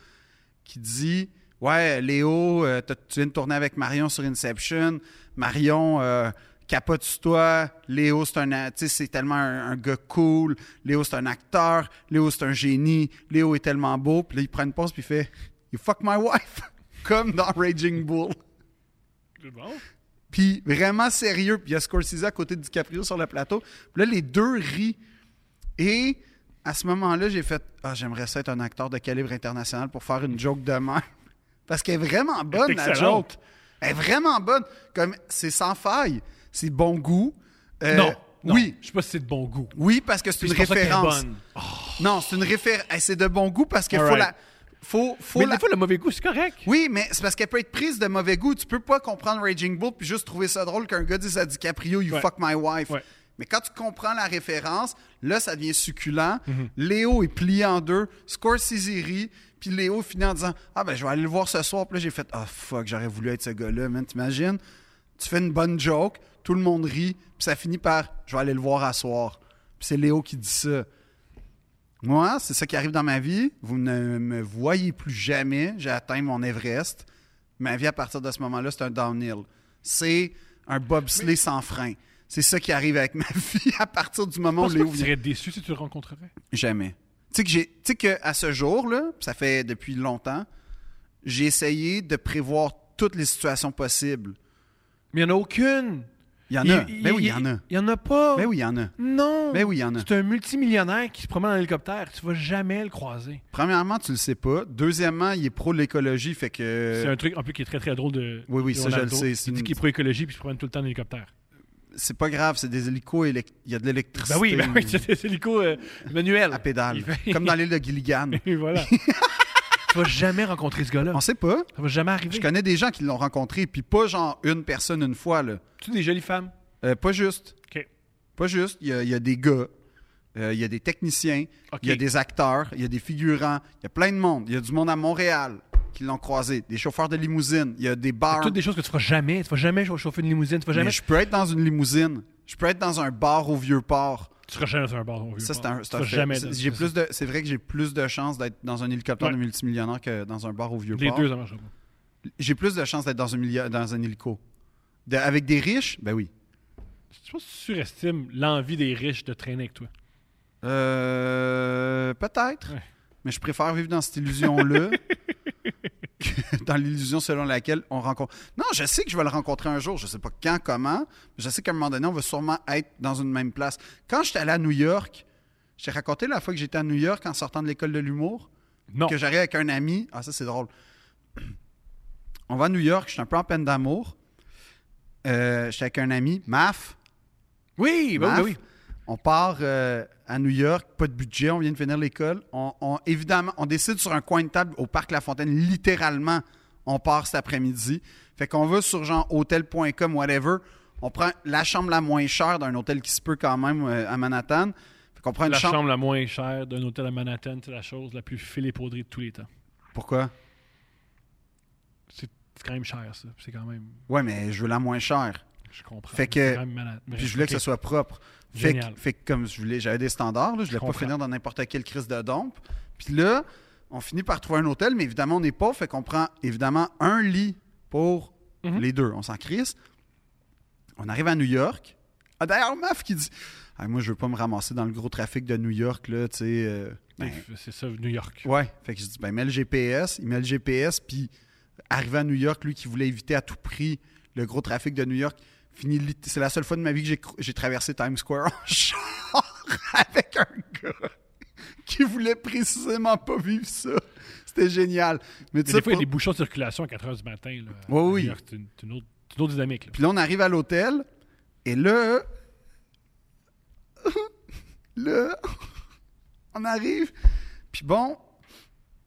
Speaker 2: qui dit Ouais, Léo, euh, t'as- tu viens de tourner avec Marion sur Inception. Marion, euh, capote sur toi. Léo, c'est un, a- tu sais, c'est tellement un, un gars cool. Léo, c'est un acteur. Léo, c'est un génie. Léo est tellement beau. Puis là, il prend une pause puis il fait You fuck my wife. Comme dans Raging Bull.
Speaker 1: C'est bon.
Speaker 2: Puis vraiment sérieux. Puis il y a Scorsese à côté de DiCaprio sur le plateau. Puis là, les deux rient. Et à ce moment-là, j'ai fait Ah, j'aimerais ça être un acteur de calibre international pour faire une joke de même. Parce qu'elle est vraiment bonne,
Speaker 1: est
Speaker 2: la
Speaker 1: excellente.
Speaker 2: joke. Elle est vraiment bonne. Comme c'est sans faille. C'est bon goût. Euh,
Speaker 1: non, non.
Speaker 2: Oui.
Speaker 1: Je sais pas si c'est de bon goût.
Speaker 2: Oui, parce que c'est une
Speaker 1: C'est pour ça qu'elle est
Speaker 2: référence.
Speaker 1: bonne.
Speaker 2: Non, c'est une référence. c'est de bon goût parce qu'il faut
Speaker 1: Alright.
Speaker 2: la. Faut, faut
Speaker 1: Mais
Speaker 2: la...
Speaker 1: des fois, le mauvais goût, c'est correct.
Speaker 2: Oui, mais c'est parce qu'elle peut être prise de mauvais goût. Tu peux pas comprendre Raging Bull puis juste trouver ça drôle qu'un gars dise à DiCaprio You
Speaker 1: Ouais.
Speaker 2: fuck my wife.
Speaker 1: Ouais.
Speaker 2: Mais quand tu comprends la référence, là, ça devient succulent.
Speaker 1: Mhm.
Speaker 2: Léo est plié en deux. Scorsese rit. Puis Léo finit en disant Ah, ben, je vais aller le voir ce soir. Puis là, j'ai fait Ah, fuck, j'aurais voulu être ce gars-là, man. T'imagines Tu fais une bonne joke, tout le monde rit, puis ça finit par Je vais aller le voir à soir. Puis c'est Léo qui dit ça. Moi, c'est ça qui arrive dans ma vie. Vous ne me voyez plus jamais. J'ai atteint mon Everest. Ma vie, à partir de ce moment-là, c'est un downhill. C'est un bobsleigh sans frein. C'est ça qui arrive avec ma vie à partir du moment où
Speaker 1: Je pense pas
Speaker 2: Léo
Speaker 1: que tu
Speaker 2: vient-
Speaker 1: serais déçu si tu le rencontrerais.
Speaker 2: Jamais. Tu sais que j'ai- tu sais que à ce jour-là, ça fait depuis longtemps, j'ai essayé de prévoir toutes les situations possibles.
Speaker 1: Mais il n'y en a aucune.
Speaker 2: Il y en a. Ben oui, il y en a.
Speaker 1: Il y en a pas.
Speaker 2: Ben oui, il y en a.
Speaker 1: Non.
Speaker 2: Ben oui, il y en a.
Speaker 1: C'est un multimillionnaire qui se promène en hélicoptère. Tu vas jamais le croiser.
Speaker 2: Premièrement, tu le sais pas. Deuxièmement, il est pro de l'écologie, fait
Speaker 1: C'est
Speaker 2: que euh,
Speaker 1: un truc, en plus, qui est très, très drôle de.
Speaker 2: Oui, oui,
Speaker 1: de
Speaker 2: ça, je le
Speaker 1: Ronaldo.
Speaker 2: sais. C'est
Speaker 1: Il dit
Speaker 2: une-
Speaker 1: qu'il est pro-écologie puis il se promène tout le temps en hélicoptère.
Speaker 2: c'est pas grave, c'est des hélicos, élec- il y a de l'électricité.
Speaker 1: Ben oui, ben oui, c'est des hélicos euh, manuels.
Speaker 2: À pédale,
Speaker 1: Il fait-
Speaker 2: comme dans l'île de Gilligan.
Speaker 1: Et voilà. tu vas jamais rencontrer ce gars-là.
Speaker 2: On sait pas.
Speaker 1: Ça va jamais arriver.
Speaker 2: Je connais des gens qui l'ont rencontré, puis pas genre une personne une fois, là.
Speaker 1: Tu des jolies femmes.
Speaker 2: Euh, pas juste.
Speaker 1: OK.
Speaker 2: Pas juste. Il y a, il y a des gars, euh, il y a des techniciens,
Speaker 1: OK.
Speaker 2: il y a des acteurs, il y a des figurants, il y a plein de monde. Il y a du monde à Montréal qui l'ont croisé, des chauffeurs de limousine, il y a des bars.
Speaker 1: Toutes des choses que tu feras jamais. Tu vas jamais chau- chauffer une limousine. Tu vas
Speaker 2: Mais
Speaker 1: jamais.
Speaker 2: je peux être dans une limousine, je peux être dans un bar au Vieux-Port.
Speaker 1: Tu seras jamais dans un bar. on veut
Speaker 2: Ça,
Speaker 1: pas.
Speaker 2: c'est un,
Speaker 1: Tu
Speaker 2: c'est un
Speaker 1: seras
Speaker 2: fait.
Speaker 1: jamais.
Speaker 2: C'est-
Speaker 1: dans-
Speaker 2: j'ai
Speaker 1: c'est
Speaker 2: plus de- c'est vrai que j'ai plus de chances d'être dans un hélicoptère
Speaker 1: Ouais.
Speaker 2: de multimillionnaire que dans un bar au
Speaker 1: ça. Les
Speaker 2: Vieux-Port.
Speaker 1: deux, ça marche pas.
Speaker 2: J'ai plus de chances d'être dans un, millio- dans un hélico. De- avec des riches, ben oui.
Speaker 1: Je pense que tu surestimes l'envie des riches de traîner avec toi.
Speaker 2: Euh, peut-être.
Speaker 1: Ouais.
Speaker 2: Mais je préfère vivre dans cette illusion-là que dans l'illusion selon laquelle on rencontre. Non, je sais que je vais le rencontrer un jour. Je sais pas quand, comment. Mais je sais qu'à un moment donné, on va sûrement être dans une même place. Quand j'étais allé à New York, j'ai raconté la fois que j'étais à New York en sortant de l'école de l'humour
Speaker 1: Non.
Speaker 2: que j'arrive avec un ami. Ah, ça, c'est drôle. On va à New York, je suis un peu en peine d'amour. Euh, j'étais avec un ami, Maf.
Speaker 1: Oui, ben oui,
Speaker 2: Maf.
Speaker 1: ben oui.
Speaker 2: On part euh, à New York, pas de budget, on vient de finir l'école. On, on- évidemment, on décide sur un coin de table au parc La Fontaine, littéralement, on part cet après-midi. Fait qu'on va sur genre hôtel.com, whatever. On prend la chambre la moins chère d'un hôtel qui se peut quand même euh, à Manhattan. Fait qu'on prend une
Speaker 1: La
Speaker 2: chambre.
Speaker 1: chambre la moins chère d'un hôtel à Manhattan, c'est la chose la plus filée de tous les temps.
Speaker 2: Pourquoi?
Speaker 1: C'est c'est quand même cher, ça. C'est quand même.
Speaker 2: Ouais, mais je veux la moins chère.
Speaker 1: Je comprends.
Speaker 2: Fait
Speaker 1: mais
Speaker 2: que-
Speaker 1: c'est quand même malade. Mais
Speaker 2: Puis je voulais que
Speaker 1: Ben, ok.
Speaker 2: ça soit propre. Fait que,
Speaker 1: Génial.
Speaker 2: fait que comme je voulais, j'avais des standards, là, je voulais pas
Speaker 1: comprends.
Speaker 2: finir dans n'importe quelle crise de dompe. Puis là, on finit par trouver un hôtel, mais évidemment, on n'est pas. Fait qu'on prend évidemment un lit pour
Speaker 1: Mhm.
Speaker 2: les deux. On s'en crisse. On arrive à New York. Ah, D'ailleurs, Maf qui dit Ah, Moi, je veux pas me ramasser dans le gros trafic de New York, là, tu sais. euh, ben,
Speaker 1: C'est- C'est ça, New York.
Speaker 2: Ouais. Fait que je dis, ben, mets le GPS. Il met le GPS, puis arrivé à New York, lui qui voulait éviter à tout prix le gros trafic de New York, fini. lit- C'est la seule fois de ma vie que j'ai cro- j'ai traversé Times Square en char avec un gars qui voulait précisément pas vivre ça. C'était génial. Mais
Speaker 1: Mais
Speaker 2: tu sais,
Speaker 1: des fois, il y a
Speaker 2: pour-
Speaker 1: des bouchons de circulation à 4 h du matin. Là, à
Speaker 2: Ouais,
Speaker 1: New
Speaker 2: oui.
Speaker 1: York. C'est une, c'est une autre, c'est une autre dynamique. là.
Speaker 2: Puis là, on arrive à l'hôtel. Et là. là. on arrive. Puis bon.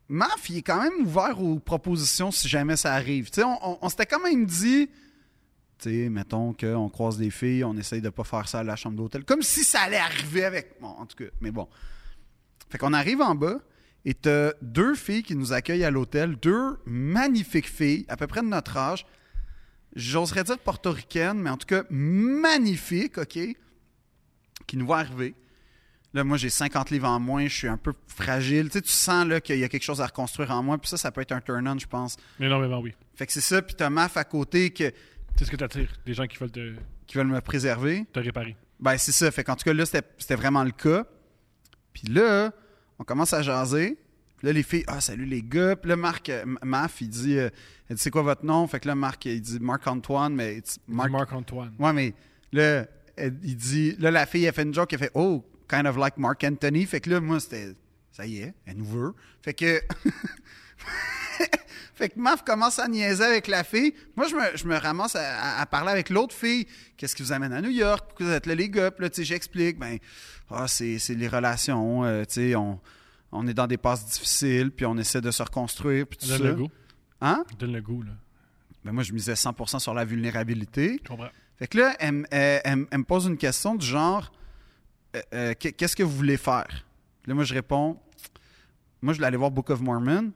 Speaker 2: Maf, il est quand même ouvert aux propositions si jamais ça arrive. Tu sais, on, on- on s'était quand même dit. Tu sais, mettons qu'on croise des filles, on essaye de pas faire ça à la chambre d'hôtel. Comme si ça allait arriver avec. Bon, en tout cas, mais bon. Fait qu'on arrive en bas et t'as deux filles qui nous accueillent à l'hôtel, deux magnifiques filles, à peu près de notre âge. J'oserais dire portoricaines, mais en tout cas magnifiques, OK, qui nous voient arriver. Là, moi, j'ai 50 livres en moins, je suis un peu fragile. Tu sais, tu sens là, qu'il y a quelque chose à reconstruire en moi, puis ça, ça peut être un turn-on, je pense.
Speaker 1: Mais non, mais ben oui.
Speaker 2: Fait que c'est ça, puis t'as Maf à côté que-
Speaker 1: C'est ce que tu attires. Des gens qui veulent te,
Speaker 2: qui veulent me préserver.
Speaker 1: te réparer.
Speaker 2: Ben, c'est ça. Fait qu'en tout cas, là, c'était c'était vraiment le cas. Puis là, on commence à jaser. Puis là, les filles, ah, salut les gars. Puis là, Marc, euh, M- Maf, il dit, euh, elle dit, c'est quoi votre nom? Fait que là, Marc, il dit Marc-Antoine, mais it's Marc.
Speaker 1: Marc-Antoine.
Speaker 2: Ouais, mais là, elle- il dit, là, la fille, elle fait une joke, elle fait, oh, kind of like Marc Anthony. Fait que là, moi, c'était, ça y est, elle nous veut. Fait que. Fait que Maf commence à niaiser avec la fille. Moi, je me, je me ramasse à, à- à parler avec l'autre fille. Qu'est-ce qui vous amène à New York? Pourquoi vous êtes là, les gars? Puis là, tu sais, j'explique. Ben, ah, c'est c'est les relations. euh, tu sais, on, on est dans des passes difficiles, puis on essaie de se reconstruire, puis tout
Speaker 1: Donne
Speaker 2: ça.
Speaker 1: le goût.
Speaker 2: Hein?
Speaker 1: Donne le goût, là.
Speaker 2: Ben, moi, je misais 100 sur la vulnérabilité.
Speaker 1: Je comprends.
Speaker 2: Fait que là, elle, me- elle- elle me- elle me pose une question du genre euh, euh, qu'est- Qu'est-ce que vous voulez faire Puis Là, moi, je réponds Moi, je voulais aller voir Book of Mormon.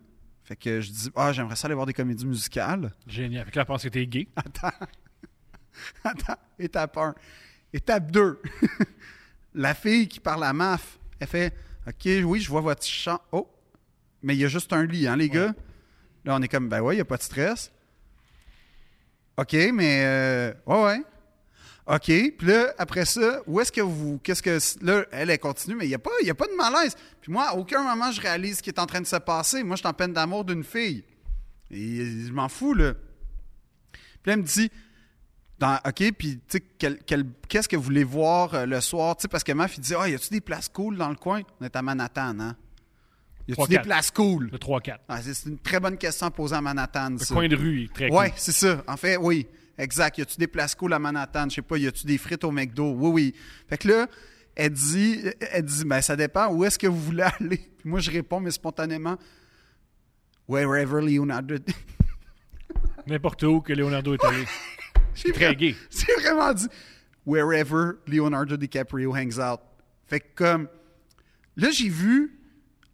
Speaker 2: Fait que je dis Ah, j'aimerais ça aller voir des comédies musicales.
Speaker 1: Génial. Fait que là, elle pense que t'es gay.
Speaker 2: Attends, étape 1. Étape 2. La fille qui parle à MAF, elle fait OK, oui, je vois votre champ. Oh, mais il y a juste un lit, hein, les gars. Là, on est comme Ben ouais, il n'y a pas de stress. OK, mais. euh, ouais, ouais. OK. Puis là, après ça, où est-ce que vous. Qu'est-ce que. Là, elle, elle continue, mais il n'y a, pas- il y a pas de malaise. Puis moi, à aucun moment, je réalise ce qui est en train de se passer. Moi, je suis en peine d'amour d'une fille. Et je m'en fous, là. Puis là, elle me dit dans OK, puis tu sais, quel- quel- qu'est-ce que vous voulez voir euh, le soir? Tu sais, parce que Maf, il disait, ah, y a-tu des places cool dans le coin? On est à Manhattan, hein? Y
Speaker 1: Trois,
Speaker 2: a-tu des
Speaker 1: quatre.
Speaker 2: places cool?
Speaker 1: Le 3-4.
Speaker 2: Ah, c'est c'est une très bonne question à poser à Manhattan,
Speaker 1: Le
Speaker 2: ça.
Speaker 1: coin de rue il est très
Speaker 2: Ouais,
Speaker 1: cool.
Speaker 2: c'est ça. En fait, oui. Exact. Y a-tu des places cool à Manhattan? Je sais pas. Y a-tu des frites au McDo? Oui, oui. Fait que là, elle dit, elle dit, ben, ça dépend. Où est-ce que vous voulez aller? Puis moi, je réponds, mais spontanément, wherever Leonardo.
Speaker 1: N'importe où que Leonardo est allé.
Speaker 2: J'ai
Speaker 1: très gay.
Speaker 2: C'est vraiment dit, wherever Leonardo DiCaprio hangs out. Fait que comme, là, j'ai vu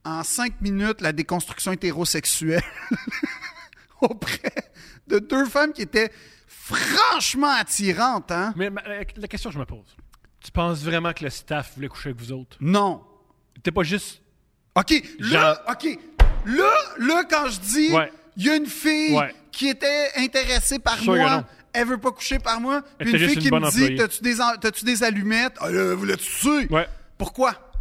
Speaker 2: en cinq minutes la déconstruction hétérosexuelle auprès de deux femmes qui étaient franchement attirantes, hein?
Speaker 1: Mais ma- la la question que je me pose, tu penses vraiment que le staff voulait coucher avec vous autres?
Speaker 2: Non.
Speaker 1: T'es pas juste.
Speaker 2: OK, là, OK. Là, là, quand je dis, il
Speaker 1: Ouais.
Speaker 2: y a une fille
Speaker 1: Ouais.
Speaker 2: qui était intéressée par
Speaker 1: Sûr que non.
Speaker 2: moi, elle veut pas coucher par moi,
Speaker 1: Elle
Speaker 2: puis une
Speaker 1: était
Speaker 2: fille
Speaker 1: juste
Speaker 2: qui
Speaker 1: une
Speaker 2: me
Speaker 1: bonne
Speaker 2: dit,
Speaker 1: employée.
Speaker 2: t'as-tu des, en- t'as-tu des allumettes? Ah, là, voulais-tu tuer?
Speaker 1: Ouais.
Speaker 2: Pourquoi?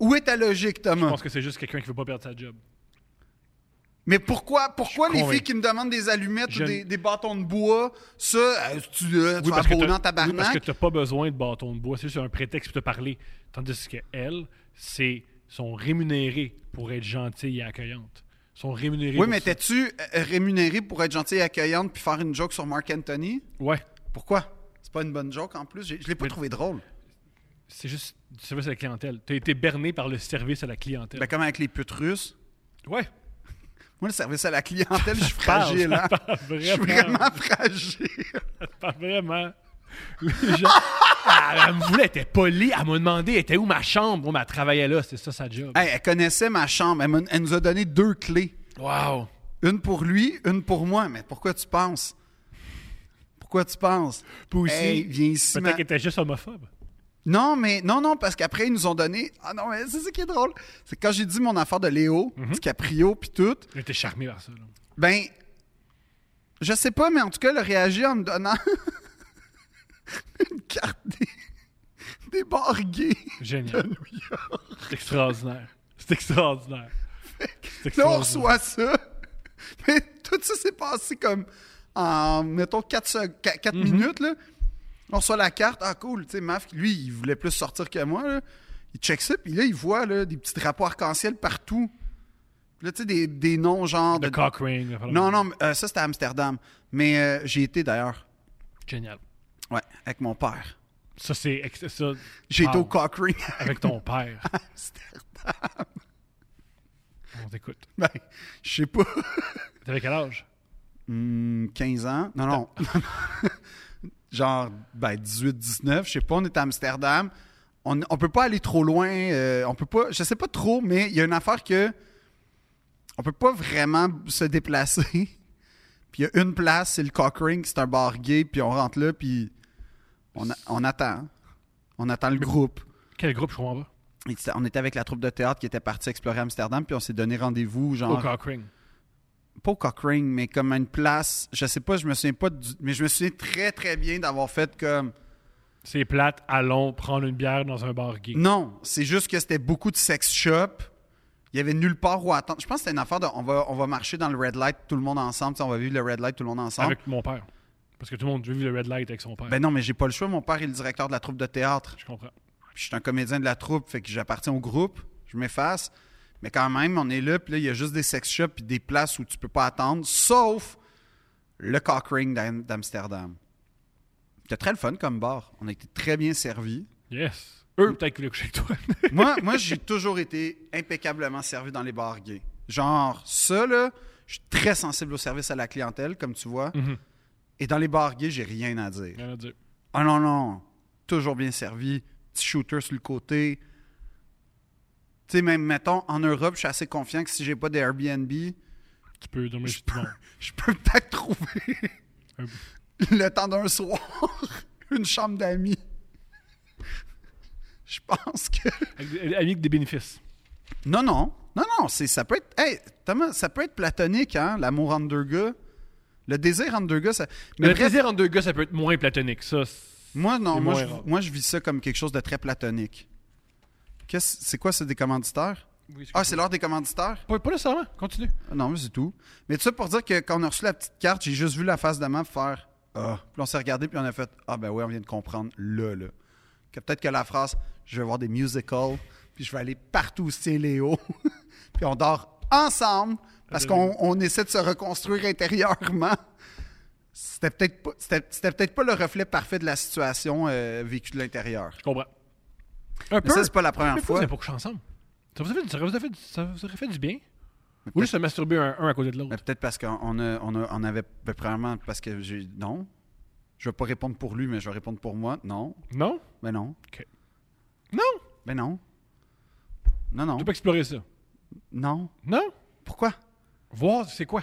Speaker 2: Où est ta logique,
Speaker 1: Je
Speaker 2: Thomas?
Speaker 1: pense que c'est juste quelqu'un qui veut pas perdre sa job.
Speaker 2: Mais pourquoi, pourquoi les
Speaker 1: convaincu.
Speaker 2: filles qui me demandent des allumettes
Speaker 1: Je-
Speaker 2: ou des, des bâtons de bois, ça, euh, tu, euh, tu vas
Speaker 1: que
Speaker 2: abonner en
Speaker 1: t'as- oui, parce que
Speaker 2: tabarnak?
Speaker 1: t'as pas besoin de bâton de bois, c'est juste un prétexte pour te parler. Tandis que elles, c'est sont rémunérées pour être gentilles et accueillantes. Sont rémunérées.
Speaker 2: Oui,
Speaker 1: pour
Speaker 2: mais
Speaker 1: ça.
Speaker 2: t'es-tu euh, rémunéré pour être gentille et accueillante puis faire une joke sur Mark Anthony?
Speaker 1: Ouais.
Speaker 2: Pourquoi? C'est pas une bonne joke en plus. J'ai- Je l'ai pas
Speaker 1: Mais-
Speaker 2: trouvé drôle.
Speaker 1: C'est juste du service à la clientèle. T'as été berné par le service à la clientèle.
Speaker 2: Ben, comme avec les putes russes.
Speaker 1: Ouais.
Speaker 2: Moi, le service à la clientèle, je suis
Speaker 1: parle,
Speaker 2: fragile.
Speaker 1: Ah, ça
Speaker 2: hein.
Speaker 1: parle
Speaker 2: Je suis
Speaker 1: vraiment.
Speaker 2: vraiment fragile.
Speaker 1: Pas vraiment. Les gens- Ah, elle me voulait, elle était polie. Elle m'a demandé, elle était où ma chambre? Bon, ben, elle travaillait là, c'est ça sa job.
Speaker 2: Hey, elle connaissait ma chambre. Elle, m'a- elle nous a donné deux clés.
Speaker 1: Wow.
Speaker 2: Une pour lui, une pour moi. Mais pourquoi tu penses? Pourquoi tu penses?
Speaker 1: Puis aussi,
Speaker 2: Hey, viens ici.
Speaker 1: peut-être
Speaker 2: ma-
Speaker 1: qu'elle était juste homophobe.
Speaker 2: Non, mais non, non, parce qu'après, ils nous ont donné. Ah non, mais c'est ça qui est drôle. C'est que quand j'ai dit mon affaire de Léo,
Speaker 1: Mhm.
Speaker 2: DiCaprio, puis tout,
Speaker 1: J'étais charmé par ça. là.
Speaker 2: ben, je sais pas, mais en tout cas, elle a réagi en me donnant une carte des, des bars gays.
Speaker 1: Génial. C'est extraordinaire. C'est extraordinaire. C'est
Speaker 2: Là,
Speaker 1: extraordinaire.
Speaker 2: on reçoit ça. Mais tout ça s'est passé comme en, mettons, 4, minutes. Là. On reçoit la carte. Ah, cool. Tu sais, Maf, lui, il voulait plus sortir que moi. là. Il check ça, puis là, il voit là, des petits drapeaux arc-en-ciel partout. Puis Là, tu sais, des, des noms genre...
Speaker 1: Le
Speaker 2: De...
Speaker 1: cock ring. là,
Speaker 2: Non,
Speaker 1: voilà.
Speaker 2: non, mais, euh, ça, c'était à Amsterdam. Mais euh, j'y étais, d'ailleurs.
Speaker 1: Génial.
Speaker 2: Ouais, avec mon père.
Speaker 1: Ça, c'est. ex- ça-
Speaker 2: J'ai été
Speaker 1: Wow.
Speaker 2: au Cochrane
Speaker 1: Avec ton père.
Speaker 2: à Amsterdam.
Speaker 1: On t'écoute.
Speaker 2: Ben, je sais pas.
Speaker 1: T'avais quel âge?
Speaker 2: Hmm, 15 ans. Non, non. Genre, ben, 18, 19. Je sais pas, on est à Amsterdam. On, on peut pas aller trop loin. euh, on peut pas. Je sais pas trop, mais il y a une affaire que. On peut pas vraiment se déplacer. puis il y a une place, c'est le Cochrane, c'est un bar gay, puis on rentre là, puis on, a- on attend. On attend le groupe.
Speaker 1: Quel groupe je comprends pas?
Speaker 2: Et c'était- On était avec la troupe de théâtre qui était partie explorer Amsterdam, puis on s'est donné rendez-vous, genre
Speaker 1: Au cock ring.
Speaker 2: pas au Cochrane, mais comme à une place, je sais pas, je me souviens pas du- mais je me souviens très très bien d'avoir fait comme
Speaker 1: C'est plate, allons prendre une bière dans un bar gay.
Speaker 2: non, c'est juste que c'était beaucoup de sex shop. Il y avait nulle part où attendre. Je pense que c'était une affaire de on va on va marcher dans le red light tout le monde ensemble, tu sais, on va vivre le red light tout le monde ensemble.
Speaker 1: Avec mon père. Parce que tout le monde veut vivre le red light avec son père.
Speaker 2: Ben non, mais j'ai pas le choix, mon père est le directeur de la troupe de théâtre.
Speaker 1: Je comprends.
Speaker 2: Puis je suis un comédien de la troupe, fait que j'appartiens au groupe, je m'efface. Mais quand même, on est là, puis là, il y a juste des sex shops puis des places où tu peux pas attendre, sauf le Cockring d'Am- d'Amsterdam. C'était très le fun comme bar. On a été très bien servi.
Speaker 1: Yes. Eux, peut-être qu'ils voulaient coucher avec toi.
Speaker 2: moi, moi j'ai toujours été impeccablement servi dans les bars gays. Genre, ça, là, je suis très sensible au service à la clientèle, comme tu vois.
Speaker 1: Mhm.
Speaker 2: Et dans les bars gays, j'ai rien à dire.
Speaker 1: Rien à dire.
Speaker 2: Ah non, non. Toujours bien servi. Petit shooter sur le côté. Tu sais, même, mettons, en Europe, je suis assez confiant que si j'ai pas des Airbnb,
Speaker 1: Tu peux dormir chez tout le monde.
Speaker 2: je peux peut-être trouver
Speaker 1: Un-
Speaker 2: le temps d'un soir une chambre d'amis. Je pense que.
Speaker 1: Avec des- avec des bénéfices.
Speaker 2: Non, non. Non, non. c'est- Ça peut être. Hey, Thomas, ça peut être platonique, hein, l'amour entre deux gars. Le désir entre deux gars, ça. Mais
Speaker 1: le
Speaker 2: bref,
Speaker 1: plaisir entre deux gars, ça peut être moins platonique. Ça, c'est-
Speaker 2: moi, non.
Speaker 1: c'est
Speaker 2: Moi
Speaker 1: moins
Speaker 2: je,
Speaker 1: rare.
Speaker 2: moi, je vis ça comme quelque chose de très platonique. Qu'est-ce- C'est quoi, c'est des commanditaires? Ah, c'est l'heure des commanditaires?
Speaker 1: pas, pas nécessairement. Continue.
Speaker 2: Non, mais c'est tout. Mais tout ça pour dire que quand on a reçu la petite carte, j'ai juste vu la face d'Amand faire Ah. Puis on s'est regardé, puis on a fait Ah, ben ouais, on vient de comprendre là, là. Que peut-être que la phrase Je vais voir des musicals, puis je vais aller partout où c'est Léo. puis on dort ensemble parce qu'on on essaie de se reconstruire intérieurement. C'était peut-être pas, c'était, c'était peut-être pas le reflet parfait de la situation euh, vécue de l'intérieur.
Speaker 1: Je comprends. Un
Speaker 2: Mais ça, c'est pas la première
Speaker 1: Mais pourquoi
Speaker 2: fois.
Speaker 1: vous n'avez pas couché ensemble? Ça vous aurait fait, du- ça vous aurait fait, du- ça vous aurait fait du bien? Ou juste se masturber un, un à côté de l'autre?
Speaker 2: Mais peut-être parce qu'on on a- on a- on avait. ben, premièrement, parce que j'ai. Non. Je vais pas répondre pour lui, mais je vais répondre pour moi. Non.
Speaker 1: Non?
Speaker 2: Ben non.
Speaker 1: Non!
Speaker 2: Ben non. Non, non.
Speaker 1: Tu pas explorer ça.
Speaker 2: Non.
Speaker 1: Non?
Speaker 2: Pourquoi?
Speaker 1: Voir, c'est quoi?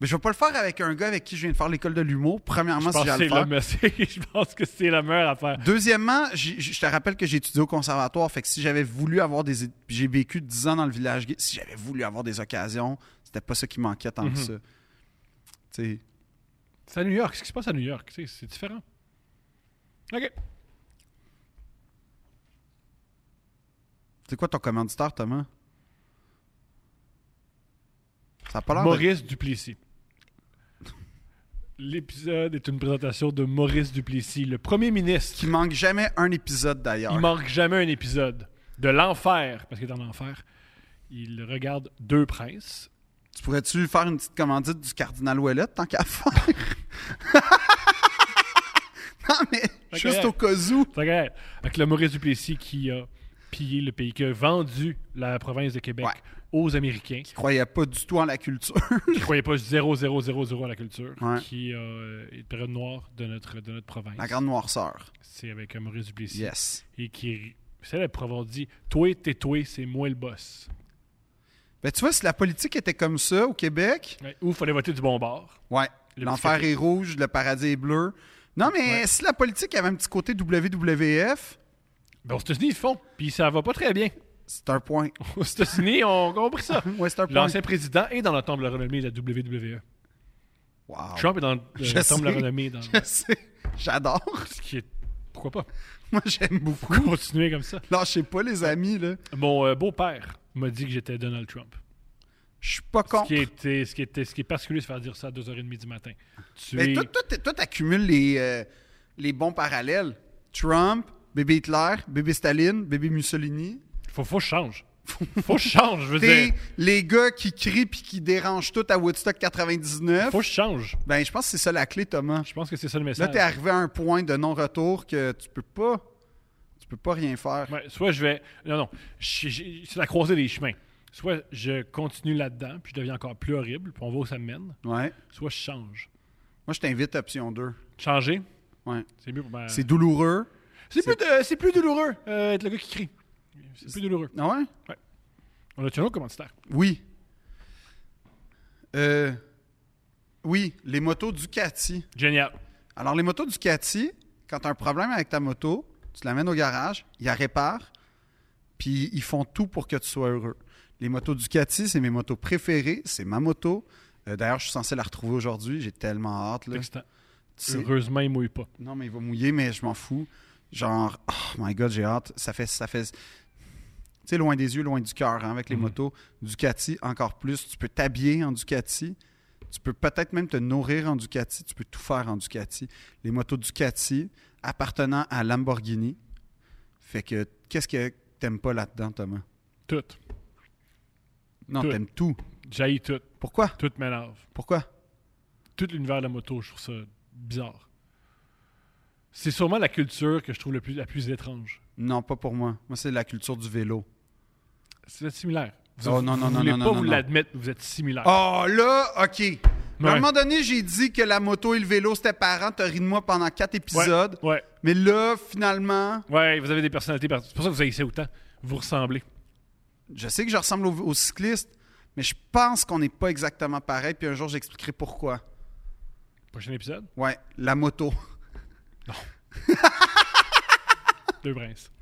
Speaker 2: Mais je vais pas le faire avec un gars avec qui je viens de faire l'école de l'humour. Premièrement,
Speaker 1: Je pense,
Speaker 2: si
Speaker 1: que
Speaker 2: j'allais
Speaker 1: c'est
Speaker 2: le
Speaker 1: la
Speaker 2: faire.
Speaker 1: me- je pense que c'est la meilleure affaire.
Speaker 2: Deuxièmement, j'ai- je te rappelle que j'ai étudié au conservatoire. Fait que si j'avais voulu avoir des. é- J'ai vécu 10 ans dans le village gay. Si j'avais voulu avoir des occasions, c'était pas ça qui m'inquiète tant
Speaker 1: Mm-hmm.
Speaker 2: que ça. Tu sais.
Speaker 1: C'est à New York. Qu'est-ce qui se passe à New York? C'est, c'est différent. OK.
Speaker 2: C'est quoi ton commanditeur, Thomas? Ça a pas l'air. de-
Speaker 1: Maurice Duplessis. L'épisode est une présentation de Maurice Duplessis, le premier ministre.
Speaker 2: Qui manque jamais un épisode d'ailleurs.
Speaker 1: Il manque jamais un épisode de l'enfer, parce qu'il est en enfer. Il regarde deux princes.
Speaker 2: Tu pourrais-tu faire une petite commandite du cardinal Ouellet tant qu'à faire? non, mais juste
Speaker 1: correct.
Speaker 2: au cas où.
Speaker 1: Ça regarde. Avec le Maurice Duplessis qui a pillé le pays, qui a vendu la province de Québec aux Américains.
Speaker 2: Je croyais pas du tout en la culture.
Speaker 1: qui croyait pas 0, 0, 0, 0 à la culture,
Speaker 2: Ouais.
Speaker 1: qui euh, est une période noire de notre, de notre province.
Speaker 2: la grande noirceur.
Speaker 1: C'est avec euh, Maurice Duplessis.
Speaker 2: Yes.
Speaker 1: Et qui c'est là pour avoir dit Toi, t'es toi, c'est moi le boss.
Speaker 2: Ben, tu vois, si la politique était comme ça au Québec,
Speaker 1: Ouais. Ou fallait voter du bon bord.
Speaker 2: ouais,
Speaker 1: Le
Speaker 2: l'enfer
Speaker 1: biscuit.
Speaker 2: est rouge, le paradis est bleu. Non, mais
Speaker 1: Ouais.
Speaker 2: si la politique avait un petit côté WWF,
Speaker 1: Ben, aux États-Unis, ils le font. Puis ça va pas très bien.
Speaker 2: c'est un point.
Speaker 1: Aux États-Unis, on a compris ça.
Speaker 2: Ouais, c'est un point.
Speaker 1: L'ancien président est dans l'ensemble de la renommée de la WWE.
Speaker 2: Wow.
Speaker 1: Trump est dans le-
Speaker 2: Je
Speaker 1: l'ensemble de la
Speaker 2: sais.
Speaker 1: renommée. Dans,
Speaker 2: Je sais. J'adore.
Speaker 1: ce qui est, pourquoi pas
Speaker 2: Moi, j'aime beaucoup.
Speaker 1: continuer comme ça?
Speaker 2: Lâchez pas, les amis, là.
Speaker 1: Mon euh, beau-père m'a dit que j'étais Donald Trump.
Speaker 2: Je suis pas
Speaker 1: Ce
Speaker 2: contre.
Speaker 1: qui, était, ce, qui était, ce qui est particulier, c'est faire dire ça à 2h30 du matin. Tu
Speaker 2: Mais
Speaker 1: es-
Speaker 2: toi, toi, t'es- toi, t'accumules les, euh, les bons parallèles. Trump, bébé Hitler, bébé Staline, bébé Mussolini.
Speaker 1: faut, faut que je change. Faut que je change, je veux
Speaker 2: T'es
Speaker 1: dire.
Speaker 2: les gars qui crient puis qui dérangent tout à Woodstock 99.
Speaker 1: Faut que je change.
Speaker 2: Ben, je pense que c'est ça la clé, Thomas.
Speaker 1: Je pense que c'est ça le
Speaker 2: Là,
Speaker 1: message.
Speaker 2: t'es arrivé à un point de non-retour que tu peux pas... Tu peux pas rien faire.
Speaker 1: Ouais, soit je vais. Non, non. Je- je- C'est la croisée des chemins. Soit je continue là-dedans, puis je deviens encore plus horrible, puis on voit où ça me mène.
Speaker 2: Ouais.
Speaker 1: Soit je change.
Speaker 2: Moi, je t'invite à option 2.
Speaker 1: Changer,
Speaker 2: Ouais.
Speaker 1: c'est mieux pour ma-
Speaker 2: C'est douloureux.
Speaker 1: C'est plus, de- c'est plus douloureux euh, être le gars qui crie. C'est plus douloureux.
Speaker 2: Ah ouais?
Speaker 1: On a tué un autre commanditaire.
Speaker 2: Oui. Euh, oui, les motos Ducati.
Speaker 1: Génial.
Speaker 2: Alors, les motos Ducati, quand tu as un problème avec ta moto, tu l'amènes au garage, ils la réparent, puis ils font tout pour que tu sois heureux. Les motos Ducati, c'est mes motos préférées, c'est ma moto. Euh, D'ailleurs, je suis censé la retrouver aujourd'hui, j'ai tellement hâte.
Speaker 1: C'est
Speaker 2: là.
Speaker 1: excitant.
Speaker 2: C'est-
Speaker 1: Heureusement, il mouille pas.
Speaker 2: Non, mais il va mouiller, mais je m'en fous. Genre, oh my god, j'ai hâte. Ça fait. Ça fait... Tu sais, loin des yeux, loin du cœur, hein, avec les
Speaker 1: Mhm.
Speaker 2: motos. Ducati, encore plus. Tu peux t'habiller en Ducati. Tu peux peut-être même te nourrir en Ducati. Tu peux tout faire en Ducati. Les motos Ducati appartenant à Lamborghini. Fait que, qu'est-ce que t'aimes pas là-dedans, Thomas?
Speaker 1: Tout.
Speaker 2: Non,
Speaker 1: Tout.
Speaker 2: t'aimes tout.
Speaker 1: J'haïs tout.
Speaker 2: Pourquoi?
Speaker 1: Tout m'énerve.
Speaker 2: Pourquoi?
Speaker 1: tout l'univers de la moto, je trouve ça bizarre. C'est sûrement la culture que je trouve le plus, la plus étrange.
Speaker 2: Non, pas pour moi. Moi, c'est la culture du vélo.
Speaker 1: C'est similaire. Vous,
Speaker 2: Oh, non,
Speaker 1: vous
Speaker 2: non, non,
Speaker 1: voulez
Speaker 2: non,
Speaker 1: pas
Speaker 2: non,
Speaker 1: vous
Speaker 2: non.
Speaker 1: l'admettre, vous êtes similaire.
Speaker 2: Oh là, OK. À un
Speaker 1: Ouais.
Speaker 2: moment donné, j'ai dit que la moto et le vélo, c'était parent. T'as ri de moi pendant quatre
Speaker 1: ouais,
Speaker 2: épisodes.
Speaker 1: Ouais,
Speaker 2: Mais là, finalement,
Speaker 1: ouais, vous avez des personnalités particulières. C'est pour ça que vous haïssez autant. Vous ressemblez.
Speaker 2: je sais que je ressemble aux au cyclistes, mais je pense qu'on n'est pas exactement pareil. Puis un jour, j'expliquerai pourquoi.
Speaker 1: Prochain épisode,
Speaker 2: Ouais, la moto.
Speaker 1: deux princes.